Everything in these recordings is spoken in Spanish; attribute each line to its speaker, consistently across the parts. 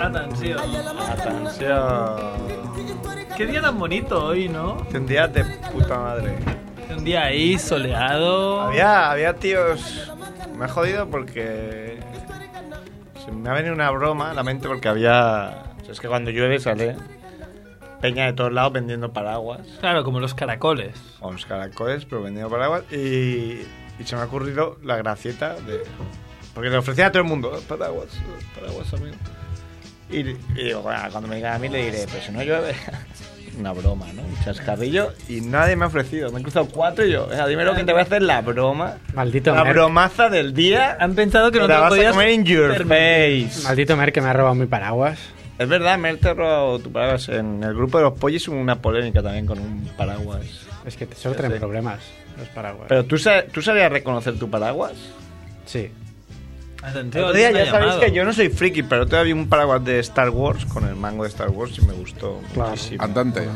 Speaker 1: Atenció.
Speaker 2: Atención.
Speaker 1: Qué día tan bonito hoy, ¿no?
Speaker 2: Tendría de puta madre.
Speaker 1: Un día ahí soleado.
Speaker 2: Había, había tíos. Me ha jodido porque. Se me ha venido una broma a la mente porque había. o sea, es que cuando llueve sale peña de todos lados vendiendo paraguas.
Speaker 1: Claro, como los caracoles.
Speaker 2: O unos caracoles, pero vendiendo paraguas. Y, y se me ha ocurrido la gracieta de. Porque le ofrecía a todo el mundo, "Eh, paraguas, eh, paraguas, amigo. Y, y digo, "Bueno, cuando me digan a mí le diré, pero si no llueve. Una broma, ¿no? Un chascarrillo y nadie me ha ofrecido. Me he cruzado cuatro y yo, venga, dímelo que te voy a hacer la broma.
Speaker 3: Maldito
Speaker 2: la
Speaker 3: Merck.
Speaker 2: bromaza del día.
Speaker 1: Han pensado que no
Speaker 2: Te
Speaker 1: te
Speaker 2: la vas a
Speaker 1: podías
Speaker 2: comer in your
Speaker 1: permitir.
Speaker 2: face.
Speaker 3: Maldito Mer que me ha robado mi paraguas.
Speaker 2: Es verdad, Mel te ha robado tu paraguas. En el grupo de los pollos hubo una polémica también con un paraguas.
Speaker 3: Es que te solo traen
Speaker 2: Sí.
Speaker 3: problemas los paraguas.
Speaker 2: Pero tú, sa- ¿tú sabías reconocer tu paraguas.
Speaker 3: Sí.
Speaker 1: Atención,
Speaker 2: El otro día, ya
Speaker 1: alguien me ha
Speaker 2: sabéis
Speaker 1: llamado.
Speaker 2: que yo no soy friki, pero todavía vi un paraguas de Star Wars con el mango de Star Wars y me gustó
Speaker 3: Claro.
Speaker 2: muchísimo.
Speaker 4: Andante.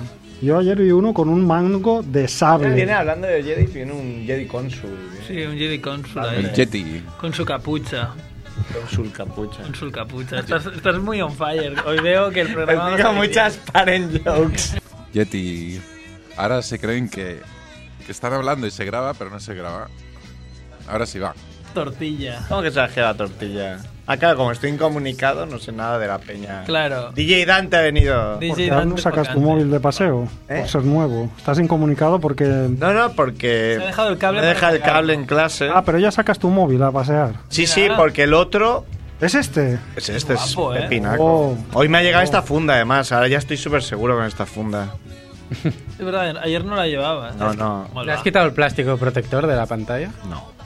Speaker 5: Yo ayer vi uno con un mango
Speaker 2: Él
Speaker 5: de
Speaker 2: Viene
Speaker 5: sable.
Speaker 2: hablando de Jedi, viene un Jedi Consul.
Speaker 1: Sí, un Jedi Consul ahí.
Speaker 4: El Yeti.
Speaker 1: Con su capucha.
Speaker 2: Consul capucha.
Speaker 1: Con su capucha. Estás, estás muy on fire. Hoy veo que el programa.
Speaker 2: Explica muchas parent jokes.
Speaker 4: Yeti. Ahora se creen que, que están hablando y se graba, pero no se graba. Ahora sí va.
Speaker 1: Tortilla.
Speaker 2: ¿Cómo que se la tortilla? Ah, claro, como estoy incomunicado, no sé nada de la peña.
Speaker 1: Claro.
Speaker 2: DJ Dante ha venido.
Speaker 1: DJ
Speaker 5: ¿Por qué aún no
Speaker 1: Dante
Speaker 5: sacas tu
Speaker 1: Focante.
Speaker 5: móvil de paseo?
Speaker 2: ¿Eh?
Speaker 5: Por ser nuevo. Estás incomunicado porque...
Speaker 2: No, no, porque.
Speaker 1: Se ha dejado el cable
Speaker 2: me deja
Speaker 1: para
Speaker 2: el cable en clase.
Speaker 5: Ah, pero ya sacas tu móvil a pasear.
Speaker 2: sí,
Speaker 1: mira.
Speaker 2: sí, porque el otro.
Speaker 5: ¿Es este?
Speaker 2: Pues este
Speaker 1: Guapo,
Speaker 2: es
Speaker 1: ¿eh?
Speaker 2: pepinaco.
Speaker 5: Oh.
Speaker 2: Hoy me ha llegado esta funda, además. Ahora ya estoy súper seguro con esta funda.
Speaker 1: Es verdad, ayer no la llevaba.
Speaker 2: No, no.
Speaker 1: Mola.
Speaker 3: ¿Le has quitado el plástico protector de la pantalla?
Speaker 2: No.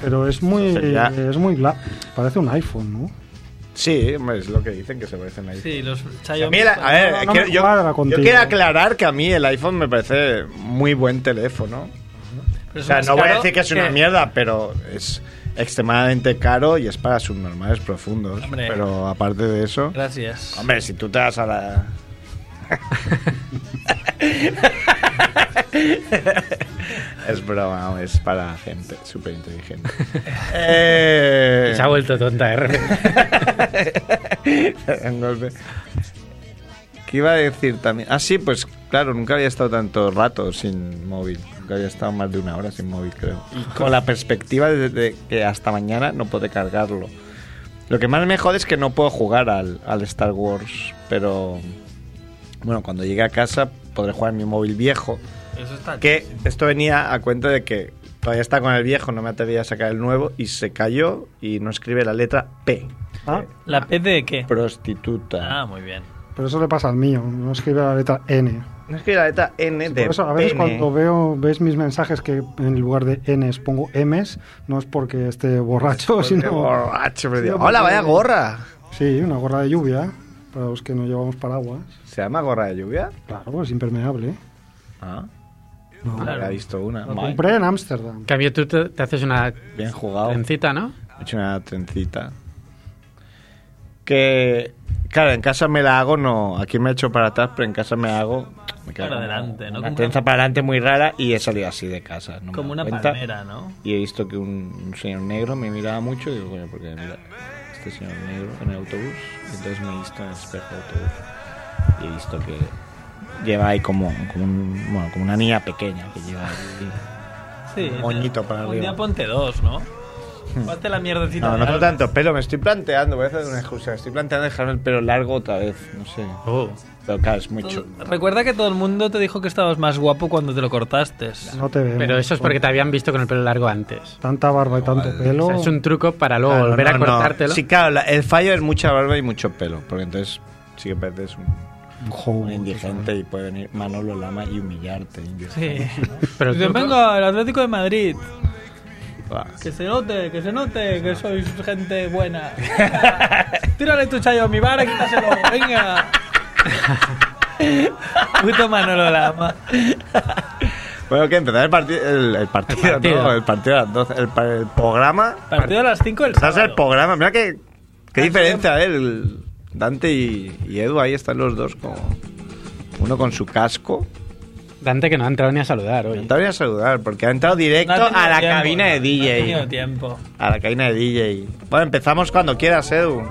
Speaker 5: Pero es muy...
Speaker 2: Entonces ya-
Speaker 5: Es muy... gla- Parece un iPhone, ¿no?
Speaker 2: Sí, hombre, es lo que dicen que se parecen ahí.
Speaker 1: Sí, los
Speaker 2: A
Speaker 1: Xiaomi.
Speaker 2: mí el- a ver,
Speaker 5: no
Speaker 2: quiero-
Speaker 5: me cuadra
Speaker 2: yo, yo
Speaker 5: contigo.
Speaker 2: quiero aclarar que a mí el iPhone me parece muy buen teléfono.
Speaker 1: pero
Speaker 2: O
Speaker 1: es
Speaker 2: sea,
Speaker 1: más
Speaker 2: no voy a
Speaker 1: caro
Speaker 2: decir que es una mierda, pero es extremadamente caro y es para subnormales profundos.
Speaker 1: Hombre.
Speaker 2: Pero aparte de eso.
Speaker 1: Gracias.
Speaker 2: Hombre, si tú te vas a la. es broma, es para gente súper inteligente. eh...
Speaker 3: Se ha vuelto tonta ¿eh? de repente.
Speaker 2: Un golpe. ¿Qué iba a decir también? Ah, sí, pues claro, nunca había estado tanto rato sin móvil. Nunca había estado más de una hora sin móvil, creo. Y con la perspectiva de, de que hasta mañana no puedo cargarlo. Lo que más me jode es que no puedo jugar al, al Star Wars, pero bueno, cuando llegue a casa podré jugar en mi móvil viejo.
Speaker 1: Eso está
Speaker 2: Que esto venía a cuenta de que todavía está con el viejo, no me atrevía a sacar el nuevo y se cayó y no escribe la letra P.
Speaker 5: Ah,
Speaker 1: ¿La P de qué?
Speaker 2: Prostituta.
Speaker 1: Ah, muy bien.
Speaker 5: pero eso le pasa al mío. No escribe la letra N.
Speaker 2: No escribe la letra N de
Speaker 5: Por eso a veces
Speaker 2: pene.
Speaker 5: cuando veo ves mis mensajes que en lugar de Ns pongo Ms, no es porque esté borracho,
Speaker 2: Porque
Speaker 5: sino...
Speaker 2: borracho, me digo,
Speaker 5: porque-
Speaker 2: Hola, vaya gorra.
Speaker 5: Sí, una gorra de lluvia, para los que no llevamos paraguas.
Speaker 2: ¿Se llama gorra de lluvia?
Speaker 5: Claro, es impermeable.
Speaker 2: Ah.
Speaker 5: No.
Speaker 2: No había visto una.
Speaker 5: Lo
Speaker 2: Vale.
Speaker 5: compré en Ámsterdam.
Speaker 3: En cambio, tú te, te haces una
Speaker 2: Bien jugado. He
Speaker 3: trencita, ¿no?
Speaker 2: hecho una trencita. Que, claro, en casa me la hago, no. Aquí me he hecho para atrás, pero en casa me hago. Me queda
Speaker 1: Para
Speaker 2: como
Speaker 1: adelante, ¿no?
Speaker 2: Una
Speaker 1: Como
Speaker 2: trenza
Speaker 1: una-
Speaker 2: para adelante muy rara y he salido así de casa. no me
Speaker 1: Como
Speaker 2: he
Speaker 1: una
Speaker 2: dado cuenta.
Speaker 1: palmera, ¿no?
Speaker 2: Y he visto que un, un señor negro me miraba mucho y digo, coño, porque mira, este señor negro en el autobús. Y entonces me he visto en el espejo del autobús y he visto que lleva ahí como, como, un- bueno, como una niña pequeña que lleva ahí.
Speaker 1: Sí.
Speaker 2: Un moñito para
Speaker 1: un
Speaker 2: arriba.
Speaker 1: día ponte dos, ¿no? Ponte la mierdecita.
Speaker 2: No,
Speaker 1: de
Speaker 2: no tengo
Speaker 1: algo.
Speaker 2: tanto pelo, me estoy planteando, voy a hacer una excusa, estoy planteando dejarme el pelo largo otra vez, no sé.
Speaker 3: Oh.
Speaker 2: Pero claro, es muy
Speaker 1: Todo-
Speaker 2: chulo.
Speaker 1: Recuerda que todo el mundo te dijo que estabas más guapo cuando te lo cortaste.
Speaker 5: No te veo.
Speaker 3: Pero eso es porque te habían visto con el pelo largo antes.
Speaker 5: Tanta barba y tanto pelo.
Speaker 3: O sea, es un truco para luego
Speaker 2: Claro,
Speaker 3: volver
Speaker 2: Ah, no,
Speaker 3: a
Speaker 2: no.
Speaker 3: cortártelo.
Speaker 2: Sí, claro, la- el fallo es mucha barba y mucho pelo, porque entonces sí que pareces un,
Speaker 5: Joder.
Speaker 2: un indigente y puede venir Manolo Lama y humillarte.
Speaker 1: Sí.
Speaker 3: Pero tú-
Speaker 1: Dicen, venga, el Atlético de Madrid.
Speaker 2: Buah.
Speaker 1: Que se note, que se note que sois gente buena. Tírale tu chayo a mi bar, quítaselo. Venga. Puto Manolo Lama.
Speaker 2: Bueno, que empezar el, parti- el, el partido,
Speaker 3: El partido.
Speaker 2: ¿no? El partido a las 12. El, pa- el programa.
Speaker 1: Partido a las 5 del
Speaker 2: Estás el
Speaker 1: sábado.
Speaker 2: programa. Mira qué, qué diferencia, ¿eh? El Dante y, y Edu ahí están los dos como. Uno con su casco
Speaker 3: Dante que no ha entrado ni a saludar hoy.
Speaker 2: Te voy a saludar porque ha entrado
Speaker 1: No
Speaker 2: directo
Speaker 1: ha tenido
Speaker 2: a la
Speaker 1: tiempo,
Speaker 2: cabina de
Speaker 1: no, No ha
Speaker 2: DJ.
Speaker 1: tenido tiempo.
Speaker 2: a la cabina de DJ. Bueno, empezamos cuando quieras, Edu.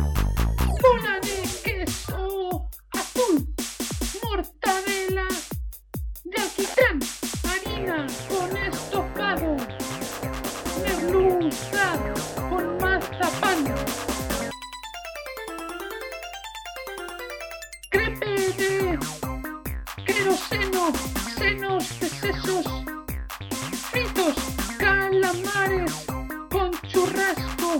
Speaker 6: bola de queso azul, mortadela de alquitrán, harina con estofado, merluza con mazapán, crepe de queroseno, senos de sesos, fritos, calamares con churrasco,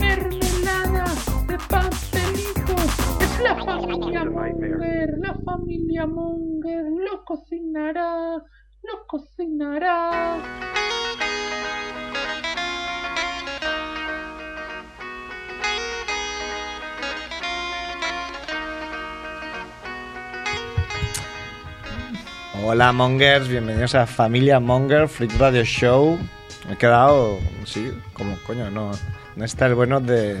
Speaker 6: mermelada de pastelitos. Es la familia Munger, la familia Munger lo cocinará, lo cocinará.
Speaker 2: Hola Mongers, bienvenidos a Familia Monger Freak Radio Show. Me he quedado, sí, como coño, no, no está el bueno de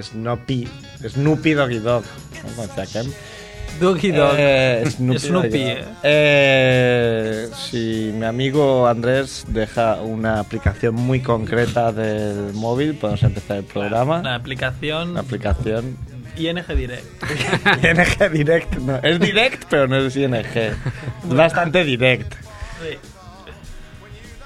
Speaker 2: Snoopy, Snoopy Doggy Dog. ¿Cómo decía Ken?
Speaker 1: Doggy Dog.
Speaker 2: Eh, Snoopy.
Speaker 1: Snoopy,
Speaker 2: Doggy Dog.
Speaker 1: eh.
Speaker 2: Eh, si mi amigo Andrés deja una aplicación muy concreta del móvil, podemos empezar el programa.
Speaker 1: La aplicación
Speaker 2: Una aplicación
Speaker 1: ING Direct.
Speaker 2: ING Direct. No, es Direct, pero no es ING. Es bastante Direct.
Speaker 1: Sí.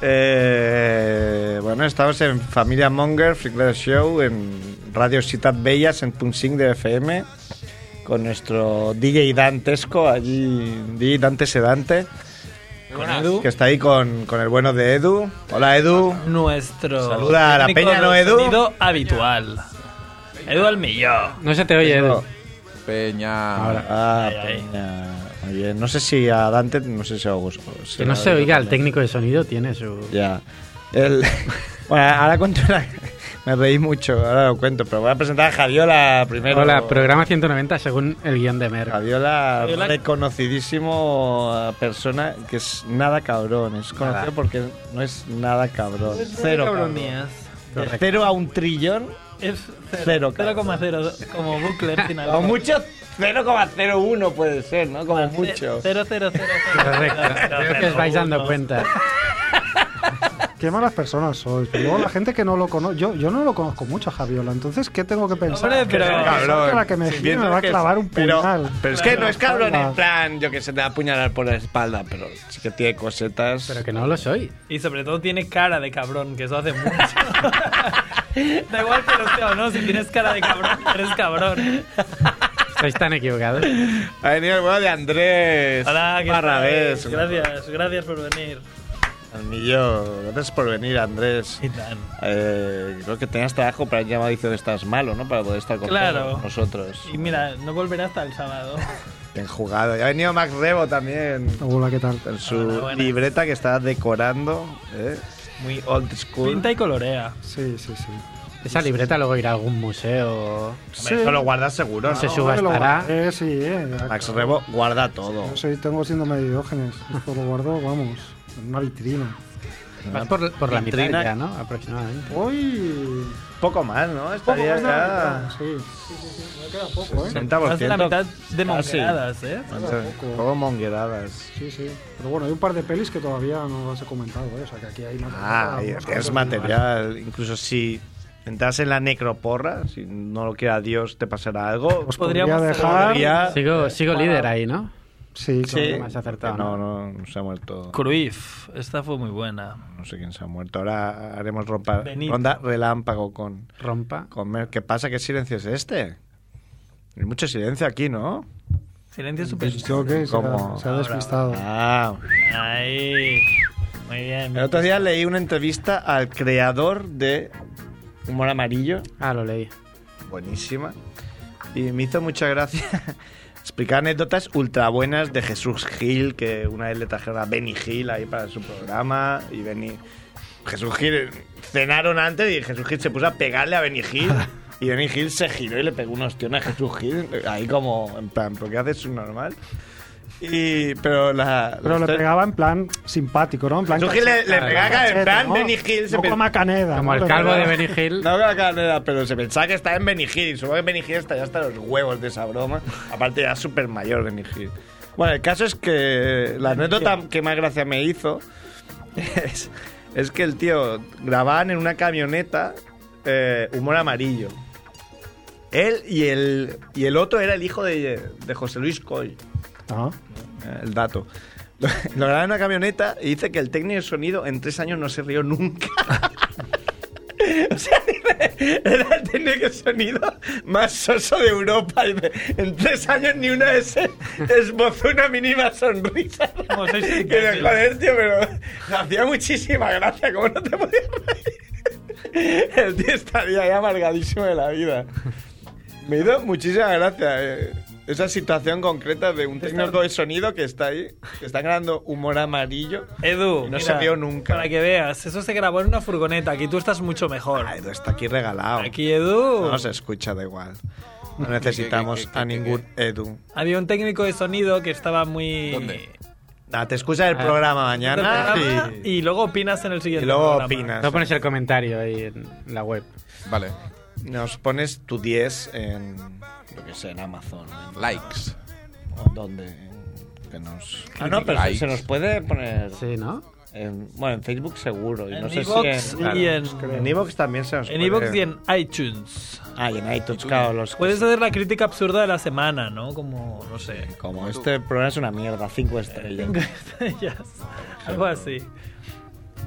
Speaker 2: Eh, bueno, estamos en Familia Monger, Freak Radio Show, en Radio Ciudad Bellas, en Punsing de FM, con nuestro DJ Dantesco, allí, DJ Dante Sedante,
Speaker 1: Con Edu.
Speaker 2: que está ahí con, con el bueno de Edu. Hola, Edu.
Speaker 1: Nuestro.
Speaker 2: Saluda a la
Speaker 1: técnico
Speaker 2: peña, ¿no,
Speaker 1: de
Speaker 2: Edu?
Speaker 1: sonido habitual. Edu Almilló.
Speaker 3: No se te oye, Edu.
Speaker 4: Peña.
Speaker 2: Ah,
Speaker 1: Ay, ay.
Speaker 2: peña. Muy bien. No sé si a Dante, no sé si a Augusto.
Speaker 3: Que no se oiga, el técnico de sonido tiene su...
Speaker 2: Ya. El- bueno, ahora cuento la- Me reí mucho, ahora lo cuento, pero voy a presentar a Javiola primero.
Speaker 3: Hola, programa 190 según el guión de Mer.
Speaker 2: Javiola,
Speaker 1: Javiola.
Speaker 2: reconocidísimo eh, persona que es nada cabrón. Es conocido
Speaker 3: Nada.
Speaker 2: porque no es nada cabrón. cero cabrón.
Speaker 1: cabronías.
Speaker 2: De cero a un trillón,
Speaker 1: Es
Speaker 2: Cero,
Speaker 1: cero, 0,0. Como Buckler sin
Speaker 2: o mucho 0,01 puede ser, ¿no? Como mucho.
Speaker 1: 0, 0, 0,
Speaker 3: Correcto. Creo que os vais dando cuenta.
Speaker 5: Qué malas personas sois. Luego la gente que no lo conoce. Yo, yo no lo conozco mucho a Javiola, entonces ¿qué tengo que pensar?
Speaker 1: Hombre, pero-
Speaker 5: Cabrón. la que me
Speaker 2: Si
Speaker 5: gire me
Speaker 2: piensas
Speaker 5: va a
Speaker 2: que es-
Speaker 5: clavar un
Speaker 2: pero-
Speaker 5: puñal.
Speaker 2: Pero es que no es cabrón,
Speaker 5: Calma.
Speaker 2: en plan, yo que se te va a apuñalar por la espalda, pero sí que tiene cosetas.
Speaker 3: Pero que no lo soy.
Speaker 1: Y sobre todo tiene cara de cabrón, que eso hace mucho. da igual que lo sea o no, si tienes cara de cabrón, eres cabrón.
Speaker 3: Estáis tan equivocados.
Speaker 2: Ha venido el bueno de Andrés.
Speaker 1: Hola, ¿qué tal?
Speaker 2: Barrabés.
Speaker 1: Gracias, gracias por venir.
Speaker 2: Almillo, gracias por venir, Andrés. Eh, creo que tenías trabajo para el llamado dice que estás malo, ¿no? Para poder estar con
Speaker 1: Claro.
Speaker 2: todos nosotros.
Speaker 1: Y mira, no volverá hasta el sábado.
Speaker 2: Bien jugado. Y ha venido Max Rebo también.
Speaker 5: Hola, ¿qué tal?
Speaker 2: Con su
Speaker 1: Hola, buenas.
Speaker 2: libreta que está decorando. ¿eh? Muy old school.
Speaker 1: Pinta y colorea.
Speaker 5: Sí, sí, sí.
Speaker 3: Esa libreta luego irá a algún museo.
Speaker 2: Hombre, Eso lo guardas seguro, ¿no?
Speaker 3: Se
Speaker 5: Ahora que lo
Speaker 3: subastará.
Speaker 5: guardé, sí, eh.
Speaker 2: Max Rebo guarda todo.
Speaker 5: Yo soy, tengo síndrome de diógenes. Esto lo guardo, vamos, en una vitrina.
Speaker 3: Vas por, por la mitad
Speaker 2: Vitrina.
Speaker 3: ya, ¿no? Aproximadamente.
Speaker 5: Uy.
Speaker 2: Poco más, ¿no?
Speaker 5: Poco
Speaker 2: Estaría
Speaker 5: más de la
Speaker 2: ya.
Speaker 5: mitad, Sí, sí, sí, sí. Me queda poco, ¿eh?
Speaker 2: 60%.
Speaker 1: Más de la mitad de
Speaker 2: Casi. pues.
Speaker 1: monqueadas, ¿eh?
Speaker 5: Poco.
Speaker 2: Todo mongueradas.
Speaker 5: Sí, sí. Pero bueno, hay un par de pelis que todavía no las he comentado, ¿eh? O sea, que aquí hay más.
Speaker 2: Ah,
Speaker 5: más
Speaker 2: es
Speaker 5: cosas.
Speaker 2: material. Incluso si entras en la necroporra, si no lo quiera Dios, te pasará algo.
Speaker 5: Os
Speaker 1: Podría-
Speaker 5: podría
Speaker 1: podríamos
Speaker 5: dejar.
Speaker 2: Podría-
Speaker 3: Sigo, sigo líder ahí, ¿no?
Speaker 5: Sí,
Speaker 2: Sí.
Speaker 5: claro.
Speaker 3: más acertado,
Speaker 2: No, no, no se ha muerto.
Speaker 1: Cruyff, esta fue muy buena.
Speaker 2: No sé quién se ha muerto. Ahora haremos rompa,
Speaker 1: Benito.
Speaker 2: ronda relámpago con,
Speaker 3: Rompa.
Speaker 2: con Mer. ¿Qué pasa? ¿Qué silencio es este? Hay mucho silencio aquí, ¿no?
Speaker 1: Silencio super.
Speaker 5: Pues yo que se
Speaker 2: Como-
Speaker 5: ha, se ha despistado.
Speaker 2: Ah.
Speaker 1: Ahí. Muy bien.
Speaker 2: El otro día leí una entrevista al creador de Humor Amarillo.
Speaker 3: Ah, lo leí.
Speaker 2: buenísima. Y me hizo mucha gracia explicar anécdotas ultra buenas de Jesús Gil, que una vez le trajeron a Benny Gil ahí para su programa. Y Benny. Jesús Gil. Cenaron antes y Jesús Gil se puso a pegarle a Benny Gil. Y Benny Gil se giró y le pegó un ostión a Jesús Gil. Ahí como, en plan, ¿por qué haces un normal? Y, pero la.
Speaker 5: Pero le
Speaker 2: usted-
Speaker 5: pegaba en plan simpático, ¿no? En plan.
Speaker 2: Tú Gil, le, le
Speaker 5: cachete,
Speaker 2: pegaba en plan
Speaker 5: ¿no?
Speaker 2: Benny Hill. se
Speaker 5: Un poco
Speaker 2: pe-
Speaker 5: macaneda.
Speaker 3: Como
Speaker 5: ¿no?
Speaker 3: el
Speaker 5: Le
Speaker 3: calvo de
Speaker 5: pegaba-
Speaker 3: Benny Hill.
Speaker 2: No creo que haga nada, pero se pensaba que estaba en Benny Hill. Supongo que Benny Hill está ya hasta los huevos de esa broma. Aparte, ya es súper mayor Benny Hill. Bueno, el caso es que la anécdota que más gracia me hizo es, es que el tío grababan en una camioneta eh, humor amarillo. Él y el, y el otro era el hijo de, de José Luis Coy.
Speaker 5: Ajá.
Speaker 2: Eh, el dato. Lo, lo grabaron en una camioneta y dice que el técnico de sonido en tres años no se rió nunca. o sea, dice, era el técnico de sonido más soso de Europa. Dice, en tres años ni una vez se esbozó una mínima sonrisa.
Speaker 1: Como sois
Speaker 2: Que
Speaker 1: imbéciles.
Speaker 2: digo, joder, tío, pero hacía muchísima gracia, como no te podías reír. El tío estaría ya amargadísimo de la vida. Me hizo muchísima gracia eh, esa situación concreta de un técnico de sonido que está ahí, que está ganando humor amarillo.
Speaker 1: Edu,
Speaker 2: Y no se vio nunca.
Speaker 1: Para que veas, eso se grabó en una furgoneta. Aquí tú estás mucho mejor.
Speaker 2: Ah, Edu está aquí regalado.
Speaker 1: Aquí, Edu,
Speaker 2: No se escucha, da igual. No necesitamos a ningún Edu.
Speaker 1: había un técnico de sonido que estaba muy.
Speaker 4: ¿Dónde?
Speaker 2: Ah, te escucha el programa
Speaker 1: del
Speaker 2: mañana
Speaker 1: programa
Speaker 2: y,
Speaker 1: Y luego opinas en el
Speaker 2: y
Speaker 1: siguiente.
Speaker 2: luego
Speaker 1: programa.
Speaker 2: opinas.
Speaker 3: No pones el comentario ahí en la web.
Speaker 4: Vale.
Speaker 2: Nos pones tu 10 en, lo que sé, en Amazon. en-
Speaker 4: Likes.
Speaker 2: o donde que nos ah no pero se,
Speaker 4: Likes.
Speaker 2: se nos puede poner Eh,
Speaker 3: Sí, ¿no?
Speaker 2: en, bueno en Facebook seguro y
Speaker 1: En
Speaker 2: no sé
Speaker 1: iVoox
Speaker 2: si
Speaker 1: y
Speaker 2: en,
Speaker 1: en-
Speaker 2: claro. en iVoox también se nos
Speaker 1: En
Speaker 2: puede
Speaker 1: iVoox y en iTunes.
Speaker 2: ah y en iTunes claro los
Speaker 1: Puedes hacer la crítica absurda de la semana, ¿no? Como, no sé.
Speaker 2: como este programa es una mierda cinco estrellas
Speaker 1: Yes. Algo así.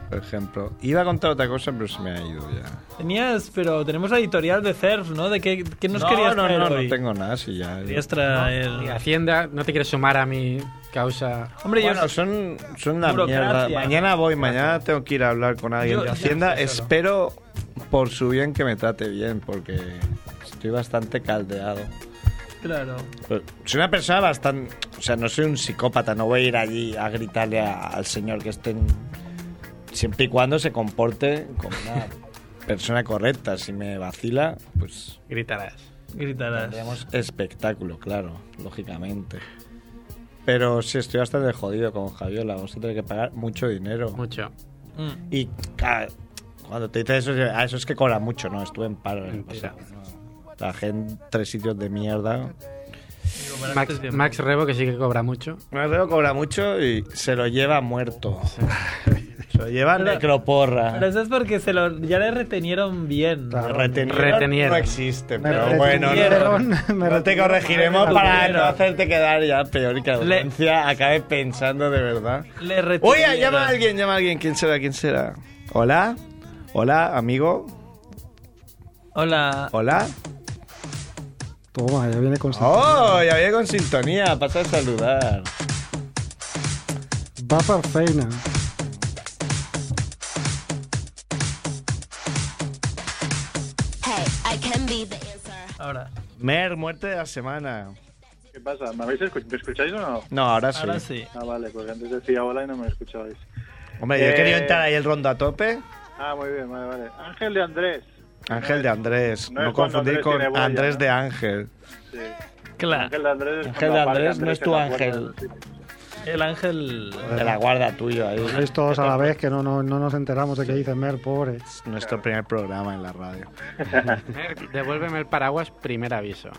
Speaker 2: por ejemplo iba a contar otra cosa pero se me ha ido ya
Speaker 1: Tenías, pero tenemos la editorial de CERF, ¿no? ¿De qué, qué nos
Speaker 2: no
Speaker 1: querías
Speaker 2: no
Speaker 1: traer
Speaker 2: no
Speaker 1: hoy?
Speaker 2: no tengo nada si ya
Speaker 1: Querías traer-
Speaker 3: Y Hacienda, no te quieres sumar a mi causa.
Speaker 1: Hombre,
Speaker 2: Bueno,
Speaker 1: yo,
Speaker 2: son, son una
Speaker 1: Burocracia.
Speaker 2: mierda. Mañana voy, mañana tengo que ir a hablar con alguien
Speaker 1: Yo-
Speaker 2: de
Speaker 1: yo
Speaker 2: Hacienda.
Speaker 1: estoy solo.
Speaker 2: Espero, por su bien, que me trate bien, porque estoy bastante caldeado.
Speaker 1: claro.
Speaker 2: Pues, Soy una persona bastante. O sea, no soy un psicópata, no voy a ir allí a gritarle a- al señor que estén. Siempre y cuando se comporte como una persona correcta. Si me vacila, pues.
Speaker 3: Gritarás.
Speaker 1: Gritarás.
Speaker 2: Tendríamos espectáculo, claro, lógicamente. Pero sí, estoy bastante jodido con Javiola. Vamos a tener que pagar mucho dinero.
Speaker 3: Mucho.
Speaker 1: Mm.
Speaker 2: Y claro, cuando te dices eso, a eso es que cobra mucho, ¿no? Estuve en paro. ¿eh? O sea,
Speaker 3: Mentira.
Speaker 2: trabajé en tres sitios de mierda.
Speaker 3: Max, Max Rebo, que sí que cobra mucho.
Speaker 2: No creo cobra mucho y se lo lleva muerto. se lo lleva necroporra.
Speaker 1: Pero eso Pues es porque se lo, ya le retenieron bien. ¿no?
Speaker 5: Claro.
Speaker 2: Retenieron,
Speaker 3: Retenieron.
Speaker 2: no existe,
Speaker 5: Me
Speaker 2: pero bueno, no,
Speaker 5: retenieron, me
Speaker 2: no te
Speaker 5: retenieron.
Speaker 2: corregiremos
Speaker 1: Madre
Speaker 2: para
Speaker 1: tuviera.
Speaker 2: no hacerte quedar ya peor y que la audiencia acabe pensando de verdad.
Speaker 1: Le retenieron.
Speaker 2: Oye, llama a alguien, llama a alguien, quién será, quién será. Hola, hola, amigo,
Speaker 1: Hola.
Speaker 2: hola.
Speaker 5: Toma, ya viene con.
Speaker 2: Oh, ya viene con sintonía, pasa a saludar.
Speaker 5: Va para feina.
Speaker 7: Hey, I can be the answer.
Speaker 1: Ahora.
Speaker 2: Mer, muerte de la semana.
Speaker 8: ¿Qué pasa? ¿Me, habéis escuch- ¿Me escucháis o no?
Speaker 2: No, ahora sí.
Speaker 1: Ahora sí.
Speaker 8: Ah, vale, porque antes decía hola y no me escuchabais.
Speaker 2: Hombre, yo he querido
Speaker 8: Eh.
Speaker 2: entrar ahí el rondo a tope.
Speaker 8: Ah, muy bien, vale, vale. Ángel de Andrés.
Speaker 2: Ángel de Andrés,
Speaker 8: No
Speaker 2: no,
Speaker 8: es cuando
Speaker 2: confundir
Speaker 8: Andrés
Speaker 2: con
Speaker 8: tiene boya,
Speaker 2: Andrés
Speaker 8: ¿no?
Speaker 2: de Ángel.
Speaker 8: Sí.
Speaker 1: Claro.
Speaker 8: Ángel de Andrés es
Speaker 2: Ángel
Speaker 8: cuando
Speaker 2: de
Speaker 8: aparca
Speaker 2: Andrés no es
Speaker 8: en
Speaker 2: tu
Speaker 8: la puerta
Speaker 2: Ángel.
Speaker 8: del sitio.
Speaker 1: El ángel.
Speaker 2: De la guarda tuyo ahí.
Speaker 5: Sois todos a la vez que no, no, no nos enteramos de qué dice Mer, pobre.
Speaker 2: Es nuestro primer programa en la radio.
Speaker 3: Mer, Devuélveme el paraguas, primer aviso.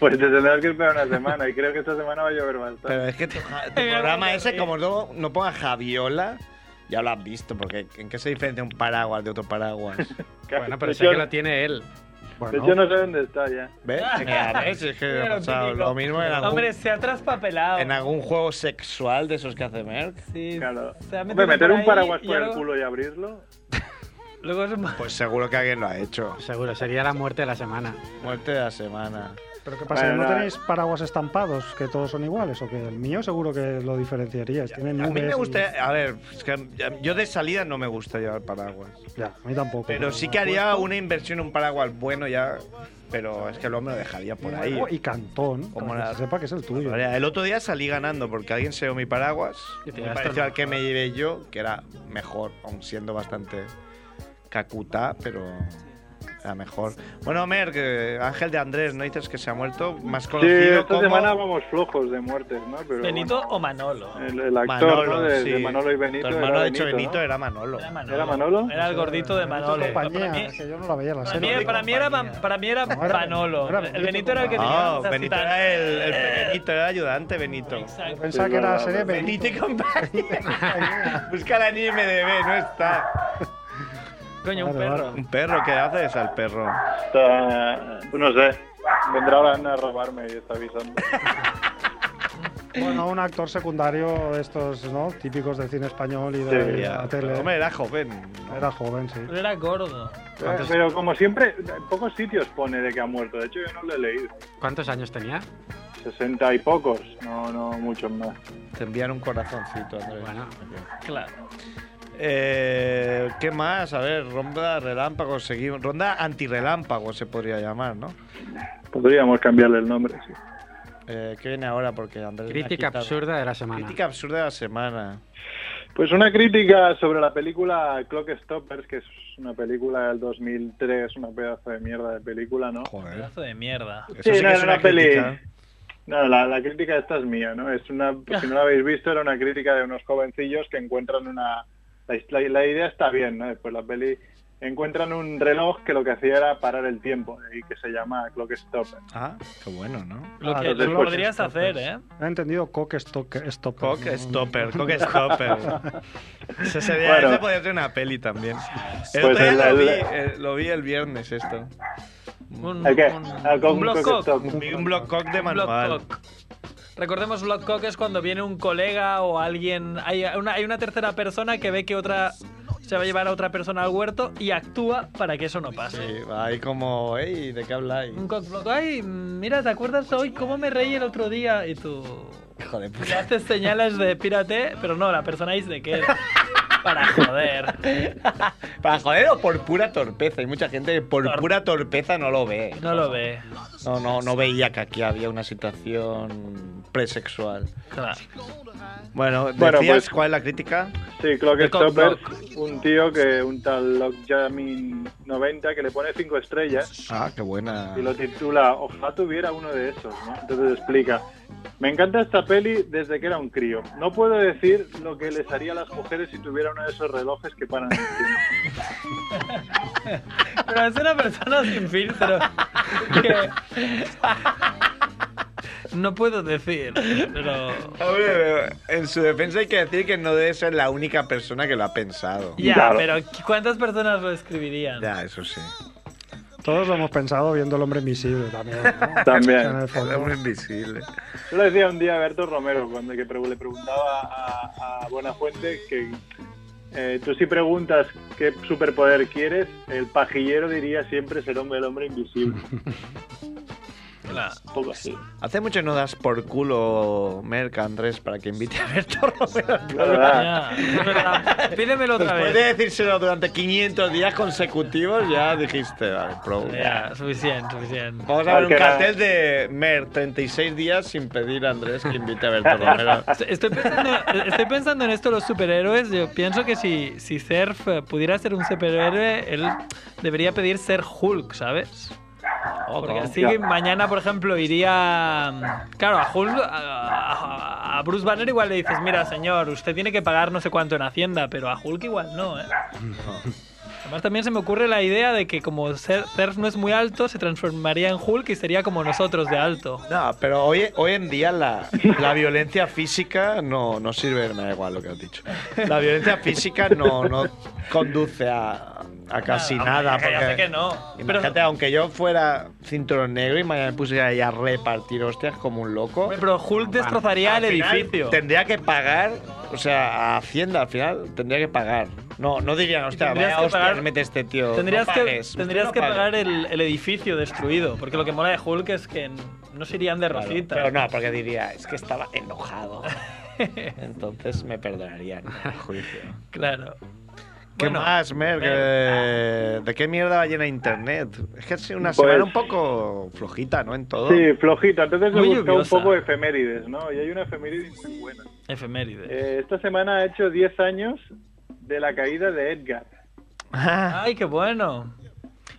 Speaker 8: Pues te tendrás que esperar una semana y creo que esta semana va a llover bastante.
Speaker 2: Pero es que tu,
Speaker 1: Ah,
Speaker 2: tu programa ese, como no, no ponga Javiola, ya lo has visto, porque ¿en qué se diferencia un paraguas de otro paraguas?
Speaker 3: Bueno, pero
Speaker 1: Pues
Speaker 8: de,
Speaker 3: sé que
Speaker 8: hecho,
Speaker 3: lo tiene él.
Speaker 2: pues
Speaker 8: de
Speaker 5: Bueno,
Speaker 8: hecho, no sé dónde está ya.
Speaker 2: ¿Ves? Mira, ¿ves? Es que ha
Speaker 1: Claro,
Speaker 2: pasado
Speaker 1: típico.
Speaker 2: lo mismo en algún,
Speaker 1: Hombre, se ha traspapelado.
Speaker 2: en algún juego sexual de esos que hace Merck.
Speaker 1: Sí,
Speaker 8: Claro.
Speaker 1: se ha
Speaker 8: Hombre,
Speaker 1: metido
Speaker 8: meter
Speaker 1: por
Speaker 8: un
Speaker 1: ahí
Speaker 8: paraguas
Speaker 1: y
Speaker 8: por el
Speaker 1: luego-
Speaker 8: culo y abrirlo.
Speaker 1: Luego es más.
Speaker 2: Pues seguro que alguien lo ha hecho.
Speaker 3: Seguro, sería la muerte de la semana.
Speaker 2: Muerte de la semana.
Speaker 5: pero ¿qué pasa?
Speaker 8: Bueno,
Speaker 5: ¿No
Speaker 8: nada.
Speaker 5: tenéis paraguas estampados que todos son iguales o que el mío seguro que lo diferenciaríais? Tienen
Speaker 2: A mí
Speaker 5: nubes
Speaker 2: me
Speaker 5: y-
Speaker 2: gusta, a ver, es que yo de salida no me gusta llevar paraguas.
Speaker 5: Ya, a mí tampoco.
Speaker 2: Pero sí que haría una inversión en un paraguas bueno ya, pero es que luego me lo dejaría por ahí.
Speaker 5: Y cantón,
Speaker 2: Como
Speaker 5: como para
Speaker 2: la-
Speaker 5: que se sepa que es el tuyo.
Speaker 2: El otro día salí ganando porque alguien se dio mi paraguas,
Speaker 3: Y te
Speaker 2: muy
Speaker 3: llevaste
Speaker 2: parecido
Speaker 3: el
Speaker 2: al que me llevé yo, que era mejor, aun siendo bastante cacuta, pero La mejor. Bueno, Mer, que Ángel de Andrés, ¿no dices que se ha muerto? Más
Speaker 8: Sí,
Speaker 2: conocido
Speaker 8: esta
Speaker 2: como...
Speaker 8: semana vamos flojos de muertes, ¿no? Pero
Speaker 1: ¿Benito o Manolo?
Speaker 8: bueno, el, el actor
Speaker 2: Manolo,
Speaker 8: ¿no? de,
Speaker 2: sí.
Speaker 8: de Manolo y Benito.
Speaker 2: Tu hermano,
Speaker 8: era
Speaker 2: de hecho, Benito
Speaker 8: ¿no?
Speaker 2: era Manolo.
Speaker 8: ¿Era Manolo?
Speaker 1: Era el gordito de Manolo. Para
Speaker 5: compañía,
Speaker 1: mí-
Speaker 5: que yo no la veía la
Speaker 1: para
Speaker 5: serie.
Speaker 1: mí, para mí era, Man- para mí era
Speaker 5: No, era-
Speaker 1: Manolo.
Speaker 5: era
Speaker 1: el Benito era el que tenía.
Speaker 2: No,
Speaker 1: esas
Speaker 2: Benito
Speaker 1: citas.
Speaker 2: era el, el pequeñito, era el ayudante Benito.
Speaker 1: Exacto.
Speaker 5: Pensaba
Speaker 8: Sí,
Speaker 5: que era la
Speaker 8: verdad,
Speaker 5: serie
Speaker 8: verdad.
Speaker 5: Benito.
Speaker 2: Benito y compañía. Busca la IMDB, no está.
Speaker 1: Coño, un
Speaker 5: Vale,
Speaker 1: perro.
Speaker 2: Un perro, ¿qué le haces al perro?
Speaker 8: Está- pues no sé. Vendrá ahora Ana a robarme y está avisando.
Speaker 5: Bueno, un actor secundario de estos, ¿no? Típicos del cine español y de
Speaker 8: Sí,
Speaker 5: la
Speaker 2: Ya,
Speaker 5: tele.
Speaker 2: Hombre, era joven.
Speaker 5: Era joven, sí.
Speaker 1: Pero Era gordo.
Speaker 8: Eh, Pero como siempre, en pocos sitios pone de que ha muerto. De hecho, yo no lo he leído.
Speaker 3: ¿Cuántos años tenía?
Speaker 8: 60 y pocos. No, no, muchos más.
Speaker 2: Te envían un corazoncito, Andrés.
Speaker 3: Bueno.
Speaker 1: Claro.
Speaker 2: Eh, ¿Qué más? A ver, ronda relámpagos, seguimos. Ronda antirrelámpagos se podría llamar, ¿no?
Speaker 8: Podríamos cambiarle el nombre, sí.
Speaker 2: Eh, ¿Qué viene ahora? Porque Andrés. me ha
Speaker 3: Crítica
Speaker 2: quitado-
Speaker 3: absurda de la semana.
Speaker 2: Crítica absurda de la semana.
Speaker 8: Pues una crítica sobre la película Clock Stoppers, que es una película del 2003, una pedazo de mierda de película, ¿no?
Speaker 2: Joder.
Speaker 1: Pedazo de mierda.
Speaker 2: Eso
Speaker 8: Sí,
Speaker 2: sí que
Speaker 8: no,
Speaker 2: es
Speaker 8: era una
Speaker 2: una
Speaker 8: peli.
Speaker 2: crítica.
Speaker 8: No, la, la crítica esta es mía, ¿no? Es una, si no la habéis visto, era una crítica de unos jovencillos que encuentran una... La, is- la- la idea está bien, ¿no? Después la peli... Encuentran un reloj que lo que hacía era parar el tiempo ¿eh? y que se llama Clock Stopper.
Speaker 2: Ah, qué bueno, ¿no?
Speaker 1: Lo
Speaker 5: Ah,
Speaker 1: que
Speaker 8: los
Speaker 1: tú
Speaker 8: después
Speaker 1: podrías
Speaker 5: estos,
Speaker 1: hacer,
Speaker 5: pues.
Speaker 1: ¿eh?
Speaker 5: He entendido Cock Stock- Stopper.
Speaker 2: Cock
Speaker 5: ¿no?
Speaker 2: Stopper, Cock Stopper. Ese sería,
Speaker 8: Bueno.
Speaker 2: ese podría ser una peli también. El
Speaker 8: Pues
Speaker 2: otro día
Speaker 8: el-
Speaker 2: lo,
Speaker 8: el-
Speaker 2: vi, eh, lo vi el viernes esto.
Speaker 1: Un,
Speaker 8: ¿El qué?
Speaker 1: Un,
Speaker 8: Ah, con
Speaker 1: un block
Speaker 8: Cock
Speaker 1: cock.
Speaker 8: Stopper.
Speaker 2: Vi un block cock de
Speaker 1: Un block
Speaker 2: manual.
Speaker 1: cock. Recordemos, block cock es cuando viene un colega o alguien. Hay una, hay una tercera persona que ve que otra. Se va a llevar a otra persona al huerto y actúa para que eso no pase.
Speaker 2: Sí, ahí como, ey, ¿de qué habláis?
Speaker 1: Un cock block. Ay, mira, ¿te acuerdas hoy cómo me reí el otro día? Y tú.
Speaker 2: Hijo de
Speaker 1: Le
Speaker 2: puta.
Speaker 1: haces señales de pírate, pero no, la persona dice de qué. Para joder.
Speaker 2: Para joder o por pura torpeza. Hay mucha gente que por
Speaker 1: Tor-
Speaker 2: pura torpeza no lo ve.
Speaker 1: No lo ve.
Speaker 2: No, no, no veía que aquí había una situación presexual.
Speaker 1: Claro.
Speaker 2: Bueno, decías
Speaker 8: Bueno, pues-
Speaker 2: cuál es la crítica.
Speaker 8: Sí, Clock
Speaker 1: The Cock
Speaker 8: Stopper, un tío que un tal Lockjamin 90 que le pone cinco estrellas
Speaker 2: Ah, qué buena.
Speaker 8: y lo titula Ojalá tuviera uno de esos, ¿no? Entonces explica. Me encanta esta peli desde que era un crío. No puedo decir lo que les haría a las mujeres si tuviera uno de esos relojes que paran el tiempo.
Speaker 1: Pero es una persona sin filtro. que- No puedo decir, pero.
Speaker 2: Hombre, pero en su defensa hay que decir que no debe ser la única persona que lo ha pensado.
Speaker 1: Ya,
Speaker 8: Claro.
Speaker 1: pero ¿cuántas personas lo escribirían?
Speaker 2: Ya, eso sí.
Speaker 5: Todos lo hemos pensado viendo El Hombre Invisible también. ¿no? En
Speaker 8: También.
Speaker 5: el fondo.
Speaker 2: invisible.
Speaker 8: Yo le decía un día a Berto Romero, cuando que pre- le preguntaba a, a Buenafuente que eh, tú si preguntas qué superpoder quieres, el pajillero diría siempre ser hombre, el hombre invisible.
Speaker 1: Claro.
Speaker 8: Un poco así.
Speaker 2: Hace mucho no das por culo Merca Andrés para que invite a Berto Romero. al
Speaker 8: La
Speaker 2: programa.
Speaker 8: verdad.
Speaker 1: Ah, Ya, es verdad. Pídemelo otra
Speaker 2: Después de
Speaker 1: vez.
Speaker 2: decírselo durante 500 días consecutivos, ya dijiste, vale, pro.
Speaker 1: Ya, suficiente, suficiente.
Speaker 2: Vamos a ver un
Speaker 8: Porque era-
Speaker 2: cartel de Mer, 36 días sin pedir a Andrés que invite a Berto Romero.
Speaker 1: Estoy pensando, estoy pensando en esto, los superhéroes. Yo pienso que si, si Surf eh, pudiera ser un superhéroe, él debería pedir ser Hulk, ¿sabes?
Speaker 2: Oh,
Speaker 1: Porque así
Speaker 8: Ya.
Speaker 1: mañana, por ejemplo, iría. mm, Claro, a Hulk. A, a- a Bruce Banner igual le dices: Mira, señor, usted tiene que pagar no sé cuánto en Hacienda, pero a Hulk igual no, ¿eh? Además, también se me ocurre la idea de que como Cer- Cerf no es muy alto, se transformaría en Hulk y sería como nosotros de alto.
Speaker 2: No, pero hoy, hoy en día la, la violencia física no, no sirve, me da igual lo que has dicho. La violencia física no, no conduce a, a casi nada.
Speaker 1: Hombre, ya
Speaker 2: porque-
Speaker 1: sé que no. Pero,
Speaker 2: Imagínate, aunque yo fuera cinturón negro y mañana me pusiera ahí a repartir hostias como un loco.
Speaker 1: pero Hulk destrozaría el
Speaker 2: al final
Speaker 1: edificio.
Speaker 2: Tendría que pagar, o sea, a Hacienda al final tendría que pagar. No, no dirían, hostia,
Speaker 1: Tendrías
Speaker 2: vaya
Speaker 1: que
Speaker 2: hostia,
Speaker 1: pagar-
Speaker 2: que mete este tío.
Speaker 1: Tendrías
Speaker 2: No
Speaker 1: que,
Speaker 2: pagues, usted
Speaker 1: tendrías
Speaker 2: no
Speaker 1: que
Speaker 2: pague.
Speaker 1: pagar el, el edificio destruido, porque lo que mola de Hulk es que n- no se irían de
Speaker 2: Claro,
Speaker 1: rosita.
Speaker 2: pero no, porque diría, es que estaba enojado. Entonces me perdonarían el juicio.
Speaker 1: Claro.
Speaker 2: ¿Qué
Speaker 1: Bueno,
Speaker 2: más, Mer? Que- ¿De qué mierda va llena internet? Es que es una
Speaker 8: Pues-
Speaker 2: semana un poco flojita, ¿no? En todo.
Speaker 8: Sí, flojita. Entonces he
Speaker 1: Muy
Speaker 8: buscado un
Speaker 1: lluviosa.
Speaker 8: poco efemérides, ¿no? Y hay una efeméride muy buena.
Speaker 1: Efeméride.
Speaker 8: Eh, esta semana ha hecho 10 años de la caída de Edgar.
Speaker 2: Ah,
Speaker 1: Ay, qué bueno.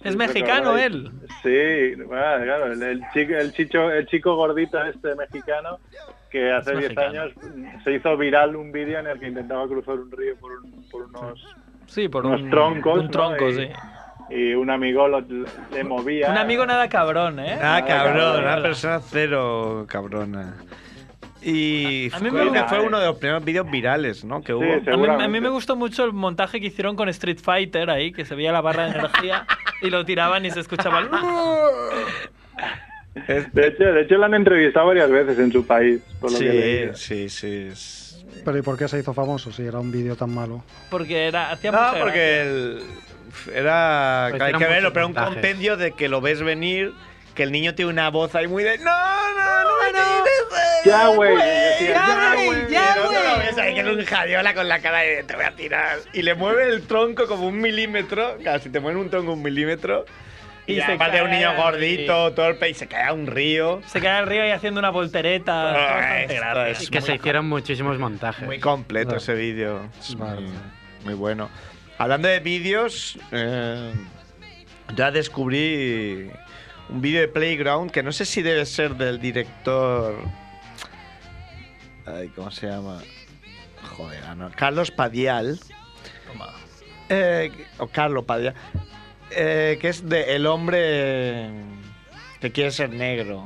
Speaker 1: Es
Speaker 8: Sí,
Speaker 1: mexicano
Speaker 8: recordáis.
Speaker 1: él.
Speaker 8: Sí, bueno, claro, el, el chico, el, chicho, el chico gordito este mexicano que hace
Speaker 1: Es
Speaker 8: 10
Speaker 1: mexicano.
Speaker 8: años se hizo viral un vídeo en el que intentaba cruzar un río por, un- por unos...
Speaker 1: Sí, por
Speaker 8: Unos
Speaker 1: un,
Speaker 8: troncos,
Speaker 1: Un
Speaker 8: ¿no?
Speaker 1: tronco,
Speaker 8: Y-
Speaker 1: sí.
Speaker 8: y un amigo lo- le movía.
Speaker 1: Un amigo nada cabrón, ¿eh?
Speaker 2: Ah, cabrón,
Speaker 8: cabrón,
Speaker 2: una
Speaker 1: hola.
Speaker 2: persona cero cabrona. Y
Speaker 1: A mí me
Speaker 2: creo que
Speaker 1: gusta,
Speaker 2: fue
Speaker 8: eh.
Speaker 2: uno de los primeros vídeos virales, ¿no? Que hubo.
Speaker 1: A mí, a mí
Speaker 8: seguramente.
Speaker 1: me gustó mucho el montaje que hicieron con Street Fighter ahí, que se veía la barra de energía y lo tiraban y se escuchaba. el-
Speaker 8: De hecho, de hecho, lo han entrevistado varias veces en su país. Por lo que
Speaker 2: Sí,
Speaker 8: leí.
Speaker 2: sí, sí. es-
Speaker 5: Pero ¿y por qué se hizo famoso si era un vídeo tan malo?
Speaker 1: Porque era, hacía
Speaker 2: No,
Speaker 1: mucha gracia.
Speaker 2: porque el- era.
Speaker 3: Pues
Speaker 2: hay
Speaker 3: eran
Speaker 2: que verlo,
Speaker 3: muchos
Speaker 2: pero un
Speaker 3: montajes.
Speaker 2: compendio de que lo ves venir, que el niño tiene una voz ahí muy de. ¡No, no, no! me tires, eh,
Speaker 8: Ya, güey, decía,
Speaker 2: ¡Ya,
Speaker 8: ya,
Speaker 2: güey!
Speaker 8: güey".
Speaker 9: Ah,
Speaker 2: ¡Ya, güey! ves ahí que es un jadiola con la cara de. ¡Te voy a tirar! Y le mueve el tronco como un milímetro. Casi te mueven un tronco un milímetro. Y,
Speaker 1: Y
Speaker 2: se
Speaker 1: se
Speaker 2: aparte era un
Speaker 1: cae
Speaker 2: niño
Speaker 1: ahí.
Speaker 2: torpe torpe y se cae a un río.
Speaker 1: Se queda arriba y haciendo una voltereta.
Speaker 2: Ah,
Speaker 1: bastante
Speaker 2: esto
Speaker 1: gracia.
Speaker 2: es
Speaker 3: Y que se hicieron muchísimos montajes.
Speaker 2: Muy completo
Speaker 5: No.
Speaker 2: ese vídeo. Es
Speaker 5: Vale.
Speaker 2: Muy, muy bueno. Hablando de vídeos, eh, ya descubrí un vídeo de Playground que no sé si debe ser del director. Ay, ¿cómo se llama? Joder, ah, no. Carlos Padial. Eh, o Carlos Padial. eh, que es de El hombre que quiere ser negro.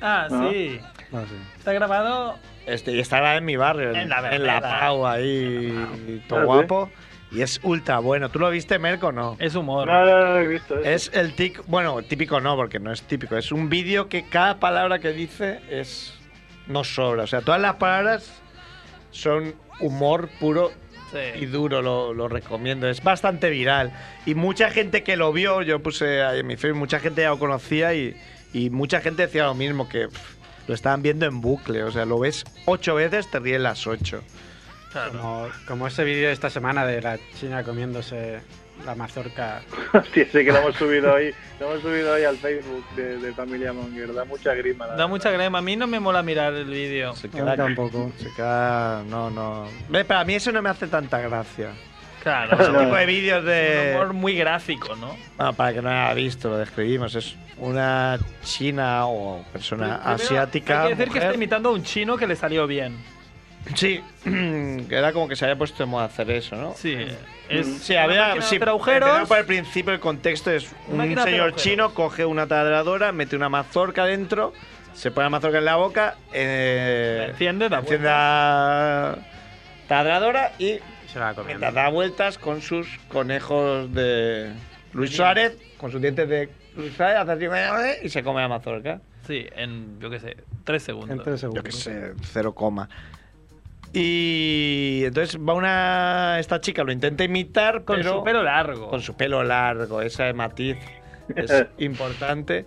Speaker 1: Ah,
Speaker 8: ¿No?
Speaker 1: sí.
Speaker 5: Ah, sí.
Speaker 1: Está grabado.
Speaker 2: Este, y estaba en mi barrio, en,
Speaker 1: En la
Speaker 2: en la
Speaker 1: verbena.
Speaker 2: Pau ahí, todo
Speaker 8: Ah, sí.
Speaker 2: guapo. Y es ultra bueno. ¿Tú lo viste, Merco, o no?
Speaker 1: Es
Speaker 8: No,
Speaker 1: humor.
Speaker 8: no, no lo he visto. eso.
Speaker 2: Es el tic, bueno, típico no, porque no es típico. Es un vídeo que cada palabra que dice es no sobra. O sea, todas las palabras son humor puro y
Speaker 1: Sí.
Speaker 2: duro, lo, lo recomiendo. Es bastante viral. Y mucha gente que lo vio, yo puse ahí en mi Facebook, mucha gente ya lo conocía y, y mucha gente decía lo mismo, que pff, lo estaban viendo en bucle. O sea, lo ves ocho veces, te ríes las ocho.
Speaker 3: Como, como ese vídeo de esta semana de la China comiéndose la mazorca.
Speaker 8: Hostia, sí que lo hemos subido hoy, lo hemos subido hoy al Facebook de, de Familia Monger. Da mucha grima. la
Speaker 1: Da mucha grema. A mí no me mola mirar el vídeo.
Speaker 2: Se
Speaker 5: A mí tampoco.
Speaker 2: Se queda... No, no. Ve, Pero a mí eso no me hace tanta gracia.
Speaker 1: Claro.
Speaker 2: Ese
Speaker 1: es
Speaker 2: tipo de vídeos
Speaker 1: Un
Speaker 2: de...
Speaker 1: humor muy gráfico, ¿no?
Speaker 2: Bueno, para que no haya visto, lo describimos. Es una china o persona
Speaker 1: Primero,
Speaker 2: asiática.
Speaker 1: Hay que este decir que
Speaker 2: mujer.
Speaker 1: está imitando a un chino que le salió bien.
Speaker 2: Sí, que era como que se había puesto de moda hacer eso, ¿no? Mm.
Speaker 1: Sí. Es
Speaker 2: Sí,
Speaker 1: una
Speaker 2: había
Speaker 1: máquina de
Speaker 2: sí,
Speaker 1: hacer agujeros.
Speaker 2: entendemos por el principio el contexto es
Speaker 1: Una
Speaker 2: un
Speaker 1: máquina de hacer
Speaker 2: señor
Speaker 1: agujeros.
Speaker 2: chino coge una taladradora, mete una mazorca dentro, se pone la mazorca en la boca,
Speaker 1: La
Speaker 2: eh,
Speaker 1: enciende, da
Speaker 2: enciende
Speaker 1: vueltas.
Speaker 2: la taladradora y
Speaker 3: y Se la comiendo.
Speaker 2: mientras da vueltas con sus conejos de Luis Suárez, con sus dientes de Luis Suárez, hace así, y se come la mazorca.
Speaker 1: Sí, en, yo qué sé, tres segundos.
Speaker 5: En tres
Speaker 2: yo
Speaker 5: segundos.
Speaker 2: qué sé, cero coma. Y entonces va una. Esta chica lo intenta imitar,
Speaker 1: Con
Speaker 2: pero
Speaker 1: su pelo largo.
Speaker 2: con su pelo largo, ese matiz es importante.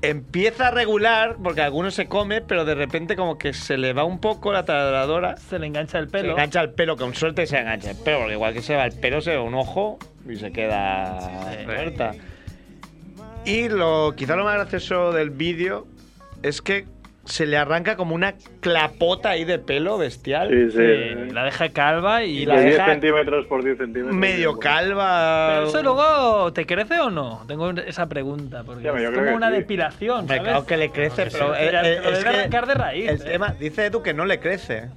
Speaker 2: Empieza a regular, porque alguno se come, pero de repente como que se le va un poco la taladradora.
Speaker 1: Se le engancha el
Speaker 2: Se
Speaker 1: pelo.
Speaker 2: engancha el pelo, con suerte se engancha el pelo, porque igual que se va el pelo, se va un ojo y se queda
Speaker 1: Sí.
Speaker 2: muerta. Y lo, quizá lo más gracioso del vídeo es que se le arranca como una clapota ahí de pelo bestial.
Speaker 8: Sí, sí.
Speaker 1: Sí, la deja calva y,
Speaker 2: Y
Speaker 1: la
Speaker 2: la
Speaker 8: de 10
Speaker 2: deja
Speaker 8: centímetros por 10 centímetros.
Speaker 2: Medio
Speaker 8: calvo.
Speaker 2: calva.
Speaker 1: ¿Pero eso luego te crece o no? Tengo esa pregunta, porque
Speaker 8: Ya, yo
Speaker 1: es
Speaker 8: creo
Speaker 1: como
Speaker 8: que
Speaker 1: una
Speaker 8: sí.
Speaker 1: depilación,
Speaker 2: Hombre,
Speaker 1: ¿sabes?
Speaker 2: claro que le crece, pero.
Speaker 1: Pero
Speaker 2: eh, eh,
Speaker 1: te lo
Speaker 2: es
Speaker 1: debe
Speaker 2: que
Speaker 1: arrancar de raíz,
Speaker 2: El
Speaker 1: ¿eh?
Speaker 2: tema, dice Edu que no le crece.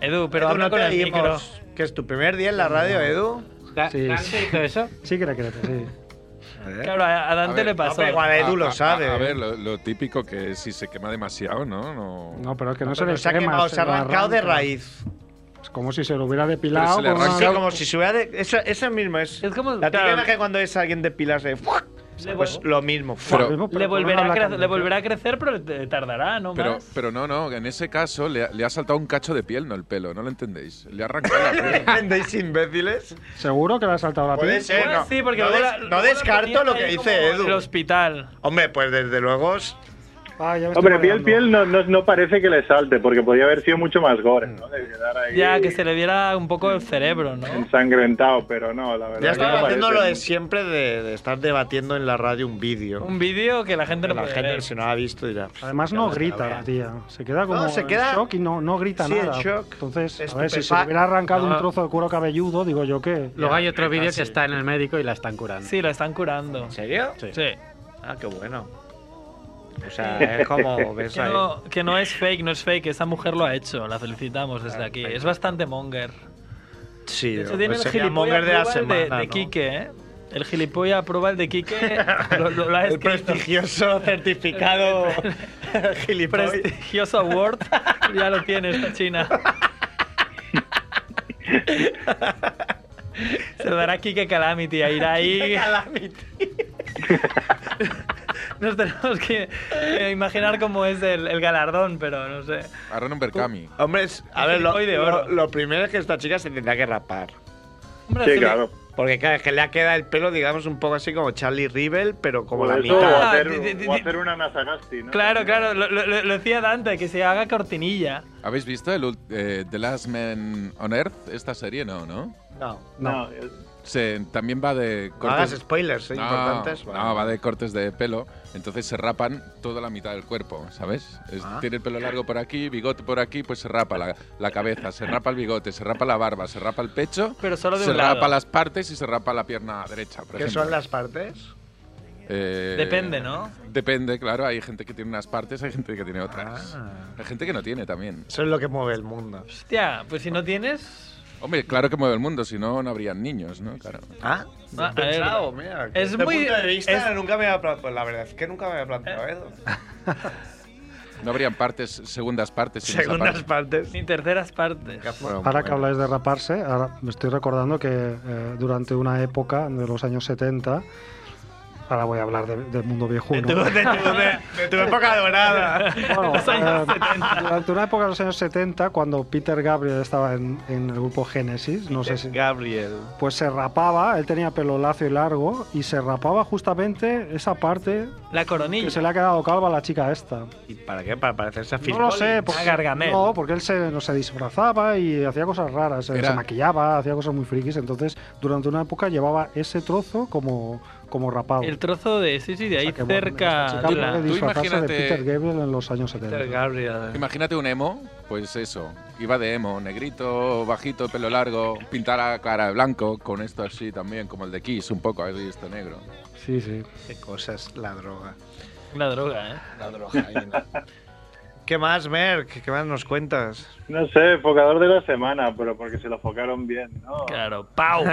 Speaker 1: Edu, pero
Speaker 2: Edu,
Speaker 1: habla
Speaker 2: no
Speaker 1: con
Speaker 2: te
Speaker 1: el micro.
Speaker 2: oímos. Que es tu primer día en la radio, Edu.
Speaker 3: Da-
Speaker 5: Sí.
Speaker 3: ¿Dante hizo eso?
Speaker 5: Sí que le crece, sí.
Speaker 1: Claro, a a Dante
Speaker 4: A ver,
Speaker 1: le pasó.
Speaker 2: hombre, igual, Edu lo sabe. ¿eh?
Speaker 4: A, ver, lo, lo típico que es si se quema demasiado, ¿no? no...
Speaker 5: No, pero es que no, se
Speaker 2: Pero
Speaker 5: le
Speaker 2: se ha
Speaker 5: quema,
Speaker 2: quemado,
Speaker 5: se
Speaker 2: se ha
Speaker 5: lo
Speaker 2: arrancado de
Speaker 5: arranca.
Speaker 2: raíz.
Speaker 5: Es como si se lo hubiera
Speaker 4: Pero
Speaker 5: depilado.
Speaker 4: se le
Speaker 5: con una-
Speaker 2: Sí,
Speaker 4: arranca-
Speaker 2: como si se hubiera. de- Eso, eso mismo es.
Speaker 1: Es como-
Speaker 2: La típica
Speaker 1: claro.
Speaker 2: imagen cuando es alguien depilarse. Pues lo mismo.
Speaker 4: Pero-
Speaker 5: Mismo,
Speaker 1: Le
Speaker 5: pero con una
Speaker 1: volverá, a
Speaker 5: placa
Speaker 1: crecer, le
Speaker 5: dentro.
Speaker 1: volverá a crecer, pero te- tardará, ¿no?
Speaker 4: Pero,
Speaker 1: más.
Speaker 4: pero no, no, en ese caso le, ha- le ha saltado un cacho de piel, no el pelo, no lo entendéis. Le ha arrancado la piel.
Speaker 2: ¿Entendéis, imbéciles?
Speaker 5: ¿Seguro que le ha saltado la
Speaker 2: Puede
Speaker 5: piel?
Speaker 2: ser,
Speaker 1: Igual
Speaker 2: no.
Speaker 1: Pues sí, porque
Speaker 2: no,
Speaker 1: luego
Speaker 2: des-
Speaker 1: la-
Speaker 2: no
Speaker 1: luego la
Speaker 2: descarto
Speaker 1: ponía
Speaker 2: lo que
Speaker 1: ahí
Speaker 2: dice
Speaker 1: como en
Speaker 2: Edu.
Speaker 1: El hospital.
Speaker 2: Hombre, pues desde luego. s-
Speaker 5: Ah, ya me estoy
Speaker 8: Hombre, piel,
Speaker 5: mareando.
Speaker 8: piel no, no, no parece que le salte, porque podía haber sido mucho más gore,
Speaker 1: Mm.
Speaker 8: ¿no? De quedar ahí
Speaker 1: Ya, que se le viera un poco el cerebro, ¿no?
Speaker 8: ensangrentado, pero no, la verdad.
Speaker 2: Ya
Speaker 8: que no
Speaker 2: estaba haciendo lo
Speaker 8: parece.
Speaker 2: de siempre de, de estar debatiendo en la radio un vídeo.
Speaker 1: Un vídeo que la gente no
Speaker 2: la
Speaker 1: puede
Speaker 2: gente,
Speaker 1: ver. Ah,
Speaker 2: si no la ha visto, dirá.
Speaker 5: Además no grita la tía, se queda como
Speaker 2: No, se
Speaker 5: en
Speaker 2: queda-
Speaker 5: shock y no, no grita
Speaker 2: sí, en
Speaker 5: nada.
Speaker 2: shock,
Speaker 5: Entonces, a ver, si se
Speaker 2: estupefa-
Speaker 5: le hubiera arrancado
Speaker 2: No.
Speaker 5: un trozo de cuero cabelludo, digo yo que...
Speaker 3: Luego hay otro vídeo que está en el médico y la están curando.
Speaker 1: Sí, la están curando.
Speaker 2: ¿En serio?
Speaker 3: Sí.
Speaker 1: Sí.
Speaker 2: Ah, qué bueno. O sea, es como ves
Speaker 1: Que
Speaker 2: ahí.
Speaker 1: no, que no es fake, no es fake. Esta mujer lo ha hecho. La felicitamos desde
Speaker 2: Ah,
Speaker 1: aquí. Es bastante monger.
Speaker 2: Sí,
Speaker 1: De hecho,
Speaker 2: digo,
Speaker 1: tiene
Speaker 2: pues
Speaker 1: el
Speaker 2: sería
Speaker 1: gilipollas
Speaker 2: monger de la semana.
Speaker 1: de, de
Speaker 2: ¿no?
Speaker 1: Quique, ¿eh? El gilipollas prueba el de Quique. lo, lo- lo ha
Speaker 2: El
Speaker 1: escrito.
Speaker 2: prestigioso certificado gilipollas.
Speaker 1: Prestigioso award. Ya lo tiene esta china. Se lo dará Quique Calamity a ir ahí. Nos tenemos que eh, imaginar cómo es el, el galardón, pero no sé.
Speaker 4: Aaron Berkami.
Speaker 2: Hombre, es- a ver, lo,
Speaker 1: Gilipoy de oro.
Speaker 2: lo, lo primero es que esta chica se tendrá que rapar.
Speaker 1: Hombre,
Speaker 8: Sí,
Speaker 1: se le-
Speaker 8: claro.
Speaker 2: Porque claro, es que le ha quedado el pelo, digamos, un poco así como Charlie Rivel, pero como
Speaker 8: O
Speaker 2: la
Speaker 8: eso,
Speaker 2: mitad.
Speaker 8: o
Speaker 1: Ah,
Speaker 8: hacer,
Speaker 1: di- di-
Speaker 8: o
Speaker 1: di-
Speaker 8: hacer una Nasagasti, ¿no?
Speaker 1: Claro, claro, lo, lo- lo decía Dante, que se haga cortinilla.
Speaker 4: ¿Habéis visto el, ult- eh, The Last Man on Earth? Esta serie no, ¿no?
Speaker 2: No.
Speaker 8: No, es-
Speaker 4: Se, también va de
Speaker 2: No hagas spoilers ¿eh?
Speaker 4: No,
Speaker 2: importantes.
Speaker 4: no,
Speaker 2: vale.
Speaker 4: va de cortes de pelo. Entonces se rapan toda la mitad del cuerpo, ¿sabes? Es-
Speaker 2: Ah.
Speaker 4: Tiene el pelo largo por aquí, bigote por aquí, pues se rapa la, la cabeza, se rapa el bigote, se rapa la barba, se rapa el pecho,
Speaker 1: Pero solo de
Speaker 4: se
Speaker 1: un
Speaker 4: rapa
Speaker 1: lado.
Speaker 4: las partes y se rapa la pierna derecha, por
Speaker 2: ¿Qué
Speaker 4: ejemplo.
Speaker 2: son las partes?
Speaker 4: Eh,
Speaker 1: Depende, ¿no?
Speaker 4: Depende, claro. Hay gente que tiene unas partes, hay gente que tiene otras.
Speaker 2: Ah.
Speaker 4: Hay gente que no tiene también.
Speaker 2: Eso es lo que mueve el mundo.
Speaker 1: Hostia, pues si no tienes.
Speaker 4: Hombre, claro que mueve el mundo, si no, no habrían niños, ¿no? Claro.
Speaker 2: Ah,
Speaker 1: Ah, a ver.
Speaker 2: pensado, mira.
Speaker 1: Es
Speaker 2: desde
Speaker 1: muy-
Speaker 2: punto de vista,
Speaker 1: es- Eh.
Speaker 2: nunca me había planteado. Pues la verdad es que nunca me había planteado eso.
Speaker 4: No habrían partes, segundas partes. sin esa
Speaker 2: Segundas
Speaker 4: parte.
Speaker 2: partes.
Speaker 1: ni terceras partes.
Speaker 2: Bueno,
Speaker 5: Ahora que
Speaker 4: bueno.
Speaker 5: habláis de raparse, ahora me estoy recordando que eh, durante una época de los años 70, ahora voy a hablar de- del mundo
Speaker 2: De tu,
Speaker 5: viejuno.
Speaker 2: de, tu, de, de tu época dorada.
Speaker 5: Bueno,
Speaker 1: Los años
Speaker 5: eh, durante una época de los años 70, cuando Peter Gabriel estaba en, en el grupo Genesis, no sé si,
Speaker 2: Gabriel.
Speaker 5: pues se rapaba, él tenía pelo lacio y largo, y se rapaba justamente esa parte
Speaker 1: La
Speaker 5: que
Speaker 1: coronilla.
Speaker 5: se le ha quedado calva a la chica esta.
Speaker 2: ¿Y para qué? Para parecerse a Phil
Speaker 5: No lo
Speaker 2: Collins.
Speaker 5: sé,
Speaker 1: A
Speaker 5: porque,
Speaker 1: Gargamel.
Speaker 5: no, porque él se, no, se disfrazaba y hacía cosas raras, se,
Speaker 4: Era-
Speaker 5: se maquillaba, hacía cosas muy frikis, entonces durante una época llevaba ese trozo como, como rapado.
Speaker 1: El trozo de. Sí, sí, de
Speaker 5: O
Speaker 1: ahí
Speaker 5: sea que, bueno,
Speaker 1: cerca.
Speaker 5: esta chica
Speaker 1: de la-
Speaker 5: puede disfrazarse
Speaker 4: imagínate-
Speaker 5: de Peter Gabriel en los años
Speaker 2: Peter
Speaker 5: 70.
Speaker 2: Gabriel.
Speaker 4: Imagínate un emo, pues eso, iba de emo, negrito, bajito, pelo largo, pintar la cara de blanco, con esto así también, como el de Kiss, un poco, así esto negro.
Speaker 5: Sí, sí.
Speaker 2: Qué cosa es la droga.
Speaker 1: La droga, ¿eh?
Speaker 2: La drogaína. ¿Qué más, Merck? ¿Qué más nos cuentas?
Speaker 8: no sé, focador de la semana, pero porque se lo focaron bien, ¿no?
Speaker 1: Claro, ¡pau!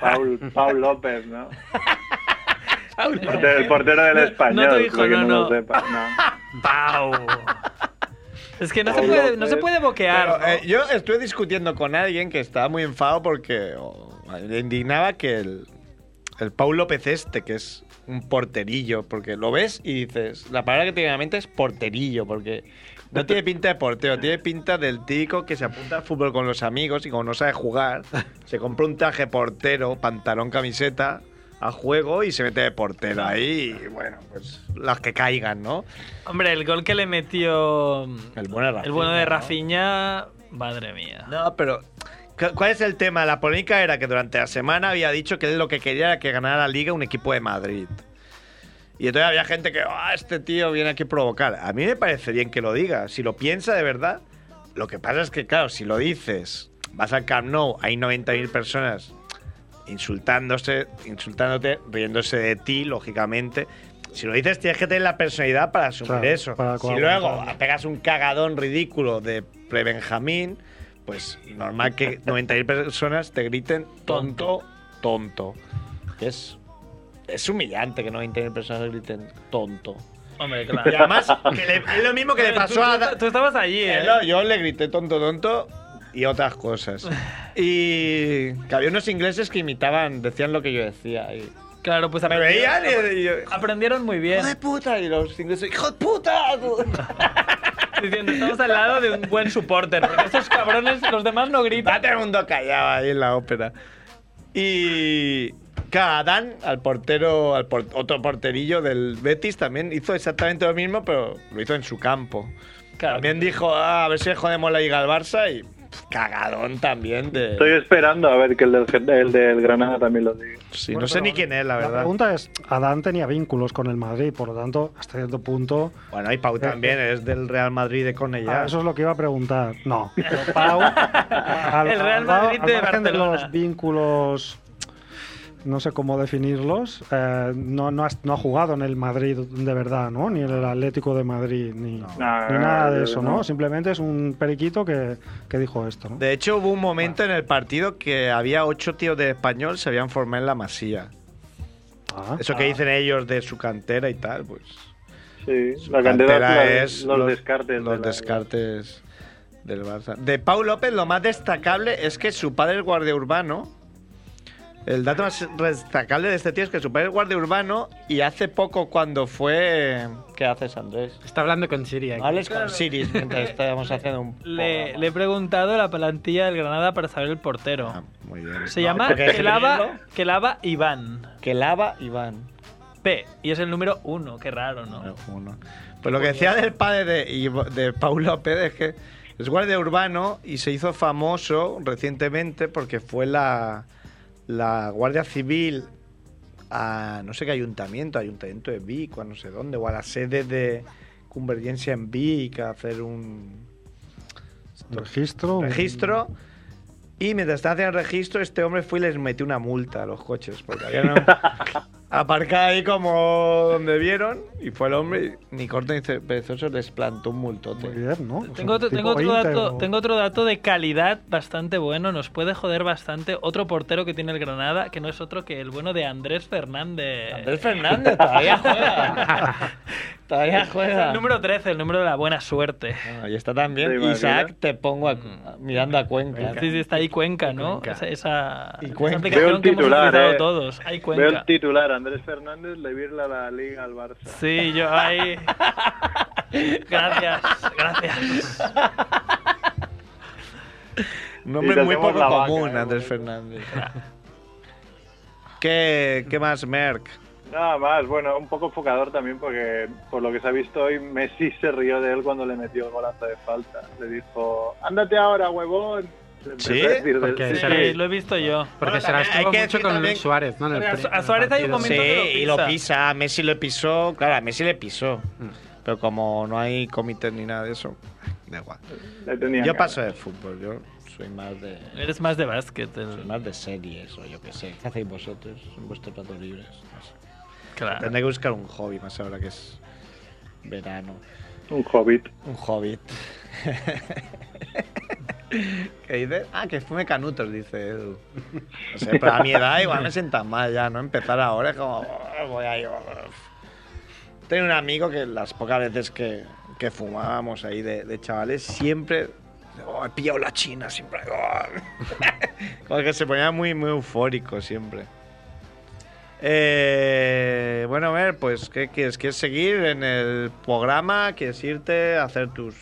Speaker 8: Paul, Paul López, ¿no? El portero del español,
Speaker 1: no te dijo,
Speaker 8: para que
Speaker 1: no,
Speaker 8: no,
Speaker 1: no.
Speaker 8: lo sepa. No.
Speaker 1: ¡pau! Es que no se
Speaker 8: Pau
Speaker 1: puede, no se
Speaker 8: López.
Speaker 1: puede boquear.
Speaker 2: Pero,
Speaker 1: ¿no?
Speaker 2: eh, yo estuve discutiendo con alguien que estaba muy enfado porque oh, le indignaba que el, el Paul López este, que es un porterillo, porque lo ves y dices, la palabra que tiene en la mente es porterillo, porque no tiene pinta de portero, tiene pinta del típico que se apunta al fútbol con los amigos y como no sabe jugar, se compra un traje portero, pantalón, camiseta a juego y se mete de portero ahí y bueno, pues las que caigan, ¿no?
Speaker 1: Hombre, el gol que le metió.
Speaker 2: El bueno de
Speaker 1: El bueno de
Speaker 2: Rafinha, ¿no?
Speaker 1: Rafiña. Madre mía.
Speaker 2: No, pero ¿cu- ¿cuál es el tema? La polémica era que durante la semana había dicho que él lo que quería era que ganara la liga un equipo de Madrid. Y entonces había gente que, ah, este tío viene aquí a provocar. A mí me parece bien que lo diga. Si lo piensa de verdad, lo que pasa es que, claro, si lo dices, vas al Camp Nou, hay 90.000 personas insultándose, insultándote, riéndose de ti, lógicamente. Si lo dices, tienes que tener la personalidad para asumir
Speaker 5: Claro,
Speaker 2: eso.
Speaker 5: para
Speaker 2: si
Speaker 5: colaborar.
Speaker 2: luego pegas un cagadón ridículo de pre-Benjamín, pues normal que 90.000 personas te griten tonto, tonto. Es, es humillante que 90.000 personas griten tonto.
Speaker 1: Hombre,
Speaker 2: Y
Speaker 1: claro.
Speaker 2: además, que le- es lo mismo que le
Speaker 1: Eh, Tú-
Speaker 2: pasó a...
Speaker 1: tú,
Speaker 2: Da-
Speaker 1: tú estabas allí, ¿eh?
Speaker 2: eh, no, yo le grité tonto, tonto y otras cosas. Y que había unos ingleses que imitaban, decían lo que yo decía. Y
Speaker 1: Claro, pues
Speaker 2: me veían
Speaker 1: aprendieron,
Speaker 2: y, y yo,
Speaker 1: aprendieron muy bien.
Speaker 2: ¡Hijo de puta! Y los ingleses, ¡hijo de puta!
Speaker 1: Diciendo, estamos al lado de un buen supporter. Porque estos cabrones, los demás no gritan.
Speaker 2: Va todo el mundo callado ahí en la ópera. Y que Adán, al portero, al por- otro porterillo del Betis, también hizo exactamente lo mismo, pero lo hizo en su campo.
Speaker 1: Claro.
Speaker 2: También dijo, "Ah, a ver si le jodemos la liga al Barça y pff, cagadón también. De...
Speaker 8: Estoy esperando a ver que el del, el del Granada también lo diga.
Speaker 2: Sí,
Speaker 5: Bueno,
Speaker 2: no sé
Speaker 5: pero
Speaker 2: ni quién es, la
Speaker 5: La
Speaker 2: verdad.
Speaker 5: pregunta es, Adán tenía vínculos con el Madrid, por lo tanto, hasta cierto punto...
Speaker 2: Bueno, y Pau también es del Real Madrid de Cornellá.
Speaker 5: Eh, Ah, eso es lo que iba a preguntar. No, pero Pau... al-
Speaker 1: El Real
Speaker 5: al-
Speaker 1: Madrid
Speaker 5: al
Speaker 1: de
Speaker 5: margen
Speaker 1: Barcelona.
Speaker 5: los vínculos... No sé cómo definirlos. eh, no, no, has- no ha jugado en el Madrid de verdad, ¿no? Ni en el Atlético de Madrid, ni, ni
Speaker 8: No, no,
Speaker 5: nada
Speaker 8: yo
Speaker 5: de eso, ¿no?
Speaker 8: no.
Speaker 5: Simplemente es un periquito que, que dijo esto, ¿no?
Speaker 2: De hecho, hubo un momento en el partido que había ocho tíos de español se habían formado en la masía.
Speaker 5: Ah.
Speaker 2: Eso que dicen ellos de su cantera y tal, pues.
Speaker 8: Sí,
Speaker 2: su
Speaker 8: la cantera, la-
Speaker 2: es
Speaker 8: los, descartes.
Speaker 2: Los
Speaker 8: de la-
Speaker 2: descartes del Barça. De Pau López, lo más destacable es que su padre es guardia urbano. El dato más destacable de este tío es que su padre es guardia urbano y hace poco cuando fue. ¿Qué haces, Andrés?
Speaker 9: Está hablando con Siria.
Speaker 2: No hables con Siris mientras estábamos haciendo un.
Speaker 1: Le,
Speaker 2: programa.
Speaker 1: le he preguntado la plantilla del Granada para saber el portero.
Speaker 2: Ah, muy bien.
Speaker 1: Se
Speaker 2: No,
Speaker 1: llama
Speaker 2: porque-
Speaker 1: Kelaba, Kelaba Iván.
Speaker 2: Que lava Iván.
Speaker 1: P. Y es el número uno. Qué raro, ¿no?
Speaker 2: Uno. Pues lo que decía del padre de, y- de Paul López es que es guardia urbano y se hizo famoso recientemente porque fue la, la Guardia Civil a no sé qué ayuntamiento, ayuntamiento de Vic o a no sé dónde, o a la sede de Convergencia en Vic a hacer un
Speaker 5: Registro.
Speaker 2: registro. Y mientras estaba haciendo el registro, este hombre fue y les metió una multa a los coches. Porque habían aparcado ahí como donde vieron. Y fue el hombre y ni corto ni ce- perezoso les plantó un multote.
Speaker 5: Muy bien, ¿no?
Speaker 1: Tengo otro, tengo, otro dato, tengo otro dato de calidad bastante bueno. Nos puede joder bastante otro portero que tiene el Granada, que no es otro que el bueno de Andrés Fernández.
Speaker 2: Andrés Fernández todavía juega. todavía juega.
Speaker 1: El número 13, el número de la buena suerte. Mm.
Speaker 2: Ah, y está
Speaker 8: ¿Te
Speaker 2: también
Speaker 8: imaginas?
Speaker 2: Isaac, te pongo a- mirando a Cuenca.
Speaker 1: Sí, sí, está ahí Cuenca, ¿no?
Speaker 9: Cuenca.
Speaker 1: Esa, esa,
Speaker 2: Y
Speaker 1: esa
Speaker 2: Cuenca.
Speaker 1: aplicación
Speaker 8: Veo el
Speaker 1: que hemos
Speaker 8: titular,
Speaker 1: utilizado
Speaker 8: eh.
Speaker 1: todos. Hay
Speaker 8: Veo el
Speaker 1: Cuenca.
Speaker 8: titular, Andrés Fernández, le virla la liga al Barça.
Speaker 1: Sí, yo ahí. Gracias, gracias.
Speaker 2: Un
Speaker 8: Y
Speaker 2: hombre
Speaker 8: le
Speaker 2: muy
Speaker 8: hacemos
Speaker 2: poco
Speaker 8: la vaca,
Speaker 2: común,
Speaker 8: ¿eh?
Speaker 2: Andrés Fernández. ¿Qué, ¿Qué más, Merck?
Speaker 8: Nada más, bueno, un poco enfocador también porque por lo que se ha visto hoy, Messi se rió de él cuando le metió el golazo de falta. Le dijo, ándate ahora, huevón. Le empezó
Speaker 2: ¿Sí?
Speaker 8: a decir del-
Speaker 9: Porque
Speaker 8: sí,
Speaker 9: se
Speaker 1: Sí,
Speaker 9: ríe.
Speaker 8: sí.
Speaker 1: lo he visto yo.
Speaker 9: Porque
Speaker 2: Bueno,
Speaker 9: se la
Speaker 2: también hay
Speaker 9: estuvo
Speaker 2: que
Speaker 9: mucho
Speaker 2: decir
Speaker 9: con
Speaker 2: también-
Speaker 9: Luis Suárez, ¿no? En el
Speaker 1: A Su-
Speaker 9: pre-
Speaker 1: a Suárez hay un
Speaker 9: partido.
Speaker 1: momento-
Speaker 2: Sí,
Speaker 1: que lo
Speaker 2: y lo
Speaker 1: pisa.
Speaker 2: pisa. A Messi lo pisó. Claro, a Messi le pisó.
Speaker 9: Mm.
Speaker 2: Pero como no hay comité ni nada de eso, da igual.
Speaker 8: Le tenía
Speaker 2: Yo
Speaker 8: ganas.
Speaker 2: paso de fútbol, yo soy más de.
Speaker 1: Eres más de básquet. el-
Speaker 2: soy más de series o yo qué sé. ¿Qué hacéis vosotros en vuestros ratos libres? No sé.
Speaker 1: Claro.
Speaker 2: Tendré que buscar un hobby más ahora que es verano.
Speaker 8: Un hobbit.
Speaker 2: Un hobbit. ¿Qué dices? Ah, que fume canutos, dice Edu. No sé, pero a mi edad igual me sientan mal ya, ¿no? Empezar ahora es como. "Oh, Voy a ir. Tengo un amigo que las pocas veces que, que fumábamos ahí de, de chavales siempre. "Oh, he pillado la china, siempre. oh". como que se ponía muy, muy eufórico siempre. Eh, bueno, a ver, pues, ¿qué quieres? ¿Quieres seguir en el programa? ¿Quieres irte a hacer tus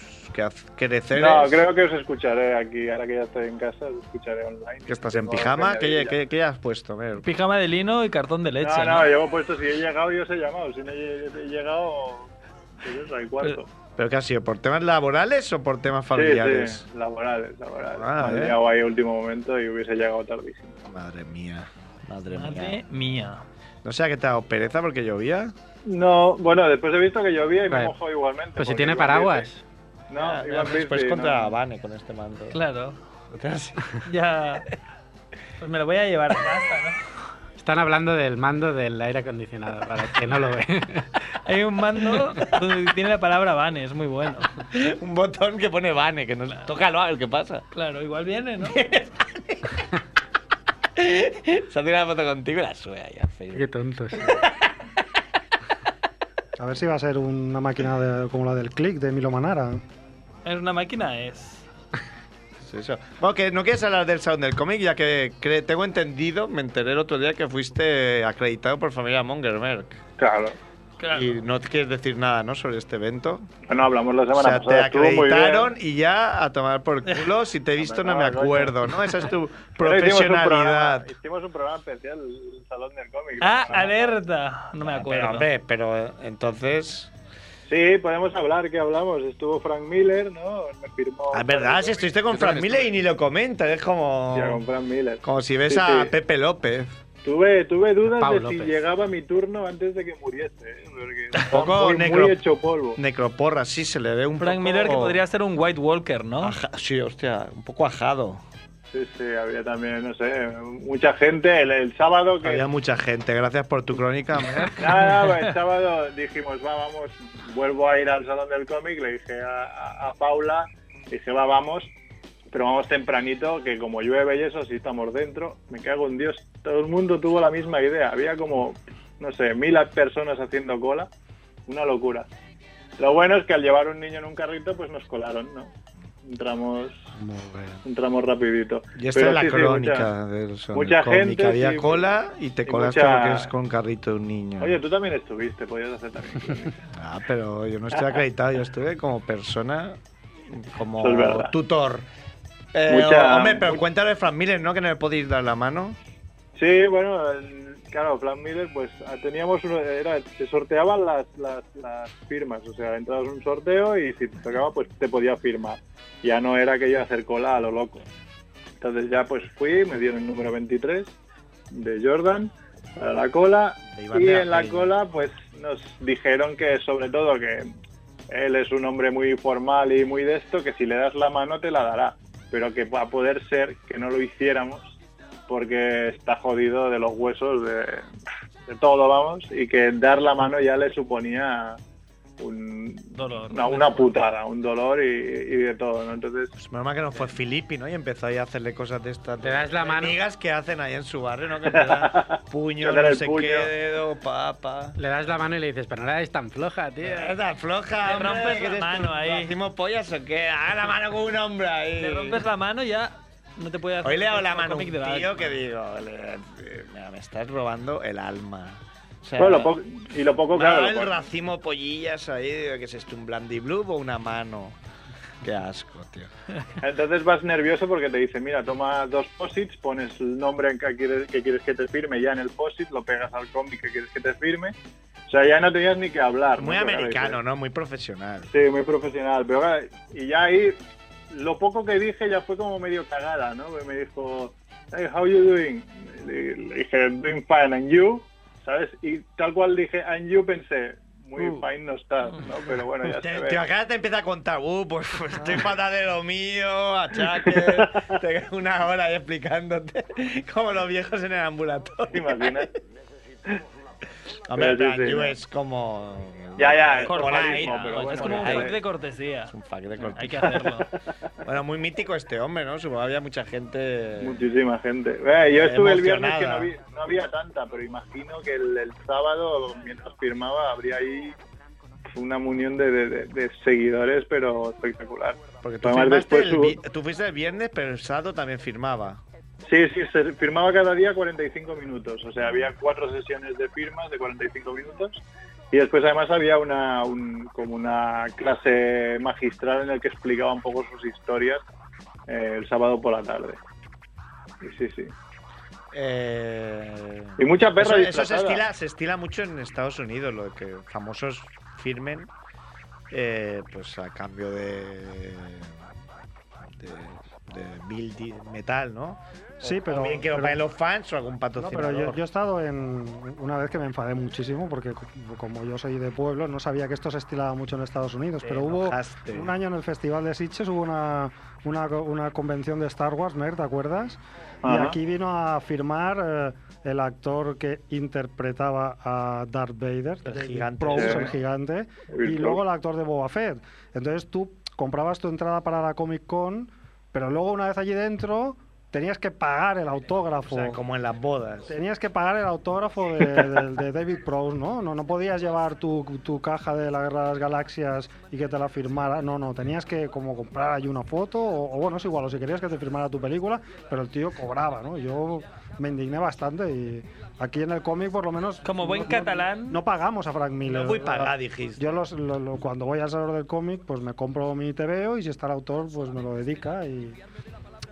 Speaker 2: creceres?
Speaker 8: No, creo que os escucharé aquí, ahora que ya estoy en casa, os escucharé online.
Speaker 2: ¿Que estás en
Speaker 8: Tengo
Speaker 2: pijama? ¿Qué,
Speaker 8: cañadilla.
Speaker 2: qué, qué has puesto? Mer?
Speaker 1: Pijama de lino y cartón de leche.
Speaker 8: No,
Speaker 1: ¿no?
Speaker 8: no, llevo puesto, si he llegado yo os he llamado, si no he, he llegado, pues eso, al cuarto.
Speaker 2: ¿Pero qué ha sido? ¿Por temas laborales o por temas
Speaker 8: Sí,
Speaker 2: familiares?
Speaker 8: sí, laborales, laborales.
Speaker 2: Ah,
Speaker 8: Me han
Speaker 2: eh.
Speaker 8: llegado ahí a último momento y hubiese llegado tardísimo.
Speaker 2: Madre mía, madre,
Speaker 1: Madre
Speaker 2: mía.
Speaker 1: mía.
Speaker 2: No sé a qué te ha dado pereza porque llovía.
Speaker 8: No, bueno, después he visto que llovía y me
Speaker 9: Vale.
Speaker 8: mojó igualmente.
Speaker 9: Pues si
Speaker 8: porque
Speaker 9: tiene
Speaker 8: iba bici.
Speaker 9: paraguas.
Speaker 8: No, iba en
Speaker 2: después
Speaker 1: Pues
Speaker 8: bici,
Speaker 2: contra
Speaker 8: no.
Speaker 2: la Vane con este manto.
Speaker 1: Claro.
Speaker 2: Ostras.
Speaker 1: Ya. Pues me lo voy a llevar a casa, ¿no?
Speaker 9: Están hablando del mando del aire acondicionado, para el que no lo ve.
Speaker 1: Hay un mando donde tiene la palabra van, es muy bueno.
Speaker 2: Un botón que pone Vane, que no tócalo a ver qué pasa.
Speaker 1: Claro, igual viene, ¿no?
Speaker 2: Se ha tirado la foto contigo y la sube ahí a Facebook.
Speaker 9: Qué tontos.
Speaker 5: A ver si va a ser una máquina de- como la del click de Milo Manara.
Speaker 1: Es una máquina, es.
Speaker 2: Sí, eso. Bueno, que no quieres hablar del Sound del cómic, ya que cre- tengo entendido, me enteré el otro día que fuiste acreditado por Familia Monger, Merck.
Speaker 8: Claro.
Speaker 1: Claro.
Speaker 2: Y no te quieres decir nada, ¿no? Sobre este evento.
Speaker 8: Bueno, hablamos la
Speaker 2: O
Speaker 8: semana
Speaker 2: sea, te
Speaker 8: pasada. estuvo muy bien.
Speaker 2: acreditaron y ya a tomar por culo. Si te he visto, no me
Speaker 8: Hombre, no, coño.
Speaker 2: acuerdo, ¿no? Esa es tu
Speaker 8: Pero hicimos un programa-
Speaker 2: profesionalidad.
Speaker 8: Hicimos un programa especial, el Salón del Cómic.
Speaker 1: Ah, alerta. No me acuerdo.
Speaker 2: Pero, hombre, pero eh, entonces.
Speaker 8: Sí, podemos hablar, que hablamos. Estuvo Frank Miller, ¿no? Me firmó.
Speaker 2: Es verdad, si estuviste con
Speaker 4: Yo
Speaker 2: Frank
Speaker 4: también
Speaker 2: Miller y ni lo comentas, es
Speaker 8: Ya, con
Speaker 2: como.
Speaker 8: Frank Miller.
Speaker 2: Como si ves
Speaker 8: Sí,
Speaker 2: a
Speaker 8: sí.
Speaker 2: Pepe López.
Speaker 8: Tuve, tuve dudas
Speaker 9: Pau
Speaker 8: de
Speaker 9: López.
Speaker 8: si llegaba mi turno antes de que muriese. ¿eh? Porque estaba
Speaker 2: poco
Speaker 8: muy,
Speaker 2: necro-
Speaker 8: muy hecho polvo.
Speaker 2: Necroporra, sí, se le ve un
Speaker 1: Frank
Speaker 2: poco.
Speaker 1: Miller que podría ser un White Walker, ¿no?
Speaker 2: Aja- sí, hostia, un poco ajado.
Speaker 8: Sí, sí, había también, no sé, mucha gente. El, el sábado que.
Speaker 2: Había mucha gente, gracias por tu crónica. Merck.
Speaker 8: Nada, nada, el sábado dijimos, va, vamos, vuelvo a ir al salón del cómic, le dije a, a- a Paula, le dije, va, vamos, pero vamos tempranito, que como llueve y eso, si estamos dentro, me cago en Dios, todo el mundo tuvo la misma idea, había como, no sé, mil personas haciendo cola, una locura. Lo bueno es que al llevar un niño en un carrito, pues nos colaron, ¿no? Entramos,
Speaker 5: Muy bien.
Speaker 8: entramos rapidito.
Speaker 2: Y esta
Speaker 8: Pero
Speaker 2: es la
Speaker 8: sí, sí, mucha-
Speaker 2: crónica del son
Speaker 8: mucha
Speaker 2: del cómic.
Speaker 8: gente,
Speaker 2: Había
Speaker 8: sí,
Speaker 2: cola y te
Speaker 8: y
Speaker 2: colaste
Speaker 8: mucha-
Speaker 2: porque es con carrito de un niño.
Speaker 8: Oye, tú también estuviste, podías hacer también.
Speaker 2: Ah, pero yo no estoy acreditado, yo estuve como persona, como
Speaker 8: Eso es verdad.
Speaker 2: tutor. Eh,
Speaker 8: Mucha-
Speaker 2: hombre, pero
Speaker 8: mucha-
Speaker 2: cuéntale a Frank Miller, ¿no? Que no le podéis dar la mano.
Speaker 8: Sí, bueno, el- claro, Frank Miller, pues teníamos, uno- era, se sorteaban las, las, las firmas, o sea, entrabas en un sorteo y si te tocaba, pues te podía firmar. Ya no era que yo hacer cola a lo loco. Entonces ya pues fui, me dieron el número 23 de Jordan para la cola
Speaker 2: De Iván
Speaker 8: y
Speaker 2: de
Speaker 8: en la
Speaker 2: Argel.
Speaker 8: cola pues nos dijeron que sobre todo que él es un hombre muy formal y muy de esto, que si le das la mano te la dará, pero que a poder ser que no lo hiciéramos porque está jodido de los huesos, de, de todo, vamos, y que dar la mano ya le suponía un-
Speaker 1: Dolor.
Speaker 8: una, una putada, un dolor y, y de todo, ¿no? Entonces,
Speaker 2: Pues menos mal que no fue Filippi, ¿no? Y empezó ahí a hacerle cosas de estas.
Speaker 9: Te das la mano.
Speaker 2: Amigas que hacen ahí en su barrio, ¿no? Que te da puño,
Speaker 8: Te dan
Speaker 2: no
Speaker 8: el
Speaker 2: sé
Speaker 8: puño.
Speaker 2: qué, dedo, papa.
Speaker 9: Le das la mano y le dices, pero no es tan floja, tío.
Speaker 2: Esta floja,
Speaker 1: Le
Speaker 2: hombre,
Speaker 1: rompes
Speaker 2: ¿qué
Speaker 1: la
Speaker 2: te-
Speaker 1: mano ahí.
Speaker 2: ¿Hacemos pollas o qué? Haga la mano con un hombre ahí.
Speaker 1: Le rompes la mano ya no te puede hacer.
Speaker 2: Hoy le he dado la
Speaker 1: un
Speaker 2: mano a un
Speaker 1: cómic de Batman.
Speaker 2: tío que digo, le- eh, mira, me estás robando el alma. O sea,
Speaker 8: bueno, lo po- y lo poco,
Speaker 2: me ha dado
Speaker 8: claro, lo
Speaker 2: el
Speaker 8: poco-
Speaker 2: racimo pollillas ahí, digo, que es esto, un blandy blue o una mano. Qué asco, tío.
Speaker 8: Entonces vas nervioso porque te dice, mira, toma dos posits, pones el nombre en que quieres, que quieres que te firme ya en el posit, lo pegas al cómic que quieres que te firme. O sea, ya no tenías ni que hablar.
Speaker 2: Muy
Speaker 8: ¿no? Pero claro,
Speaker 2: americano, ¿no? Muy profesional.
Speaker 8: dice, Sí, muy profesional. Pero claro, y ya ahí, lo poco que dije ya fue como medio cagada, ¿no? Porque Me dijo, hey, how you doing? Le le dije, doing fine, and you? ¿Sabes? Y tal cual dije, and you pensé, muy
Speaker 2: Uh.
Speaker 8: fine no estás, ¿no? Pero bueno, ya
Speaker 2: Te,
Speaker 8: se ve.
Speaker 2: te acá te empieza a contar, uh, pues, pues estoy fatal de lo mío, achaque, te- una hora ahí explicándote como los viejos en el
Speaker 8: ¿Te
Speaker 2: ambulatorio.
Speaker 8: imaginas?
Speaker 2: Hombre,
Speaker 8: Pero sí,
Speaker 2: pero
Speaker 8: sí,
Speaker 2: tú
Speaker 8: no.
Speaker 2: es como...
Speaker 8: Ya, ya, es
Speaker 2: Por ahí,
Speaker 8: formalismo,
Speaker 1: Ah,
Speaker 8: pero
Speaker 1: es
Speaker 8: bueno,
Speaker 1: como un
Speaker 8: ya
Speaker 1: hack
Speaker 8: ves.
Speaker 1: de cortesía.
Speaker 2: Es un fuck de
Speaker 1: Hay que
Speaker 2: cortito.
Speaker 1: hacerlo.
Speaker 2: Bueno, muy mítico este hombre, ¿no? Supongo que había mucha gente.
Speaker 8: Muchísima gente. Eh, yo estuve el viernes que no,
Speaker 2: Emocionada.
Speaker 8: vi- no había tanta, pero imagino que el, el sábado, mientras firmaba, habría ahí una munión de, de- de- de seguidores, pero espectacular.
Speaker 2: Porque tú,
Speaker 8: Además,
Speaker 2: firmaste
Speaker 8: después
Speaker 2: el vi-
Speaker 8: hubo-
Speaker 2: tú fuiste el viernes, pero el sábado también firmaba.
Speaker 8: Sí, sí, se firmaba cada día 45 minutos. O sea, había cuatro sesiones de firmas de 45 minutos. Y después además había una, un- como una clase magistral en la que explicaba un poco sus historias eh, el sábado por la tarde. Y Sí, sí.
Speaker 2: Eh,
Speaker 8: Y mucha perra
Speaker 2: eso, eso se,
Speaker 8: disfrazada.
Speaker 2: estila, se estila mucho en Estados Unidos, lo de que famosos firmen eh, pues a cambio de. de, de bill di- metal, ¿no?
Speaker 5: Sí, pero-
Speaker 2: También que lo
Speaker 5: pero-
Speaker 2: paguen los fans o algún
Speaker 5: No,
Speaker 2: patrocinador.
Speaker 5: pero yo, yo he estado en una vez que me enfadé muchísimo porque co- como yo soy de pueblo no sabía que esto se estilaba mucho en Estados Unidos,
Speaker 2: Te
Speaker 5: pero hubo
Speaker 2: enojaste.
Speaker 5: un año en el Festival de Sitges hubo una, una, co- una convención de Star Wars, Mer, ¿te acuerdas? Y
Speaker 8: Ajá.
Speaker 5: aquí vino a firmar eh, el actor que interpretaba a Darth Vader,
Speaker 2: El
Speaker 5: David
Speaker 2: gigante.
Speaker 5: Prowse,
Speaker 8: Sí.
Speaker 5: el gigante,
Speaker 8: David
Speaker 5: y luego
Speaker 8: Prowse.
Speaker 5: el actor de Boba Fett. Entonces tú comprabas tu entrada para la Comic Con, pero luego una vez allí dentro tenías que pagar el autógrafo.
Speaker 2: O sea, como en las bodas.
Speaker 5: Tenías que pagar el autógrafo de, de- de David Prowse, ¿no? ¿no? No podías llevar tu, tu caja de la Guerra de las Galaxias y que te la firmara. No, no, tenías que como comprar ahí una foto o, o bueno, es igual, o si querías que te firmara tu película, pero el tío cobraba, ¿no? Yo me indigné bastante y aquí en el cómic por lo menos...
Speaker 1: Como buen
Speaker 5: no- no-
Speaker 1: catalán-
Speaker 5: No, pagamos a Frank Miller.
Speaker 2: No voy a pagar,
Speaker 5: ¿verdad?
Speaker 2: dijiste.
Speaker 5: Yo los, lo- lo- cuando voy al salón del cómic, pues me compro mi TVO y si está el autor, pues me lo dedica y...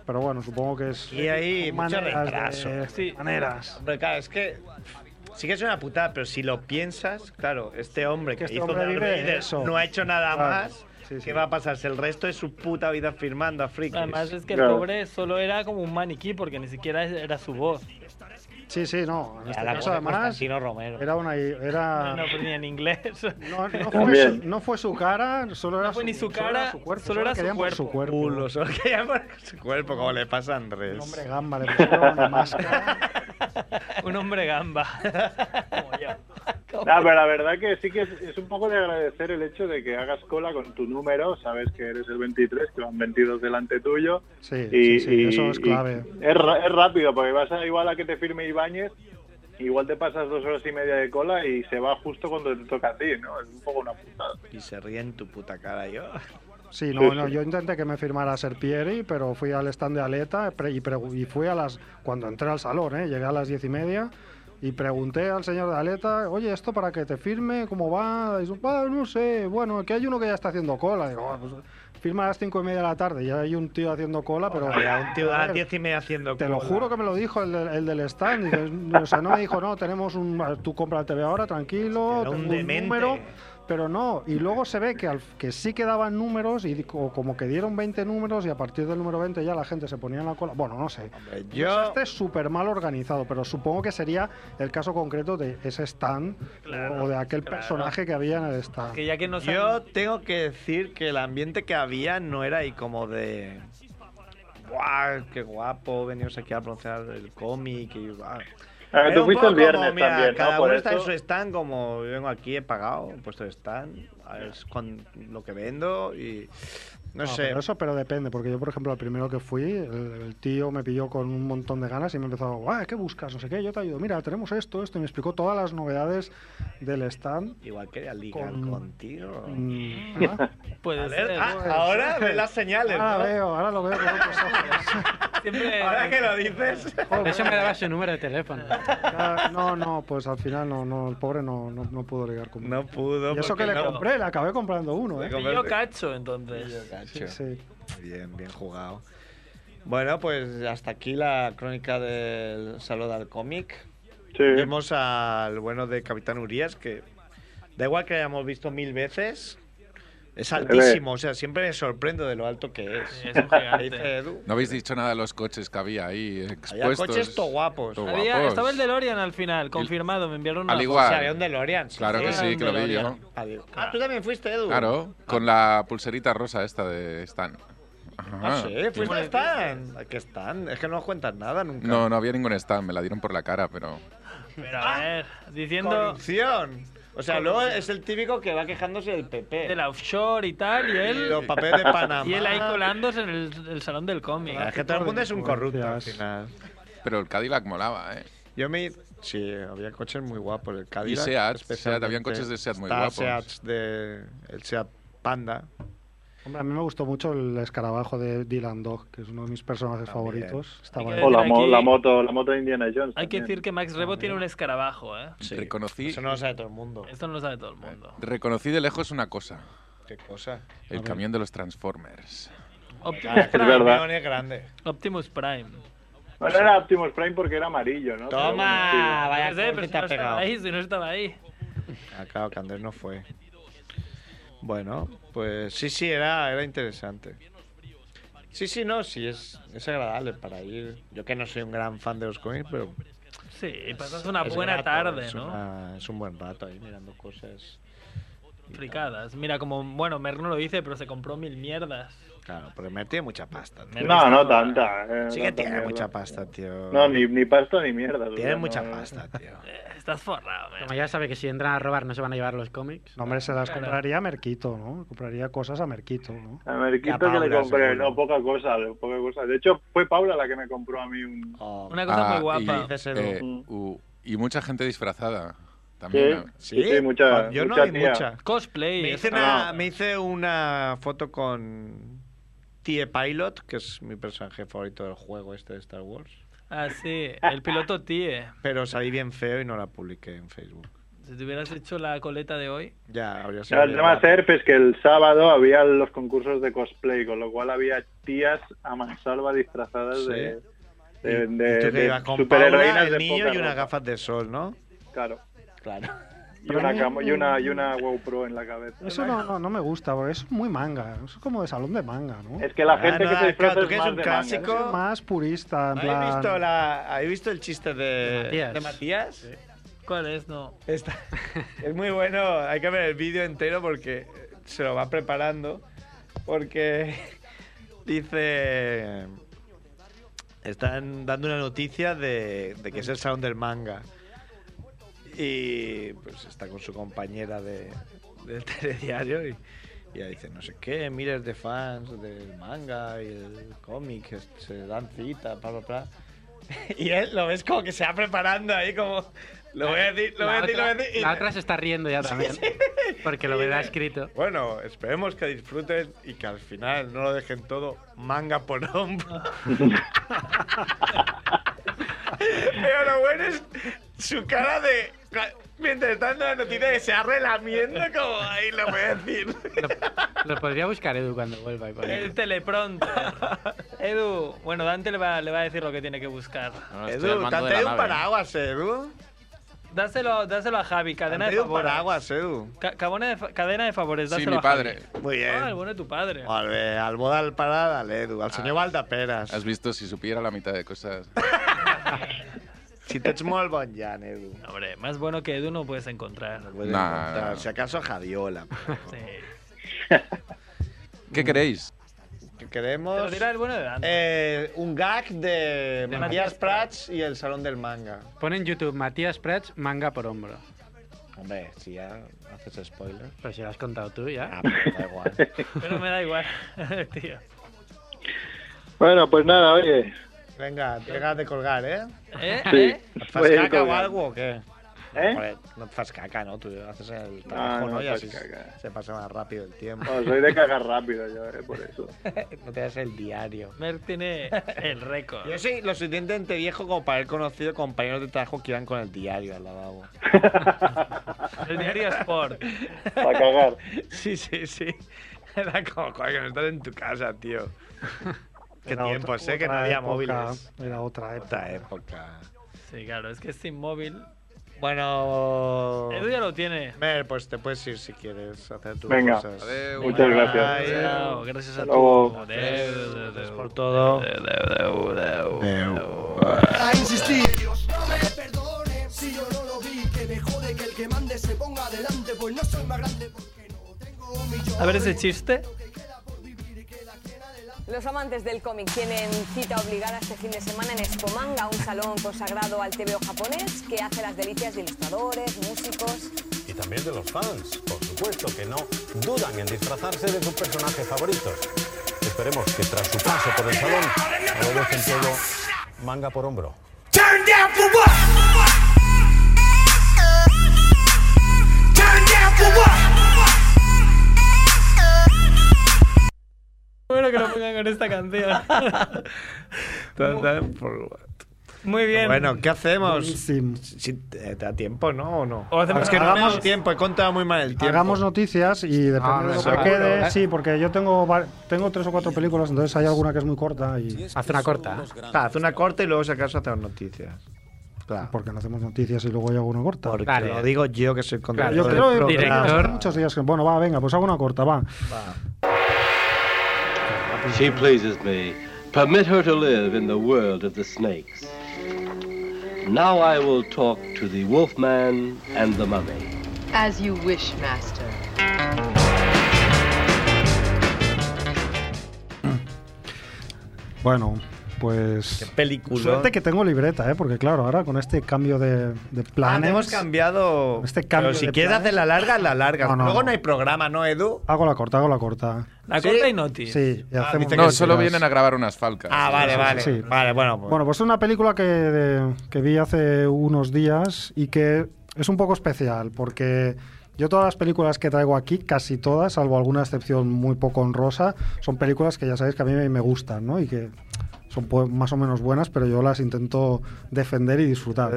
Speaker 5: Pero bueno, supongo que es...
Speaker 2: Y ahí, mucho
Speaker 5: maneras de-
Speaker 2: retraso.
Speaker 1: Sí.
Speaker 5: Maneras.
Speaker 2: Hombre, claro, es que sí que es una putada, pero si lo piensas, claro, este hombre que,
Speaker 5: Que este
Speaker 2: hizo
Speaker 5: hombre
Speaker 2: Darth
Speaker 5: vive de
Speaker 2: Vader
Speaker 5: eso.
Speaker 2: no ha hecho nada
Speaker 5: Claro.
Speaker 2: más.
Speaker 5: Sí, sí.
Speaker 2: ¿Qué va a pasarse el resto de su puta vida firmando a frikis?
Speaker 1: Además es que el
Speaker 8: Claro.
Speaker 1: pobre solo era como un maniquí porque ni siquiera era su voz.
Speaker 5: Sí, sí, no. En este
Speaker 10: la
Speaker 5: caso,
Speaker 10: cosa de
Speaker 5: además,
Speaker 10: Constantino Romero.
Speaker 5: era una. Era,
Speaker 1: No ponía en inglés.
Speaker 5: Ah. no, no fue
Speaker 8: También.
Speaker 5: su, no fue su cara, solo era
Speaker 1: fue ni su
Speaker 5: solo era
Speaker 1: cara,
Speaker 5: cuerpo.
Speaker 1: solo era su
Speaker 5: querían por su cuerpo.
Speaker 2: Culo, solo que llaman-
Speaker 11: Su cuerpo, como le pasa a Andrés.
Speaker 5: El hombre gamba, le pusieron una máscara.
Speaker 1: Un hombre gamba. Como yo.
Speaker 8: No, pero la verdad que sí que es, es un poco de agradecer el hecho de que hagas cola con tu número, sabes que eres el 23, que van 22 delante tuyo.
Speaker 5: Sí,
Speaker 8: Y,
Speaker 5: sí, sí,
Speaker 8: y-
Speaker 5: eso es
Speaker 8: y
Speaker 5: clave.
Speaker 8: es, ra- es rápido, porque vas a, igual a que te firme Ibáñez, igual te pasas dos horas y media de cola y se va justo cuando te toca a ti, ¿no? Es un poco una putada.
Speaker 2: Y se ríe en tu puta cara yo.
Speaker 5: Sí, no, no, yo intenté que me firmara Serpieri, pero fui al stand de Aleta pre- y, pregu- y fui a las. Cuando entré al salón, ¿eh? llegué a las diez y media. Y pregunté al señor de Aleta, oye, ¿esto para que te firme? ¿Cómo va? Y dice, "Ah, no sé, bueno, aquí hay uno que ya está haciendo cola. Digo, "Ah, pues, firma a las cinco y media de la tarde, ya hay un tío haciendo cola, pero...
Speaker 2: Había un tío de
Speaker 5: a
Speaker 2: las
Speaker 5: ver,
Speaker 2: diez y media haciendo
Speaker 5: Te lo
Speaker 2: cola.
Speaker 5: juro que me lo dijo el, de- el del stand. Dices, o sea, no me dijo, no, tenemos un. Tú compra el TV ahora, tranquilo.
Speaker 2: Era un
Speaker 5: tengo
Speaker 2: demente.
Speaker 5: número. Pero no, y luego se ve que, al, que sí que daban números y di- o como que dieron 20 números y a partir del número 20 ya la gente se ponía en la cola. Bueno, no sé.
Speaker 11: Yo,
Speaker 5: Este es súper mal organizado, pero supongo que sería el caso concreto de ese stand
Speaker 1: Claro,
Speaker 5: o de aquel
Speaker 1: claro.
Speaker 5: personaje que había en el stand.
Speaker 1: Que ya que no saben-
Speaker 2: Yo tengo que decir que el ambiente que había no era ahí como de. ¡Buah! ¡Qué guapo! Venimos aquí a pronunciar el cómic. Y, "Buah".
Speaker 8: A ver,
Speaker 2: Era
Speaker 8: Ah, tú
Speaker 2: un
Speaker 8: fuiste
Speaker 2: poco
Speaker 8: el viernes
Speaker 2: como, mira,
Speaker 8: también,
Speaker 2: Cada
Speaker 8: ¿no? Por
Speaker 2: uno está en
Speaker 8: eso.
Speaker 2: su stand, como yo vengo aquí, he pagado, he puesto stand, a ver, es con lo que vendo y. No,
Speaker 5: No,
Speaker 2: sé.
Speaker 5: Ah, Pero eso pero depende, porque yo, por ejemplo, al primero que fui, el, el tío me pilló con un montón de ganas y me empezó, ah, ¿qué buscas? No sé qué, yo te ayudo, mira, tenemos esto, esto, y me explicó todas las novedades del stand.
Speaker 2: Igual quería ligar
Speaker 5: Con-
Speaker 2: contigo.
Speaker 5: Mm,
Speaker 1: Puede
Speaker 2: A ver,
Speaker 1: ser.
Speaker 2: ah, ahora ve las señales.
Speaker 5: ahora
Speaker 2: ¿no?
Speaker 5: Ah, veo, ahora lo veo con otros ojos.
Speaker 1: Siempre-
Speaker 2: Ahora que lo dices.
Speaker 12: Por eso me daba su número de teléfono.
Speaker 5: Ya, No, no, pues al final no, no, el pobre no, no, no pudo ligar conmigo.
Speaker 2: No pudo.
Speaker 5: y eso
Speaker 2: porque
Speaker 5: que le
Speaker 2: no.
Speaker 5: compré, le acabé comprando uno, ¿eh?
Speaker 1: Pillo cacho, entonces.
Speaker 4: Cacho.
Speaker 5: Sí.
Speaker 2: Bien, bien jugado. Bueno, pues hasta aquí la crónica del Salón del Cómic.
Speaker 8: Sí.
Speaker 2: Vimos al bueno de Capitán Urias, que da igual que lo hayamos visto mil veces, es altísimo. O sea, siempre me sorprendo de lo alto que es.
Speaker 1: Es un gigante.
Speaker 2: Dice Edu,
Speaker 4: No habéis dicho nada de los coches que había ahí
Speaker 2: había
Speaker 4: expuestos.
Speaker 2: coches to guapos.
Speaker 4: To-
Speaker 1: Había-
Speaker 4: Pues guapos.
Speaker 1: estaba el DeLorean al final, confirmado. Me enviaron una
Speaker 4: Al
Speaker 1: foto.
Speaker 2: O
Speaker 4: igual.
Speaker 2: sea, había un DeLorean.
Speaker 4: Claro que sí, que lo vi yo.
Speaker 2: Adiós. Ah, tú también fuiste, Edu.
Speaker 4: Claro, con la pulserita rosa esta de Stan. Ajá.
Speaker 2: Ah, sí, fuiste a Stan. ¿A qué Stan? Es que no nos cuentas nada nunca.
Speaker 4: No, no había ningún Stan, me la dieron por la cara, pero...
Speaker 1: Pero a ver, diciendo
Speaker 2: Corrupción. O sea, luego es el típico que va quejándose del PP.
Speaker 1: de la offshore y tal, y
Speaker 2: Y los
Speaker 1: él,
Speaker 2: papeles de Panamá. Ah,
Speaker 1: y él ahí colándose en el, el salón del cómic.
Speaker 2: Es que todo el mundo es un corrupto al
Speaker 5: Gracias.
Speaker 2: final.
Speaker 4: Pero el Cadillac molaba, ¿eh?
Speaker 2: Yo me... Sí, había coches muy guapos. El
Speaker 4: Y
Speaker 2: Cadillac
Speaker 4: Seat, Seat,
Speaker 2: especialmente.
Speaker 4: habían coches de Seat muy
Speaker 2: Está
Speaker 4: guapos.
Speaker 2: Seat de... El Seat Panda.
Speaker 5: Hombre, a mí me gustó mucho el escarabajo de Dylan Dog, que es uno de mis personajes
Speaker 2: También.
Speaker 5: favoritos. Estaba
Speaker 1: Hay que
Speaker 5: ahí.
Speaker 8: O la, mo-
Speaker 1: Aquí-
Speaker 8: la moto, la moto de Indiana Jones.
Speaker 1: Hay que
Speaker 8: también.
Speaker 1: decir que Max Rebo tiene un escarabajo, ¿eh?
Speaker 4: Reconocí,
Speaker 2: Eso no lo sabe todo el mundo.
Speaker 1: Esto no lo sabe todo el mundo.
Speaker 4: reconocí de lejos una cosa.
Speaker 2: Eh, Qué cosa.
Speaker 4: El camión de los Transformers.
Speaker 1: Optimus
Speaker 8: Es
Speaker 1: Prime.
Speaker 8: verdad.
Speaker 2: León es grande.
Speaker 1: Optimus Prime.
Speaker 8: Bueno, era Optimus Prime porque era amarillo, ¿no? Pero
Speaker 2: ¡Toma!
Speaker 8: bueno,
Speaker 2: Vaya
Speaker 1: No sé, pero
Speaker 2: corte
Speaker 1: si
Speaker 2: te ha
Speaker 1: no estaba
Speaker 2: pegado.
Speaker 1: ahí, si no estaba ahí.
Speaker 2: Ah, claro, que Andrés no fue. Bueno, pues sí, sí, era, era interesante. Sí, sí, no, sí, es, es agradable para ir. Yo que no soy un gran fan de los cómics, pero...
Speaker 1: Sí, pasas una
Speaker 2: es
Speaker 1: buena
Speaker 2: grato,
Speaker 1: tarde,
Speaker 2: es
Speaker 1: ¿no?
Speaker 2: una- es un buen rato ahí mirando cosas.
Speaker 1: Fricadas. Mira, como, bueno, Merck no lo dice, pero se compró mil mierdas.
Speaker 2: Claro, porque Mer tiene mucha pasta. tío.
Speaker 1: No, no
Speaker 8: tanta, eh,
Speaker 2: sí que
Speaker 8: tanta
Speaker 2: tiene
Speaker 8: mierda.
Speaker 2: mucha pasta, tío.
Speaker 8: No, ni, ni pasta ni mierda. o
Speaker 2: Tiene
Speaker 8: sea,
Speaker 2: mucha
Speaker 8: no-
Speaker 2: pasta, tío.
Speaker 1: Estás forrado, man.
Speaker 9: Como ya sabe que si entran a robar no se van a llevar los cómics.
Speaker 5: No, hombre, se las
Speaker 1: Claro.
Speaker 5: compraría a Merquito, ¿no? Compraría cosas a Merquito, ¿no?
Speaker 8: A Merquito
Speaker 2: Y a Paula,
Speaker 8: que le compré,
Speaker 2: seguro.
Speaker 8: no, poca cosa, poca cosa. De hecho, fue Paula la que me compró a mí un...
Speaker 2: Oh,
Speaker 1: Una cosa
Speaker 4: Ah,
Speaker 1: muy guapa.
Speaker 4: Y,
Speaker 2: Díselo.
Speaker 4: eh,
Speaker 8: Mm.
Speaker 4: u- y mucha gente disfrazada. También.
Speaker 2: ¿Sí? Ah,
Speaker 8: mucha,
Speaker 2: Yo no
Speaker 8: mucha
Speaker 2: vi
Speaker 8: tía.
Speaker 2: mucha.
Speaker 1: Cosplay.
Speaker 2: Me hice,
Speaker 1: esto.
Speaker 2: una,
Speaker 8: No.
Speaker 2: me hice una foto con Tie Pilot, que es mi personaje favorito del juego este de Star Wars.
Speaker 1: Ah, sí. El piloto TIE.
Speaker 2: Pero salí bien feo y no la publiqué en Facebook.
Speaker 1: Si te hubieras hecho la coleta de hoy.
Speaker 2: Ya, habría sido.
Speaker 8: No, el tema
Speaker 2: legal.
Speaker 8: serp es que el sábado había los concursos de cosplay, con lo cual había tías a mansalva disfrazadas
Speaker 2: Sí.
Speaker 8: de,
Speaker 2: Y-
Speaker 8: eh, de,
Speaker 2: y
Speaker 8: de-
Speaker 2: tú que
Speaker 8: de
Speaker 2: ibas con
Speaker 8: superheroínas
Speaker 2: Paula, el
Speaker 8: de
Speaker 2: niño
Speaker 8: poca
Speaker 2: y unas
Speaker 8: ropa.
Speaker 2: gafas de sol, ¿no?
Speaker 8: Claro.
Speaker 2: Claro.
Speaker 8: Y una, cam- y, una, y una GoPro en la cabeza.
Speaker 5: Eso no, no, no me gusta, porque es muy manga. Eso es como de salón de manga, ¿no?
Speaker 8: Es que la
Speaker 2: Ah,
Speaker 8: gente
Speaker 2: no,
Speaker 8: que se disfraza
Speaker 2: claro, tú
Speaker 8: es
Speaker 2: que
Speaker 8: más
Speaker 2: eres un
Speaker 8: de
Speaker 2: clásico.
Speaker 8: manga.
Speaker 5: Es más purista, en plan...
Speaker 2: ¿Habéis visto, la, ¿Habéis visto el chiste de,
Speaker 9: Matías.
Speaker 2: de Matías?
Speaker 1: ¿Cuál es? No.
Speaker 2: Está- es muy bueno, hay que ver el vídeo entero porque se lo va preparando. Porque dice. Están dando una noticia de, de que es el sound del manga. Y pues está con su compañera de, del telediario y, y ella dice, no sé qué, miles de fans del manga y el cómic que se dan cita, bla, bla, bla. Y él lo ves como que se va preparando ahí como... Lo voy a decir, lo voy a
Speaker 9: La
Speaker 2: decir, lo voy a
Speaker 9: otra,
Speaker 2: decir. y-
Speaker 9: la otra se está riendo ya también. Porque lo verá escrito.
Speaker 2: Bueno, esperemos que disfruten y que al final no lo dejen todo manga por hombro. Pero lo bueno es su cara de. Mientras tanto la noticia que se arre lamiendo como ahí lo voy a decir.
Speaker 9: Lo, lo podría buscar Edu cuando vuelva. y ponerlo.
Speaker 1: El teleprompter. Edu. Bueno, Dante le va, le va a decir lo que tiene que buscar.
Speaker 13: No, estoy
Speaker 2: Edu, te
Speaker 13: armando
Speaker 2: han
Speaker 13: de la
Speaker 2: traído un
Speaker 13: nave.
Speaker 2: paraguas, Edu.
Speaker 1: Dáselo, dáselo a Javi.
Speaker 2: Te han
Speaker 1: Cadena de
Speaker 2: traído un
Speaker 1: favores.
Speaker 2: paraguas, Edu.
Speaker 1: Ca- cabona de fa- cadena de favores.
Speaker 4: Sí,
Speaker 1: Dáselo
Speaker 4: mi
Speaker 1: a Javi.
Speaker 4: padre.
Speaker 2: Muy
Speaker 1: Ah, el
Speaker 2: bien.
Speaker 1: bueno de tu padre.
Speaker 2: Al, be- al boda al parada, al Edu. Al senyor Valdaperas.
Speaker 4: Ah. Has visto si supiera la mitad de cosas.
Speaker 2: Si tens molt bon Jan, Edu.
Speaker 1: Hombre, más bueno que Edu no puedes encontrar.
Speaker 2: No puedes
Speaker 4: Nah.
Speaker 2: encontrar. Si acaso a Javiola.
Speaker 1: Sí.
Speaker 4: ¿Qué queréis?
Speaker 2: Que
Speaker 1: Pero
Speaker 2: queremos
Speaker 1: dirá el bueno de Dante.
Speaker 2: eh, un gag de
Speaker 1: Matías
Speaker 2: Matías Prats y el Salón del Manga.
Speaker 9: Pon en YouTube Matías Prats, manga por hombro.
Speaker 2: Hombre, si ya haces spoiler.
Speaker 9: Pero si lo has contado tú
Speaker 2: Ah,
Speaker 9: ya.
Speaker 2: pero da igual.
Speaker 1: Pero me da igual, tío.
Speaker 8: Bueno, pues nada, oye.
Speaker 2: Venga, te ganas de colgar, ¿eh?
Speaker 1: ¿Eh?
Speaker 8: Sí.
Speaker 1: ¿Eh?
Speaker 2: ¿Et fas
Speaker 8: Voy a ir
Speaker 2: caca o
Speaker 8: colgando.
Speaker 2: algo o qué?
Speaker 8: ¿Eh?
Speaker 2: Hombre, no te fas caca, ¿no? Tú haces el trabajo,
Speaker 8: no
Speaker 2: ¿no? Y
Speaker 8: fas
Speaker 2: así
Speaker 8: caca.
Speaker 2: se pasa más rápido el tiempo.
Speaker 8: Bueno, soy de cagar rápido yo, eh, por eso.
Speaker 2: no te das el diario.
Speaker 1: Merck tiene el récord.
Speaker 2: Yo soy lo suficientemente viejo como para haber conocido compañeros de trabajo que iban con el diario al lavabo.
Speaker 1: El diario Sport.
Speaker 8: Para cagar.
Speaker 2: Sí, sí, sí. Era como, joder, que no estás en tu casa, tío. Qué
Speaker 5: Era
Speaker 2: tiempo,
Speaker 5: otra-
Speaker 2: sé que no
Speaker 5: otra
Speaker 2: había
Speaker 5: época,
Speaker 2: móviles.
Speaker 5: Era otra época.
Speaker 2: Otra época.
Speaker 1: Sí, claro, es que es inmóvil.
Speaker 2: Bueno.
Speaker 1: Edu ya lo tiene.
Speaker 2: Mer, pues te puedes ir si quieres hacer tus
Speaker 8: Venga.
Speaker 2: cosas.
Speaker 4: Adeu.
Speaker 8: Muchas gracias.
Speaker 2: Ay,
Speaker 1: Chao, Gracias a
Speaker 8: Hasta luego.
Speaker 1: todos. Adeu,
Speaker 2: Gracias
Speaker 1: adeu.
Speaker 2: por todo.
Speaker 1: Adeu, adeu.
Speaker 14: a insistir. Dios no me perdone si yo no lo vi. Que me jode que el que mande se ponga adelante. Pues no soy más grande porque no tengo millones.
Speaker 1: A ver ese chiste.
Speaker 14: Los amantes del cómic tienen cita obligada este fin de semana en Expomanga, un salón consagrado al TVO japonés que hace las delicias de ilustradores, músicos.
Speaker 13: Y también de los fans, por supuesto, que no dudan en disfrazarse de sus personajes favoritos. Esperemos que tras su paso por el salón, en todo manga por hombro.
Speaker 14: Turn down for what? Turn down for what?
Speaker 1: Bueno que lo pongan con esta canción. Muy bien.
Speaker 2: Bueno, ¿qué hacemos?
Speaker 5: Buenísimo.
Speaker 2: Si eh, te, te da tiempo, ¿no? ¿O no?
Speaker 1: O hacemos-
Speaker 2: es que no
Speaker 1: hagamos-
Speaker 2: tenemos tiempo, he contado muy mal el tiempo.
Speaker 5: Hagamos noticias y depende
Speaker 9: Ah,
Speaker 5: de lo que
Speaker 9: seguro,
Speaker 5: quede.
Speaker 9: ¿eh?
Speaker 5: Sí, porque yo tengo, va- tengo tres o cuatro películas, entonces hay alguna que es muy corta ¿eh? y.
Speaker 9: Haz una corta.
Speaker 2: Ah, haz una corta y luego si acaso hacemos noticias. Claro.
Speaker 5: Porque no hacemos noticias y luego hay alguna corta.
Speaker 2: Porque
Speaker 9: Vale.
Speaker 2: lo digo yo que soy conductor
Speaker 5: Yo
Speaker 9: Claro,
Speaker 2: del
Speaker 5: creo que
Speaker 2: programa.
Speaker 9: director.
Speaker 5: hace muchos días que. Bueno, va, venga, pues hago una corta, va.
Speaker 13: She pleases me. Permit her to live in the world of the snakes. Now I will talk to the wolfman and the mummy.
Speaker 14: As you wish, master.
Speaker 5: Bueno, pues. Qué
Speaker 2: película.
Speaker 5: Suerte que tengo libreta, ¿eh? Porque claro, ahora con este cambio
Speaker 2: Ah,
Speaker 5: de, de planes.
Speaker 2: hemos cambiado.
Speaker 5: Este cambio
Speaker 2: Pero si
Speaker 5: de
Speaker 2: quieres
Speaker 5: planes-
Speaker 2: hacer la larga, la larga.
Speaker 5: No, no,
Speaker 2: Luego
Speaker 5: no. Ah,
Speaker 2: no hay programa, ¿no, Edu?
Speaker 5: Hago la corta, hago la corta.
Speaker 1: La
Speaker 2: Sí.
Speaker 1: corta y no, tío.
Speaker 5: Sí, y hacemos
Speaker 4: no,
Speaker 5: mentiras.
Speaker 4: solo vienen a grabar unas falcas.
Speaker 2: Ah, vale, vale.
Speaker 5: Sí.
Speaker 2: Vale, bueno. pues-
Speaker 5: Bueno, pues es una película que, de- que vi hace unos días y que es un poco especial porque yo todas las películas que traigo aquí, casi todas, salvo alguna excepción muy poco honrosa, son películas que ya sabéis que a mí me- me gustan, ¿no? Y que son po- más o menos buenas, pero yo las intento defender y disfrutar.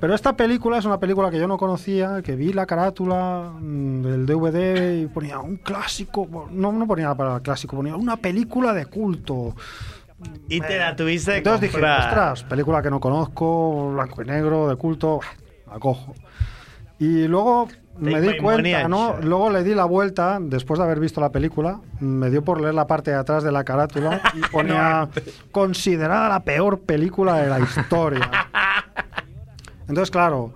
Speaker 5: Pero esta película es una película que yo no conocía, que vi la carátula mm, del DVD y ponía un clásico, no, no ponía la palabra clásico, ponía una película de culto.
Speaker 2: Y te la tuviste que
Speaker 5: eh, Entonces dije,
Speaker 2: comprar.
Speaker 5: ostras, película que no conozco, blanco y negro, de culto, la cojo. Y luego me
Speaker 2: Take
Speaker 5: di
Speaker 2: my money
Speaker 5: cuenta,
Speaker 2: and
Speaker 5: ¿no?
Speaker 2: share.
Speaker 5: Luego le di la vuelta, después de haber visto la película, me dio por leer la parte de atrás de la carátula y ponía considerada la peor película de la historia. Entonces, claro,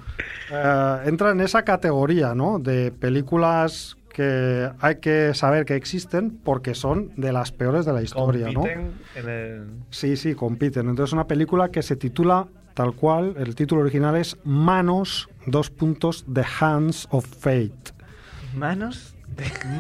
Speaker 5: eh, entra en esa categoría, ¿no? De películas que hay que saber que existen porque son de las peores de la historia, ¿no?
Speaker 15: Compiten en el-
Speaker 5: Sí, sí, compiten. Entonces, una película que se titula tal cual, el título original es Manos, dos puntos, The Hands of Fate.
Speaker 2: ¿Manos?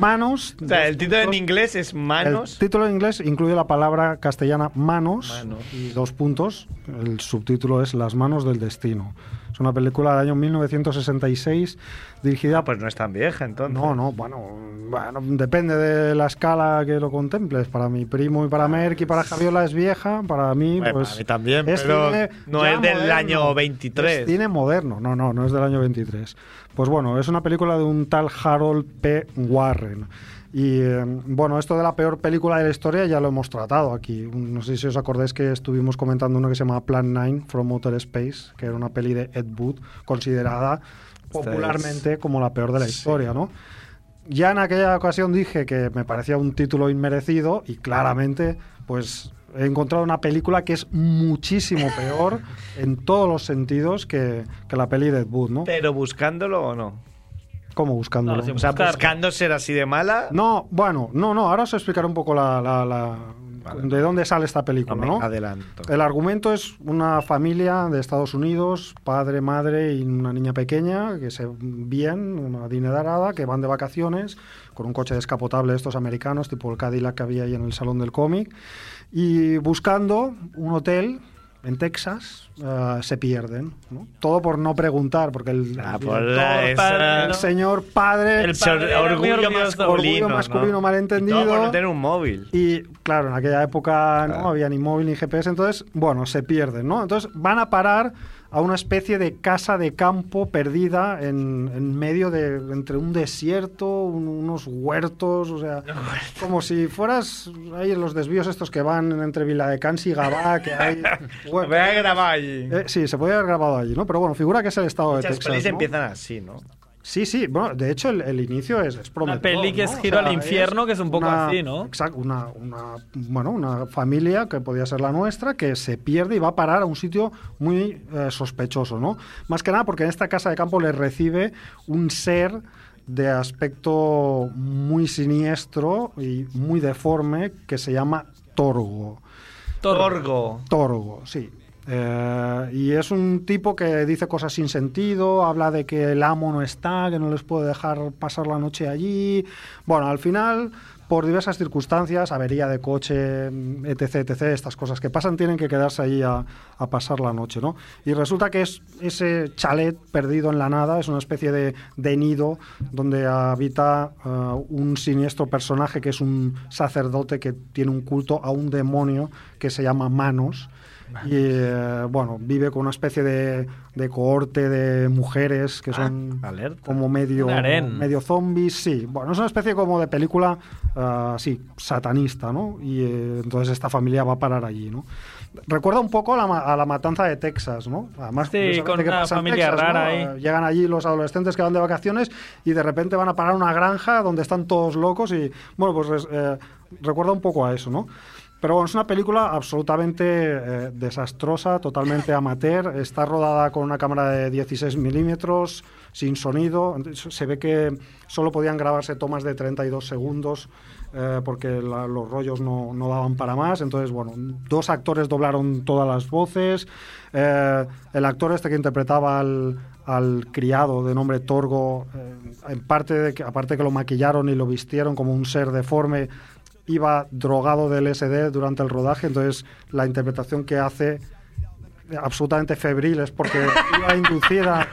Speaker 5: Manos.
Speaker 15: O sea,
Speaker 5: dos
Speaker 15: el título en
Speaker 5: puntos-
Speaker 15: inglés es
Speaker 5: El
Speaker 15: manos.
Speaker 5: título en inglés incluye la palabra castellana manos,
Speaker 15: Manos.
Speaker 5: y dos puntos. El subtítulo es Las manos del destino. Es una película del año 1966
Speaker 15: Ah,
Speaker 5: dirigida
Speaker 2: Pues no es tan vieja, entonces.
Speaker 5: no, no, bueno, bueno, depende de la escala que lo contemples. Para mi primo y para Merck y para Javiola es vieja, para mí
Speaker 2: Bueno,
Speaker 5: pues
Speaker 2: para mí también, pero no
Speaker 5: ya
Speaker 2: es del
Speaker 5: moderno,
Speaker 2: año 23.
Speaker 5: Es cine moderno, no, no, no es del año 23. Pues bueno, es una película de un tal Harold P. Warren. Y eh, bueno, esto de la peor película de la historia ya lo hemos tratado aquí. No sé si os acordáis que estuvimos comentando una que se llama Plan 9 from Outer Space, que era una peli de Ed Wood, considerada popularmente como la peor de la historia, ¿no? Ya en aquella ocasión dije que me parecía un título inmerecido y claramente pues he encontrado una película que es muchísimo peor en todos los sentidos que, que la peli de Ed Wood, ¿no?
Speaker 2: Pero buscándolo o no.
Speaker 5: Como buscándolo.
Speaker 2: o sea, pues buscando ser así de mala.
Speaker 5: No, bueno, no, no, ahora os explicaré un poco la, la- la- de dónde sale esta película, ¿no?
Speaker 2: Adelanto.
Speaker 5: El argumento es una familia de Estados Unidos, padre, madre y una niña pequeña, que se bien, una adinerada, que van de vacaciones con un coche descapotable de estos americanos, tipo el Cadillac que había ahí en el salón del cómic, y buscando un hotel en Texas, eh, se pierden. ¿no? Todo por no preguntar, porque el,
Speaker 2: Ah,
Speaker 5: el
Speaker 2: por
Speaker 5: director,
Speaker 2: la- esa-
Speaker 5: el señor padre,
Speaker 2: El padre era muy orgullo
Speaker 5: orgullo
Speaker 2: masculino,
Speaker 5: masculino
Speaker 2: ¿no?
Speaker 5: malentendido.
Speaker 2: Todo por no tener un móvil.
Speaker 5: Y claro, en aquella época no había ni móvil ni GPS, entonces, bueno, se pierden, ¿no? Entonces van a parar a una especie de casa de campo perdida en, en medio de entre un desierto, un- unos huertos, o sea, como si fueras ahí en los desvíos estos que van entre Viladecans y Gabá, que hay...
Speaker 15: Me voy a grabar allí.
Speaker 5: Eh, sí, se podía haber grabado allí, ¿no? Pero bueno, figura que es el estado de
Speaker 15: Muchas
Speaker 5: Texas,
Speaker 15: pelis
Speaker 5: ¿no?
Speaker 15: empiezan así, ¿no?
Speaker 5: Sí, sí, bueno, de hecho el, el inicio es, es
Speaker 1: Una
Speaker 5: prometedor.
Speaker 1: peli que
Speaker 5: ¿no?
Speaker 1: es
Speaker 5: O
Speaker 1: giro
Speaker 5: sea,
Speaker 1: al infierno, que es un poco
Speaker 5: una-
Speaker 1: así, ¿no?
Speaker 5: Exacto, una, una- bueno, una familia que podía ser la nuestra, que se pierde y va a parar a un sitio muy eh, sospechoso, ¿no? Más que nada porque en esta casa de campo les recibe un ser de aspecto muy siniestro y muy deforme que se llama Torgo.
Speaker 2: Torgo.
Speaker 5: Torgo, sí. Eh, y es un tipo que dice cosas sin sentido, habla de que el amo no está, que no les puede dejar pasar la noche allí. Bueno, al final, por diversas circunstancias, avería de coche, etc., etc., estas cosas que pasan, tienen que quedarse allí a, a pasar la noche, ¿no? Y resulta que es ese chalet perdido en la nada es una especie de, de nido donde habita eh, un siniestro personaje que es un sacerdote que tiene un culto a un demonio que se llama Manos. Y eh, bueno, vive con una especie de, de cohorte de mujeres que son como medio,
Speaker 1: Un harén.
Speaker 5: medio zombies. Sí, bueno, es una especie como de película ah, así, satanista, ¿no? Y eh, entonces esta familia va a parar allí, ¿no? Recuerda un poco a la, ma- a la matanza de Texas, ¿no? Además,
Speaker 1: Sí,
Speaker 5: curiosamente,
Speaker 1: con
Speaker 5: que
Speaker 1: una
Speaker 5: pasa en
Speaker 1: familia
Speaker 5: Texas, ¿no?
Speaker 1: rara ahí.
Speaker 5: Ah, Llegan allí los adolescentes que van de vacaciones y de repente van a parar a una granja donde están todos locos y, bueno, pues res- eh, recuerda un poco a eso, ¿no? Pero Pero bueno, es una película absolutamente eh, desastrosa, totalmente amateur. Está rodada con una cámara de 16 milímetros, sin sonido. Se ve que solo podían grabarse tomas de 32 segundos eh, porque la- los rollos no, no daban para más. Entonces, bueno, dos actores doblaron todas las voces. Eh, el actor este que interpretaba al, al criado de nombre Torgo, eh, en parte de que, aparte que lo maquillaron y lo vistieron como un ser deforme, iba drogado del SD durante el rodaje, entonces la interpretación que hace eh, absolutamente febril es porque iba inducida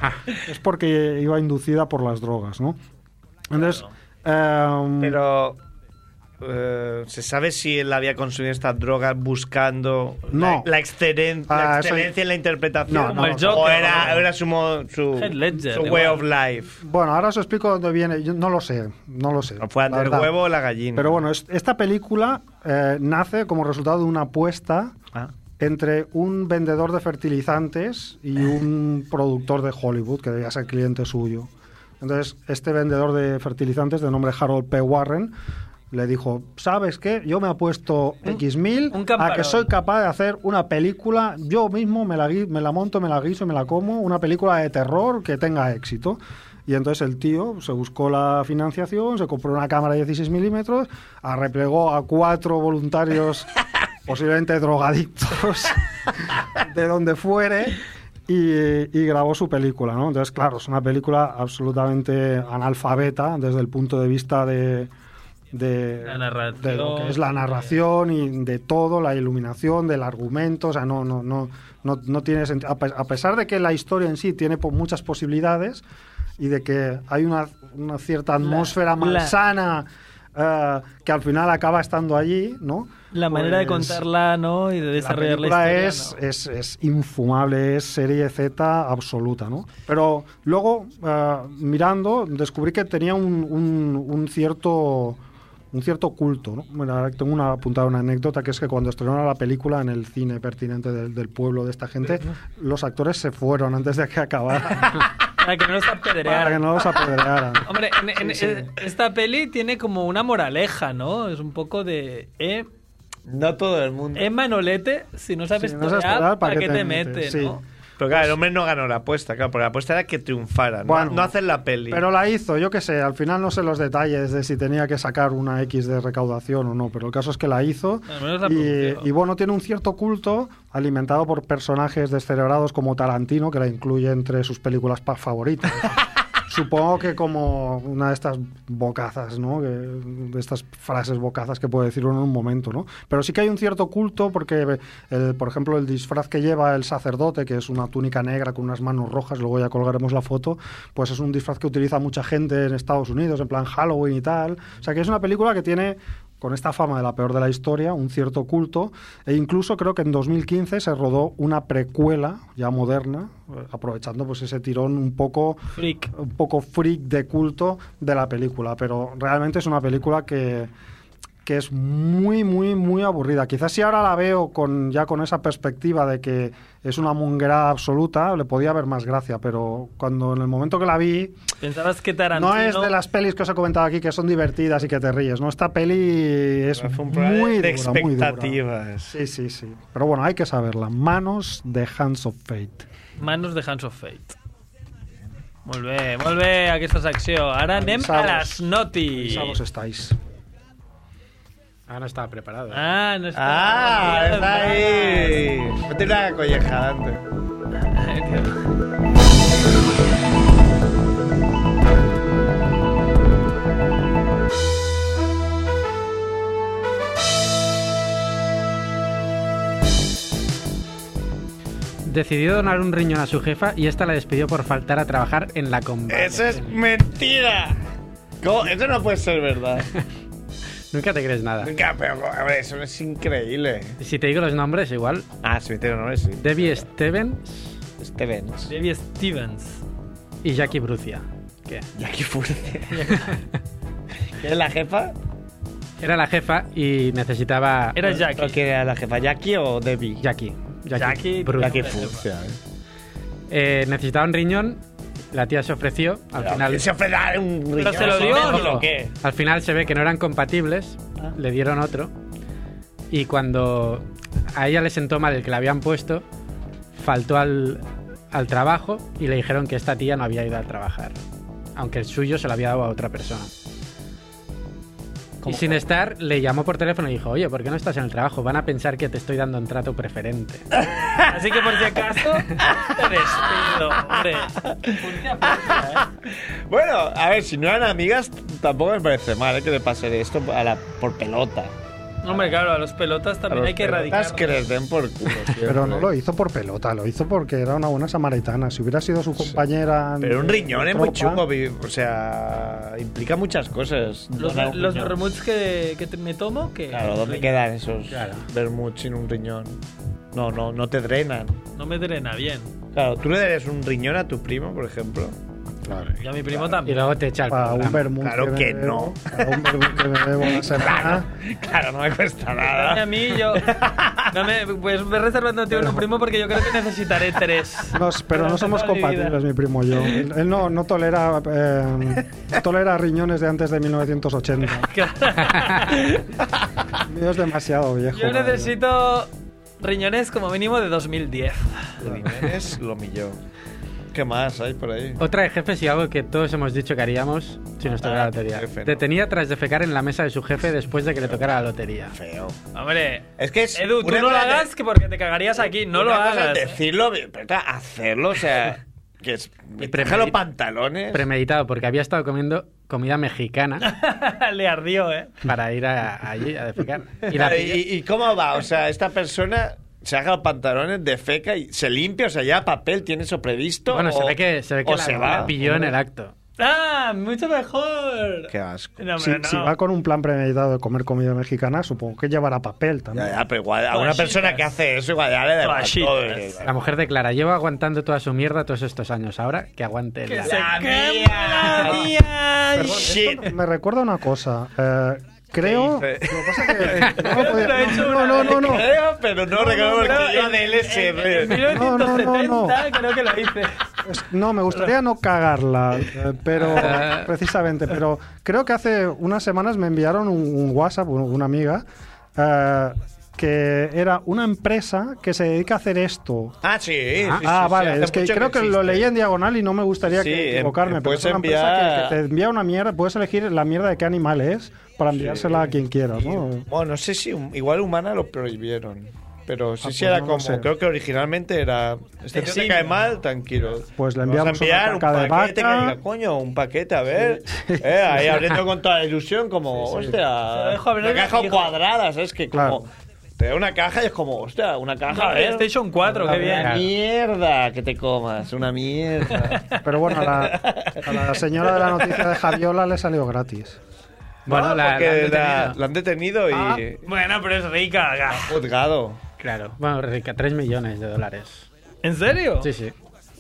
Speaker 5: es porque iba inducida por las drogas, ¿no? Entonces, em,
Speaker 15: Pero eh, se sabe si él había consumido estas drogas buscando
Speaker 5: No.
Speaker 15: la, la excelen- la
Speaker 5: Ah, eso-
Speaker 15: excelencia en la interpretación
Speaker 5: No, no, Como el no.
Speaker 15: o
Speaker 5: Joker,
Speaker 15: era,
Speaker 5: no.
Speaker 15: era su, mo- su,
Speaker 5: Heath Ledger,
Speaker 15: su way
Speaker 5: igual.
Speaker 15: of life.
Speaker 5: Bueno, ahora os explico dónde viene. Yo no lo sé, no lo sé.
Speaker 15: Fue
Speaker 5: la
Speaker 15: antes el
Speaker 5: verdad.
Speaker 15: huevo o la gallina.
Speaker 5: Pero bueno, es- esta película eh, nace como resultado de una apuesta
Speaker 15: Ah.
Speaker 5: entre un vendedor de fertilizantes y un productor de Hollywood, que debía ser cliente suyo. Entonces, este vendedor de fertilizantes, de nombre Harold P. Warren, le dijo, ¿sabes qué? Yo me apuesto X mil a que
Speaker 1: camparón.
Speaker 5: soy capaz de hacer una película, yo mismo me la, gui- me la monto, me la guiso, me la como, una película de terror que tenga éxito. Y entonces el tío se buscó la financiación, se compró una cámara de 16 milímetros, arreplegó a cuatro voluntarios, posiblemente drogadictos, de donde fuere, y, y grabó su película, ¿no? Entonces, claro, es una película absolutamente analfabeta desde el punto de vista de... de-
Speaker 1: La narración.
Speaker 5: de lo que es
Speaker 1: eh,
Speaker 5: la narración y de todo, la iluminación, del argumento, o sea, no, no, no, no, no tiene sentido. A, pe- a pesar de que la historia en sí tiene po- muchas posibilidades y de que hay una, una cierta atmósfera
Speaker 1: la-
Speaker 5: malsana eh, que al final acaba estando allí, ¿no?
Speaker 1: La manera de
Speaker 5: Pues,
Speaker 1: contarla, ¿no? Y de desarrollar la,
Speaker 5: película
Speaker 1: historia.
Speaker 5: es, es, es infumable, es serie Z absoluta, ¿no? Pero luego, eh, mirando, descubrí que tenía un, un- un cierto un cierto culto, ¿no? Mira, ahora tengo una apuntada una anécdota que es que cuando estrenaron la película en el cine pertinente del, del pueblo de esta gente, los actores se fueron antes de que acabara,
Speaker 1: ¿no? Para que no nos apedrearan.
Speaker 5: para que no los apedrearan.
Speaker 1: Hombre, en- en- eh, esta peli tiene como una moraleja, ¿no? Es un poco de. Eh,
Speaker 15: No todo el mundo.
Speaker 1: eh, Manolete, si no sabes
Speaker 15: Si no
Speaker 1: torear,
Speaker 15: sabes torear,
Speaker 1: ¿para, qué te, metes? ¿no?
Speaker 15: Pero claro, el hombre no ganó la apuesta, claro, porque la apuesta era que triunfara, no,
Speaker 5: Bueno.
Speaker 15: no hacer la peli.
Speaker 5: Pero la hizo, yo qué sé, al final no sé los detalles de si tenía que sacar una X de recaudación o no, pero el caso es que la hizo.
Speaker 1: Al menos la
Speaker 5: y, y bueno, tiene un cierto culto alimentado por personajes descerebrados como Tarantino, que la incluye entre sus películas pa- favoritas. Supongo que como una de estas bocazas, ¿no? Que- De estas frases bocazas que puede decir uno en un momento, ¿no? Pero sí que hay un cierto culto porque, el- por ejemplo, el disfraz que lleva el sacerdote, que es una túnica negra con unas manos rojas, luego ya colgaremos la foto, pues es un disfraz que utiliza mucha gente en Estados Unidos, en plan Halloween y tal. O sea que es una película que tiene con esta fama de la peor de la historia, un cierto culto, e incluso creo que en 2015 se rodó una precuela ya moderna, eh, aprovechando pues ese tirón un poco
Speaker 1: freak,
Speaker 5: un poco freak de culto de la película, pero realmente es una película que que es muy muy muy aburrida. Quizás si ahora la veo con ya con esa perspectiva de que es una mongrera absoluta, le podía haber más gracia, pero cuando en el momento que la vi,
Speaker 1: Pensabas que Tarantino.
Speaker 5: no es de las pelis que os he comentado aquí que son divertidas y que te ríes, ¿no? Esta peli es muy
Speaker 15: de
Speaker 5: dura, muy dura.
Speaker 15: expectativas.
Speaker 5: Sí, sí, sí. Pero bueno, hay que saberla. Manos de Hands of Fate.
Speaker 1: Manos de Hands of Fate. Molt bé, molt bé, aquesta secció. Ara anem a les notis.
Speaker 5: Avisados estáis.
Speaker 9: Ahora no estaba preparado.
Speaker 1: Ah, no está.
Speaker 15: Ah,
Speaker 1: Mierda.
Speaker 15: está ahí. No tiene una colleja antes.
Speaker 9: Decidió donar un riñón a su jefa y esta la despidió por faltar a trabajar en la comba.
Speaker 15: Eso es mentira. ¿Cómo? Eso no puede ser verdad.
Speaker 9: Nunca te crees nada.
Speaker 15: Venga, pero hombre, eso es increíble.
Speaker 9: Si te digo los nombres, igual.
Speaker 15: Ah, si me tengo nombres, sí.
Speaker 9: Debbie Stevens
Speaker 15: Stevens.
Speaker 1: Debbie Stevens.
Speaker 9: y Jackie Brucia. ¿Qué?
Speaker 15: Jackie Furce. ¿Es la jefa?
Speaker 9: Era la jefa y necesitaba.
Speaker 1: Era Jackie.
Speaker 15: ¿O quién era la jefa? ¿Jackie o Debbie?
Speaker 9: Jackie.
Speaker 1: Jackie
Speaker 9: Brucia.
Speaker 15: Jackie Furce. ¿eh?
Speaker 9: Eh, necesitaba un riñón. La tía se ofreció. Al final.
Speaker 15: ¿Quién se ofrece a dar un riñón?
Speaker 1: se lo dio,
Speaker 15: ¿Sabes
Speaker 1: ¿no?
Speaker 15: ¿Qué? Ah.
Speaker 9: Al final se ve que no eran compatibles, le dieron otro Y cuando a ella le sentó mal el que la habían puesto, faltó al, al trabajo y le dijeron que esta tía no había ido a trabajar. Aunque el suyo se lo había dado a otra persona. Y sin estar, le llamó por teléfono y dijo, oye, ¿por qué no estás en el trabajo? Van a pensar que te estoy dando un trato preferente.
Speaker 1: Así que por si acaso, te despido, hombre.
Speaker 2: Bueno, a ver, si no eran amigas, tampoco me parece mal ¿eh? que le pase de esto a la, por pelota.
Speaker 1: Hombre, claro, a los pelotas
Speaker 2: A
Speaker 1: también
Speaker 2: los
Speaker 1: hay que
Speaker 2: pelotas
Speaker 1: erradicar.
Speaker 2: que les den por culo. siempre.
Speaker 5: Pero no lo hizo por pelota, lo hizo porque era una buena samaritana. Si hubiera sido su compañera. en-
Speaker 2: Pero un riñón
Speaker 5: en
Speaker 2: es muy
Speaker 5: tropa-
Speaker 2: chungo, vi- o sea, implica muchas cosas.
Speaker 1: Los,
Speaker 2: donar un
Speaker 1: los
Speaker 2: riñón.
Speaker 1: vermuts que, que te- me tomo, que.
Speaker 2: Claro, ¿dónde quedan esos
Speaker 1: Claro.
Speaker 2: vermuts sin un riñón? No, no, no te drenan.
Speaker 1: No me drena bien.
Speaker 2: Claro, tú le darías un riñón a tu primo, por ejemplo. Claro.
Speaker 1: Y a mi primo
Speaker 9: Y
Speaker 1: también.
Speaker 9: luego te echa el
Speaker 5: Para un
Speaker 9: programa.
Speaker 5: vermut
Speaker 2: Claro que no.
Speaker 5: Para un vermut que me debo la semana.
Speaker 2: Claro, no me cuesta
Speaker 1: Y a
Speaker 2: nada.
Speaker 1: mí yo. No me, pues ve reservándote uno, primo, porque yo creo que necesitaré tres.
Speaker 5: No, pero no somos
Speaker 1: Toda mi vida.
Speaker 5: compatibles, mi primo y yo. Él él no, no tolera eh, no tolera riñones de antes de 1980. El mío es demasiado viejo.
Speaker 1: Yo
Speaker 5: para ello.
Speaker 1: necesito riñones como mínimo de 2010.
Speaker 2: Es lo millón. ¿Qué más hay por ahí?
Speaker 9: Otra de jefes y algo que todos hemos dicho que haríamos si nos tocara la
Speaker 2: Ah,
Speaker 9: lotería.
Speaker 2: jefe, no.
Speaker 9: Detenida tras defecar en la mesa de su jefe después de que le tocara la lotería.
Speaker 2: Feo.
Speaker 1: Hombre,
Speaker 2: Es que es.
Speaker 1: Edu, tú
Speaker 2: una
Speaker 1: no lo
Speaker 2: cosa de-
Speaker 1: hagas que porque te cagarías aquí. No lo
Speaker 2: una cosa es
Speaker 1: hagas.
Speaker 2: Decirlo, pero ta- hacerlo, o sea. Que es. Deja los pantalones.
Speaker 9: Premeditado, porque había estado comiendo comida mexicana
Speaker 1: Le ardió, ¿eh?
Speaker 9: para ir a- allí a defecar. Y la
Speaker 2: Claro,
Speaker 9: pilló.
Speaker 2: ¿Y, y cómo va? O sea, esta persona se haga los pantalones de feca y se limpia, o sea, ya papel, tiene eso previsto.
Speaker 9: Bueno, se
Speaker 2: o-
Speaker 9: ve que, se ve que
Speaker 2: o
Speaker 9: la,
Speaker 2: se
Speaker 9: la
Speaker 2: va.
Speaker 9: pilló en el acto.
Speaker 1: ¡Ah! ¡Mucho mejor!
Speaker 2: Qué asco.
Speaker 1: No,
Speaker 5: Si,
Speaker 1: hombre, no.
Speaker 5: si va con un plan premeditado de comer comida mexicana, supongo que llevará papel también.
Speaker 2: Ya, ya, Ah, pero igual, a una persona que hace eso, igual ya le da igual
Speaker 1: Toallitas.
Speaker 2: todo, eh,
Speaker 9: La mujer declara, llevo aguantando toda su mierda todos estos años. Ahora que aguante
Speaker 1: ¡Que
Speaker 9: la...
Speaker 1: se
Speaker 2: La
Speaker 1: queme
Speaker 2: mía.
Speaker 1: la mía!
Speaker 2: Perdón, Shit.
Speaker 5: Me recuerda una cosa. eh, creo.
Speaker 2: ¿Qué dice?
Speaker 5: Lo que pasa es que. No,
Speaker 1: que
Speaker 5: podía-
Speaker 1: lo he hecho
Speaker 5: no,
Speaker 1: una
Speaker 5: no, no, no.
Speaker 2: Creo, pero no, recuerdo
Speaker 1: No,
Speaker 2: porque
Speaker 1: no,
Speaker 2: yo
Speaker 1: en-
Speaker 2: de
Speaker 1: en- en
Speaker 2: LSD.
Speaker 1: 1970
Speaker 5: No, no, no,
Speaker 1: creo que lo hice.
Speaker 5: Es- Pues, No, me gustaría no cagarla, eh, pero precisamente, pero creo que hace unas semanas me enviaron un, un WhatsApp, un- una amiga, eh, que era una empresa que se dedica a hacer esto.
Speaker 2: Ah, sí. sí, sí,
Speaker 5: ah,
Speaker 2: sí,
Speaker 5: vale,
Speaker 2: hace
Speaker 5: es que
Speaker 2: mucho
Speaker 5: creo que, lo
Speaker 2: existe.
Speaker 5: leí en diagonal y no me gustaría
Speaker 2: Sí,
Speaker 5: que equivocarme,
Speaker 2: em-
Speaker 5: pero
Speaker 2: puedes
Speaker 5: es una empresa
Speaker 2: enviar-
Speaker 5: que, que te envía una mierda, puedes elegir la mierda de qué animal es para enviársela a quien quieras, ¿no?
Speaker 2: Bueno, no sé si hum- igual humana lo prohibieron. Pero sí,
Speaker 5: Ah,
Speaker 2: sí
Speaker 5: pues
Speaker 2: era
Speaker 5: no lo
Speaker 2: como.
Speaker 5: sé.
Speaker 2: Creo que originalmente era. Este tío te
Speaker 1: Eximio.
Speaker 2: cae mal, tranquilo.
Speaker 5: Pues le
Speaker 2: Vamos a
Speaker 5: enviamos una
Speaker 2: enviar un
Speaker 5: caca de
Speaker 2: paquete que
Speaker 5: vaca.
Speaker 2: diga, coño, un paquete, a ver. Eh, ahí abriendo con toda la ilusión, como,
Speaker 1: Se lo
Speaker 2: hostia.
Speaker 1: dejo abrir
Speaker 2: Una caja
Speaker 1: y-
Speaker 2: cuadrada, ¿sabes? Que
Speaker 5: Claro.
Speaker 2: como. Te da una caja y es como, hostia, una caja, a ver.
Speaker 1: PlayStation 4, qué
Speaker 2: Una
Speaker 1: bien.
Speaker 2: mierda que te comas, una mierda.
Speaker 5: Pero bueno, a la, a la señora de la noticia de Javiola le salió gratis.
Speaker 9: Bueno,
Speaker 2: No,
Speaker 9: la, la han
Speaker 2: porque la-
Speaker 9: detenido.
Speaker 2: la han detenido y.
Speaker 1: Ah, Bueno, pero es rica. ga.
Speaker 2: Juzgado.
Speaker 9: Claro. Bueno, rica, 3 millones de dólares.
Speaker 1: ¿En serio?
Speaker 9: Sí, sí.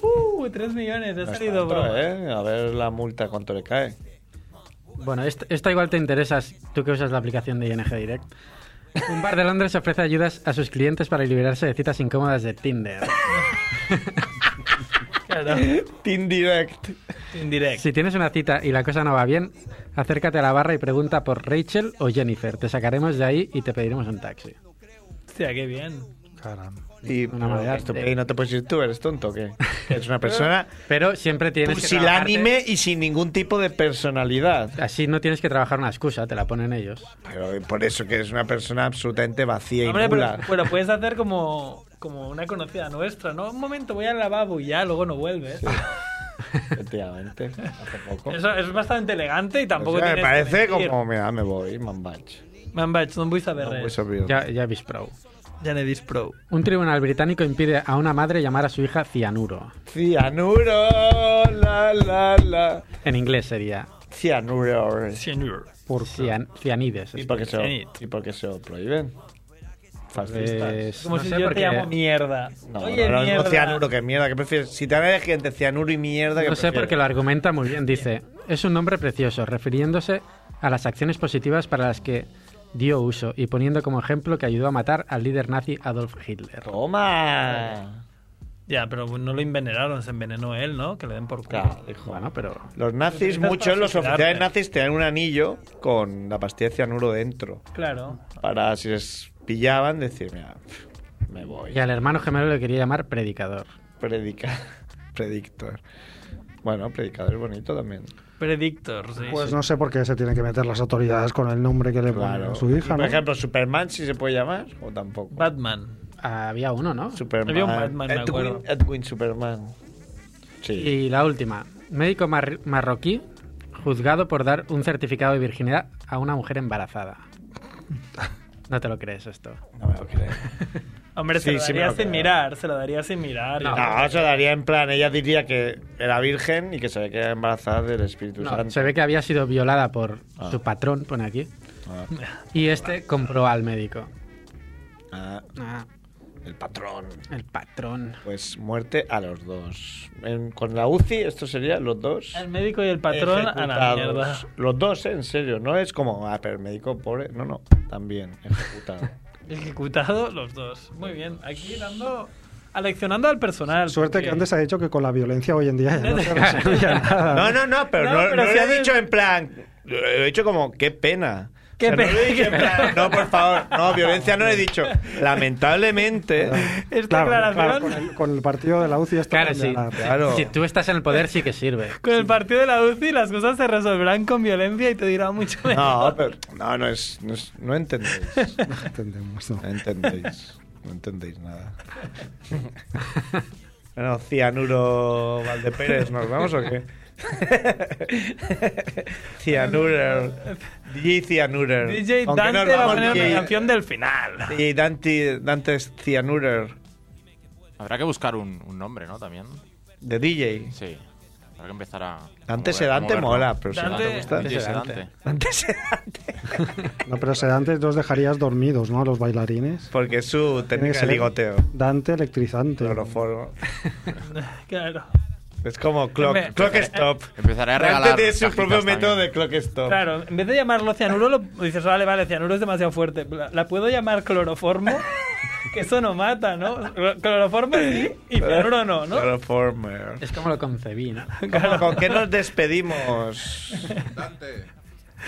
Speaker 1: Uh, 3 millones, ha
Speaker 2: No es
Speaker 1: salido,
Speaker 2: tanto,
Speaker 1: bro.
Speaker 2: ¿eh? A ver la multa, cuánto le cae.
Speaker 9: Bueno, est- esta igual te interesa, tú que usas la aplicación de ING Direct. Un bar de Londres ofrece ayudas a sus clientes para liberarse de citas incómodas de Tinder.
Speaker 1: Claro.
Speaker 2: Team Direct.
Speaker 1: Indirect.
Speaker 9: Si tienes una cita y la cosa no va bien, acércate a la barra y pregunta por Rachel o Jennifer. Te sacaremos de ahí y te pediremos un taxi.
Speaker 1: Hostia, qué bien.
Speaker 5: Caramba.
Speaker 2: Y,
Speaker 9: Una manera
Speaker 2: esto-
Speaker 9: de-
Speaker 2: y no te puedes ir tú, eres tonto, ¿o ¿qué? Eres una persona
Speaker 9: Pero siempre tienes que
Speaker 2: pusilánime Pues y sin ningún tipo de personalidad.
Speaker 9: trabajarte- Así no tienes que trabajar una excusa, te la ponen ellos.
Speaker 2: Pero por eso que eres una persona absolutamente vacía y
Speaker 1: Hombre, pero,
Speaker 2: nula.
Speaker 1: pero puedes hacer como, como una conocida nuestra, ¿no? Un momento, voy al lavabo y ya, luego no vuelves. pues,
Speaker 2: Efectivamente, hace poco.
Speaker 1: Eso es bastante elegante y tampoco
Speaker 2: O sea, me
Speaker 1: tienes
Speaker 2: parece
Speaker 1: que mentir.
Speaker 2: como, mira, me voy, mambach.
Speaker 1: Man, vaig, no em vull saber
Speaker 2: No voy a
Speaker 1: res.
Speaker 2: saber.
Speaker 9: Ya, ya vis pro.
Speaker 1: Ja n'he vist prou.
Speaker 9: Un tribunal británico impide a una madre llamar a su hija cianuro.
Speaker 2: Cianuro, la, la, la.
Speaker 9: En inglés sería
Speaker 2: Cianuro.
Speaker 1: Senyor.
Speaker 9: cian- cianides.
Speaker 2: ¿Y por qué se lo,
Speaker 1: Cianit.
Speaker 2: y por qué se lo prohíben? Fascistas.
Speaker 9: Pues,
Speaker 1: Como
Speaker 9: no
Speaker 1: si
Speaker 9: sé
Speaker 1: yo
Speaker 9: por
Speaker 1: te
Speaker 9: qué-
Speaker 1: llamo mierda.
Speaker 2: No,
Speaker 1: Oye,
Speaker 2: no, no,
Speaker 1: mierda.
Speaker 2: cianuro, que mierda, que prefieres. Si te habla de gente, cianuro y mierda, que
Speaker 9: No sé porque lo argumenta muy bien. Dice, es un nombre precioso, refiriéndose a las acciones positivas para las que dio uso y poniendo como ejemplo que ayudó a matar al líder nazi Adolf Hitler.
Speaker 2: Toma.
Speaker 1: Ya, pero no lo envenenaron, se envenenó él, ¿no? Que le den por culo.
Speaker 2: Claro, hijo.
Speaker 9: Bueno, pero...
Speaker 2: Los nazis,
Speaker 1: Necesitas
Speaker 2: muchos,
Speaker 1: para
Speaker 2: los oficiales
Speaker 1: suicidarte.
Speaker 2: nazis tenían un anillo con la pastilla de cianuro dentro.
Speaker 1: Claro.
Speaker 2: Para si es pillaban, decir, mira, pf, me voy.
Speaker 9: Y al hermano gemelo le quería llamar predicador.
Speaker 2: Predica, predictor. Bueno, predicador es bonito también.
Speaker 1: Predictor, sí.
Speaker 5: Pues no sé por qué se tienen que meter las autoridades con el nombre que le ponen a su
Speaker 2: Y,
Speaker 5: hija,
Speaker 2: por
Speaker 5: ¿no?
Speaker 2: ejemplo, Superman si se puede llamar o tampoco.
Speaker 1: Batman.
Speaker 9: había uno, ¿no?
Speaker 2: Superman.
Speaker 9: Había un Batman, me
Speaker 2: Edwin,
Speaker 9: acuerdo.
Speaker 2: Edwin Superman. Sí.
Speaker 9: Y la última. Médico mar- marroquí juzgado por dar un certificado de virginidad a una mujer embarazada. No te lo crees esto.
Speaker 2: No me lo creo.
Speaker 1: Hombre, se
Speaker 2: Sí,
Speaker 1: lo
Speaker 2: sí me lo
Speaker 1: daría sin
Speaker 2: creo.
Speaker 1: mirar, se lo daría sin mirar.
Speaker 2: No, eso daría en plan, ella diría que era virgen y que se había quedado embarazada del Espíritu
Speaker 9: No,
Speaker 2: Santo.
Speaker 9: se ve que había sido violada por
Speaker 2: Ah.
Speaker 9: su patrón, pone aquí.
Speaker 2: Ah.
Speaker 9: Y este compró al médico.
Speaker 2: Ah,
Speaker 9: Ah,
Speaker 2: el patrón.
Speaker 9: el patrón.
Speaker 2: Pues muerte a los dos. En- con la UCI esto sería los dos.
Speaker 1: El médico y el patrón a la
Speaker 2: ejecutados.
Speaker 1: mierda.
Speaker 2: Los dos, eh, en serio. No es como, ah, pero el médico pobre. No, no, también ejecutado.
Speaker 1: Ejecutado los dos. Muy bien. Aquí dando. Aleccionando al personal.
Speaker 5: Suerte que antes ha dicho que con la violencia hoy en día ya no se resolvía nada.
Speaker 2: No, no, no, pero no,
Speaker 1: pero
Speaker 2: no
Speaker 1: si
Speaker 2: lo he
Speaker 1: haces-
Speaker 2: dicho en plan. Lo he dicho como, qué pena.
Speaker 1: Qué
Speaker 2: O sea, no, lo he
Speaker 1: pena,
Speaker 2: dicho en
Speaker 1: qué
Speaker 2: plan,
Speaker 1: pena.
Speaker 2: no, por favor, no, violencia no lo he dicho. Lamentablemente.
Speaker 1: Esta aclaración.
Speaker 5: claro, con, el, con el partido de la UCI está
Speaker 9: Claro, sí. Si tú estás en el poder, sí que sirve.
Speaker 1: Con el partido de la UCI las cosas se resolverán con violencia y te dirá mucho mejor.
Speaker 2: No, pero, no, no es, no es- no entendéis.
Speaker 5: No entendemos, no.
Speaker 2: No entendéis. No entendéis nada. Bueno, Cianuro Valdepérez, ¿nos vamos o qué? Cianuro. DJ Cianuro.
Speaker 1: DJ
Speaker 2: Aunque
Speaker 1: Dante
Speaker 2: nos
Speaker 1: va a
Speaker 2: vamos,
Speaker 1: poner una
Speaker 2: DJ
Speaker 1: canción del final.
Speaker 2: DJ Dante, Dantes Cianurer
Speaker 16: Habrá que buscar un, un nombre, ¿no? También.
Speaker 2: de DJ.
Speaker 16: Sí. Habrá que empezar a.
Speaker 2: Dante
Speaker 16: a mover-
Speaker 2: Sedante
Speaker 16: a moverlo.
Speaker 2: mola, pero
Speaker 16: Dante-
Speaker 2: si no te gusta.
Speaker 16: DJ Sedante.
Speaker 2: Dante Sedante.
Speaker 5: No, pero se- antes los dejarías dormidos, ¿no? A los bailarines.
Speaker 2: Porque es su técnica de
Speaker 5: ser
Speaker 2: ligoteo.
Speaker 5: Dante electrizante.
Speaker 2: Cloroformo.
Speaker 1: Claro.
Speaker 2: Es como clock,
Speaker 1: Hombre, eh,
Speaker 2: clock
Speaker 1: empezaré-
Speaker 2: stop.
Speaker 16: empezaré a
Speaker 2: Dante
Speaker 16: regalar
Speaker 2: tiene su
Speaker 16: cajitas
Speaker 2: propio
Speaker 16: también.
Speaker 2: método de clock stop.
Speaker 1: Claro, en vez de llamarlo cianuro, lo dices, vale, vale, cianuro es demasiado fuerte. La, la puedo llamar cloroformo, que eso no mata, ¿no? Clor- Cloroformo sí y cianuro no, ¿no?
Speaker 2: Cloroformer.
Speaker 9: Es como lo concebí, ¿no?
Speaker 1: Claro.
Speaker 2: ¿Con qué nos despedimos?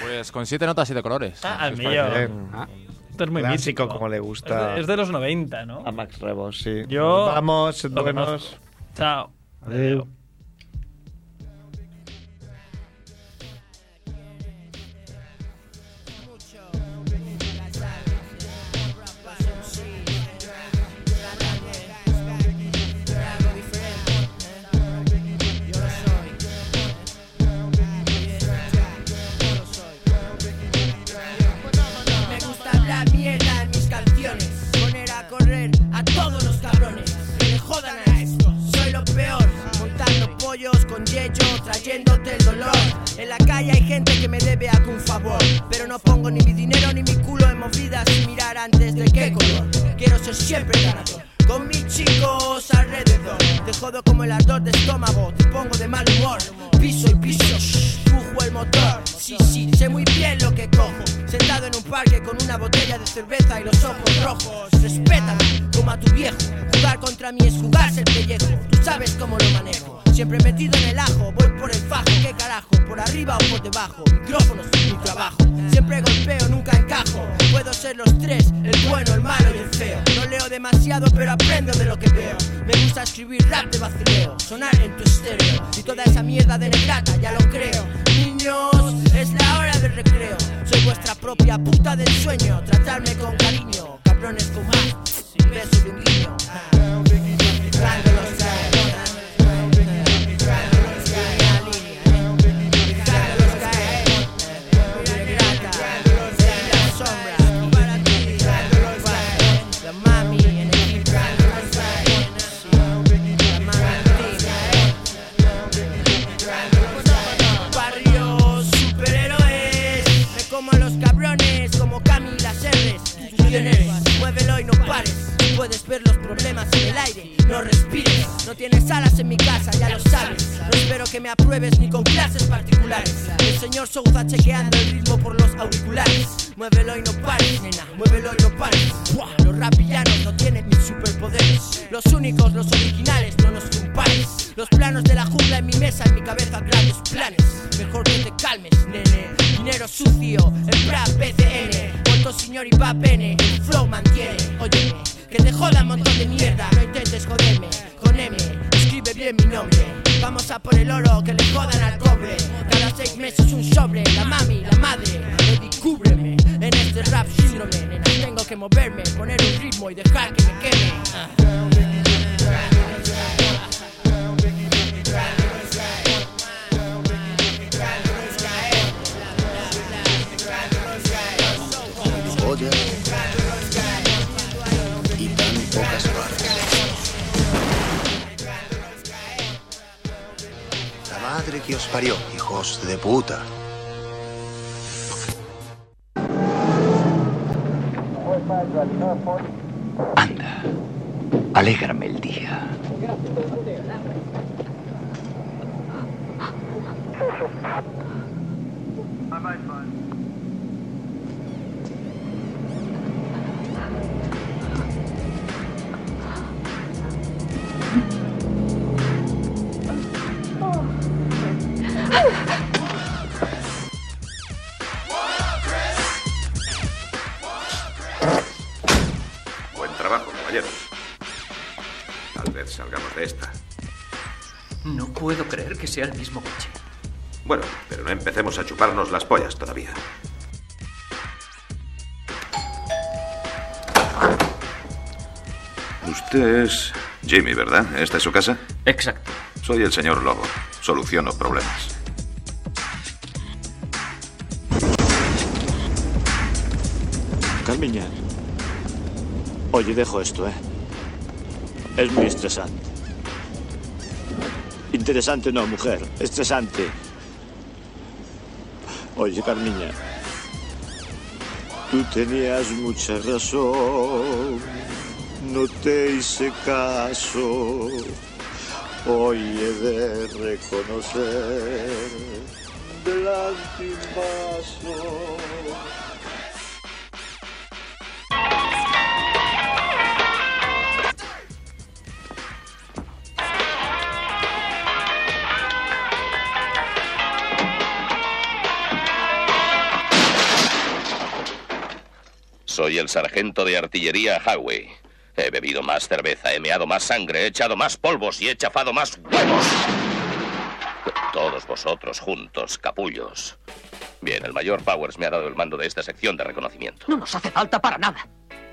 Speaker 16: Pues con siete notas y de colores.
Speaker 1: Ah, al
Speaker 16: ¿Os
Speaker 1: millón.
Speaker 16: parece?
Speaker 2: Ah.
Speaker 1: Esto es muy
Speaker 2: Clásico,
Speaker 1: mítico.
Speaker 2: como le gusta.
Speaker 1: Es de, es de los 90, ¿no?
Speaker 2: A Max Rebos, sí.
Speaker 1: Yo-
Speaker 2: Vamos,
Speaker 1: lo
Speaker 2: buenos.
Speaker 1: conozco. Chao.
Speaker 17: Me gusta hablar mierda en mis canciones, poner a correr a todos los cabrones. Que le jodan a esto, soy lo peor. Montando pollos con yello, trayéndote el dolor. En la calle hay gente que me debe algún favor, pero no pongo ni mi dinero ni mi culo en movidas sin mirar antes de qué color. Quiero ser siempre ganador. Con mis chicos alrededor, te jodo como el ardor de estómago, te pongo de mal humor, piso y piso, shh, empujo el motor, sí, sí, sé muy bien lo que cojo, sentado en un parque con una botella de cerveza y los ojos rojos, respétame como a tu viejo, jugar contra mí es jugarse el pellejo, tú sabes cómo lo manejo, siempre metido en el ajo, voy por el fajo, qué carajo, por arriba o por debajo, micrófonos, mi trabajo, siempre golpeo, nunca encajo, puedo ser los tres, el bueno, el malo y el feo, no leo demasiado pero aprendo de lo que veo, me gusta escribir rap de vacileo, sonar en tu estéreo, y toda esa mierda de negrata, ya lo creo, niños, es la hora del recreo, soy vuestra propia puta del sueño, tratarme con cariño, cabrones con más, un beso y un guiño, dejando los caer, dejando los caer, dejándolos caer, en las sombras, dejándolos caer, la mami en el hip, dejándolos caer, la mami Barrios superhéroes, me como a los cabrones como Cami y las R's. ¿Tú quién eres? Muévelo y no pares. Puedes ver los problemas en el aire, no respires. No tienes alas en mi casa, ya lo sabes. No espero que me apruebes ni con clases particulares. El señor Souza chequeando el ritmo por los auriculares. Muévelo y no pares, nena, muévelo y no pares. Buah, los rapillanos no tienen mis superpoderes. Los únicos, los originales, no nos compares. Los planos de la jungla en mi mesa, en mi cabeza grandes planes. Mejor que te calmes, nene. Dinero sucio, el rap BCN. Vuelto sin señor y va pene, el flow mantiene, óyeme, que te joda un montón de mierda, no intentes joderme, con M, escribe bien mi nombre, vamos a por el oro, que le jodan al cobre, cada seis meses un sobre, la mami, la madre, lo descúbreme, en este rap síndrome, nena, tengo que moverme, poner un ritmo y dejar que me queme, ah.
Speaker 18: Oye. Y tan pocas partes.
Speaker 19: La madre que os parió, hijos de puta.
Speaker 18: Anda, alégrame el día.
Speaker 13: Buen trabajo, compañero. Tal vez salgamos de esta.
Speaker 20: No puedo creer que sea el mismo coche.
Speaker 13: Bueno, pero no empecemos a chuparnos las pollas todavía. Usted es Jimmy, ¿verdad? ¿Esta es su casa?
Speaker 20: Exacto.
Speaker 13: Soy el señor Lobo. Soluciono problemas.
Speaker 21: Carmiña. Oye, dejo esto, ¿eh? Es muy estresante. Interesante no, mujer. Estresante. Oye, Carmiña. Tú tenías mucha razón. No te hice caso. Hoy he de reconocer delante un vaso.
Speaker 22: Soy el sargento de artillería Howey. He bebido más cerveza, he meado más sangre, he echado más polvos y he chafado más huevos. Todos vosotros juntos, capullos. Bien, el mayor Powers me ha dado el mando de esta sección de reconocimiento.
Speaker 20: No nos hace falta para nada.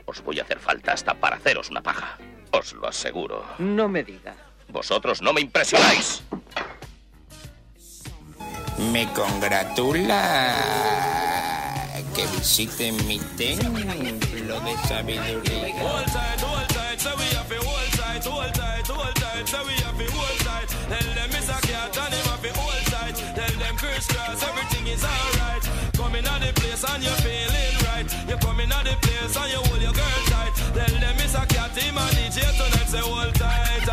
Speaker 22: Os voy a hacer falta hasta para haceros una paja. Os lo aseguro.
Speaker 20: No me diga.
Speaker 22: Vosotros no me impresionáis.
Speaker 23: Me congratula que visiten mi templo de sabiduría.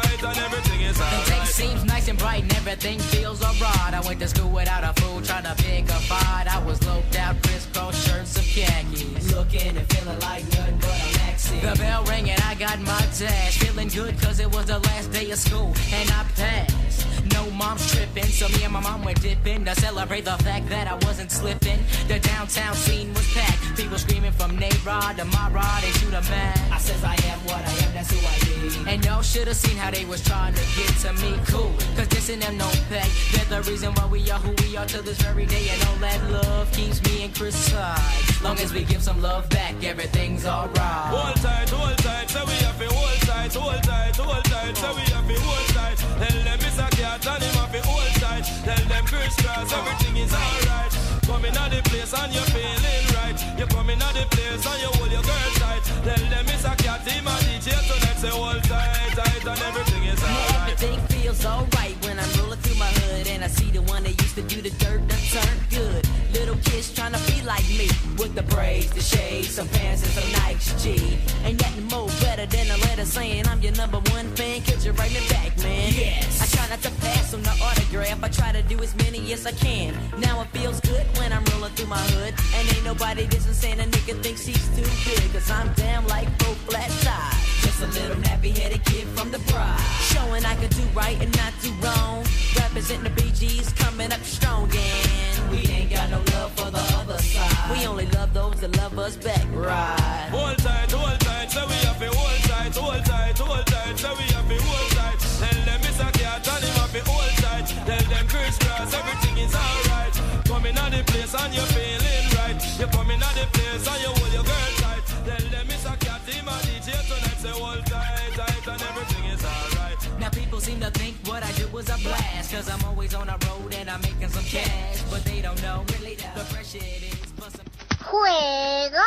Speaker 24: The text seems nice and bright and everything feels alright. I went to school without a fool trying to pick a fight. I was loped out, crisscross shirts of khakis. Looking and feeling like nothing but a maxi. The bell rang and I got my dash. Feeling good cause it was the last day of school and I passed. No mom's tripping, so me and my mom were dipping to celebrate the fact that I wasn't slipping. The downtown scene was packed. People screaming from Nayrod to my rod and shoot a man. I says I am what I am, that's who I am. And y'all should have seen how they was trying to get to me cool. Cause this and them no pay. They're the reason why we are who we are to this very day. And all that love keeps me and Chris side. Long as we give some love back, everything's alright.
Speaker 23: Hold tight, hold tight, so we have to hold tight, hold tight, hold tight, so we have to hold tight. Tell them it's a cat and him have to hold tight. Tell them crisscross, everything is alright. Coming out the place and you're feeling right. You're coming out the place and you hold your girl tight. Tell them it's a cat, him and DJ tonight, say hold tight, tight, and everything is alright.
Speaker 24: Everything feels alright when I'm rolling through my hood and I see the one that used to do the dirt that turned good. Little kids trying to be like me with the braids, the shades, some pants and some Nikes. G ain't nothing more better than a letter saying I'm your number one fan. Could you write me back, man? Yes. I try not to pass on the autograph. I try to do as many as I can. Now it feels good when I'm rolling through my hood and ain't nobody dissing saying a nigga thinks he's too good. Cause I'm damn like four flat tires. Just a little nappy headed kid from the pride. Showing I can do right and not do wrong. Representing the BGs coming up strong and we ain't got no love for the other side. We only love those that love us back. Right.
Speaker 23: Hold tight, hold tight, so we have to hold tight, hold tight, hold tight, so we have to hold tight. Tell them it's a cat and him have to hold tight. Tell them first class, everything is alright. Coming out the place and you're feeling right. You're coming out the place and you hold your girl tight. Tell them it's a cat, him a DJ tonight, say hold tight, tight, and everything is alright.
Speaker 24: Now people seem to think what I do is a blast. Cause I'm always on the road and I'm making some cash. But they don't know really the pressure it is. Bustin'
Speaker 6: Juega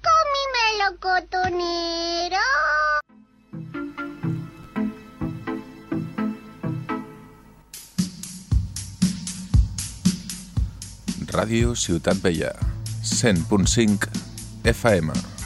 Speaker 6: con mi melocotonero.
Speaker 5: pues-
Speaker 4: Ràdio Ciutat Vella, 100.5 FM.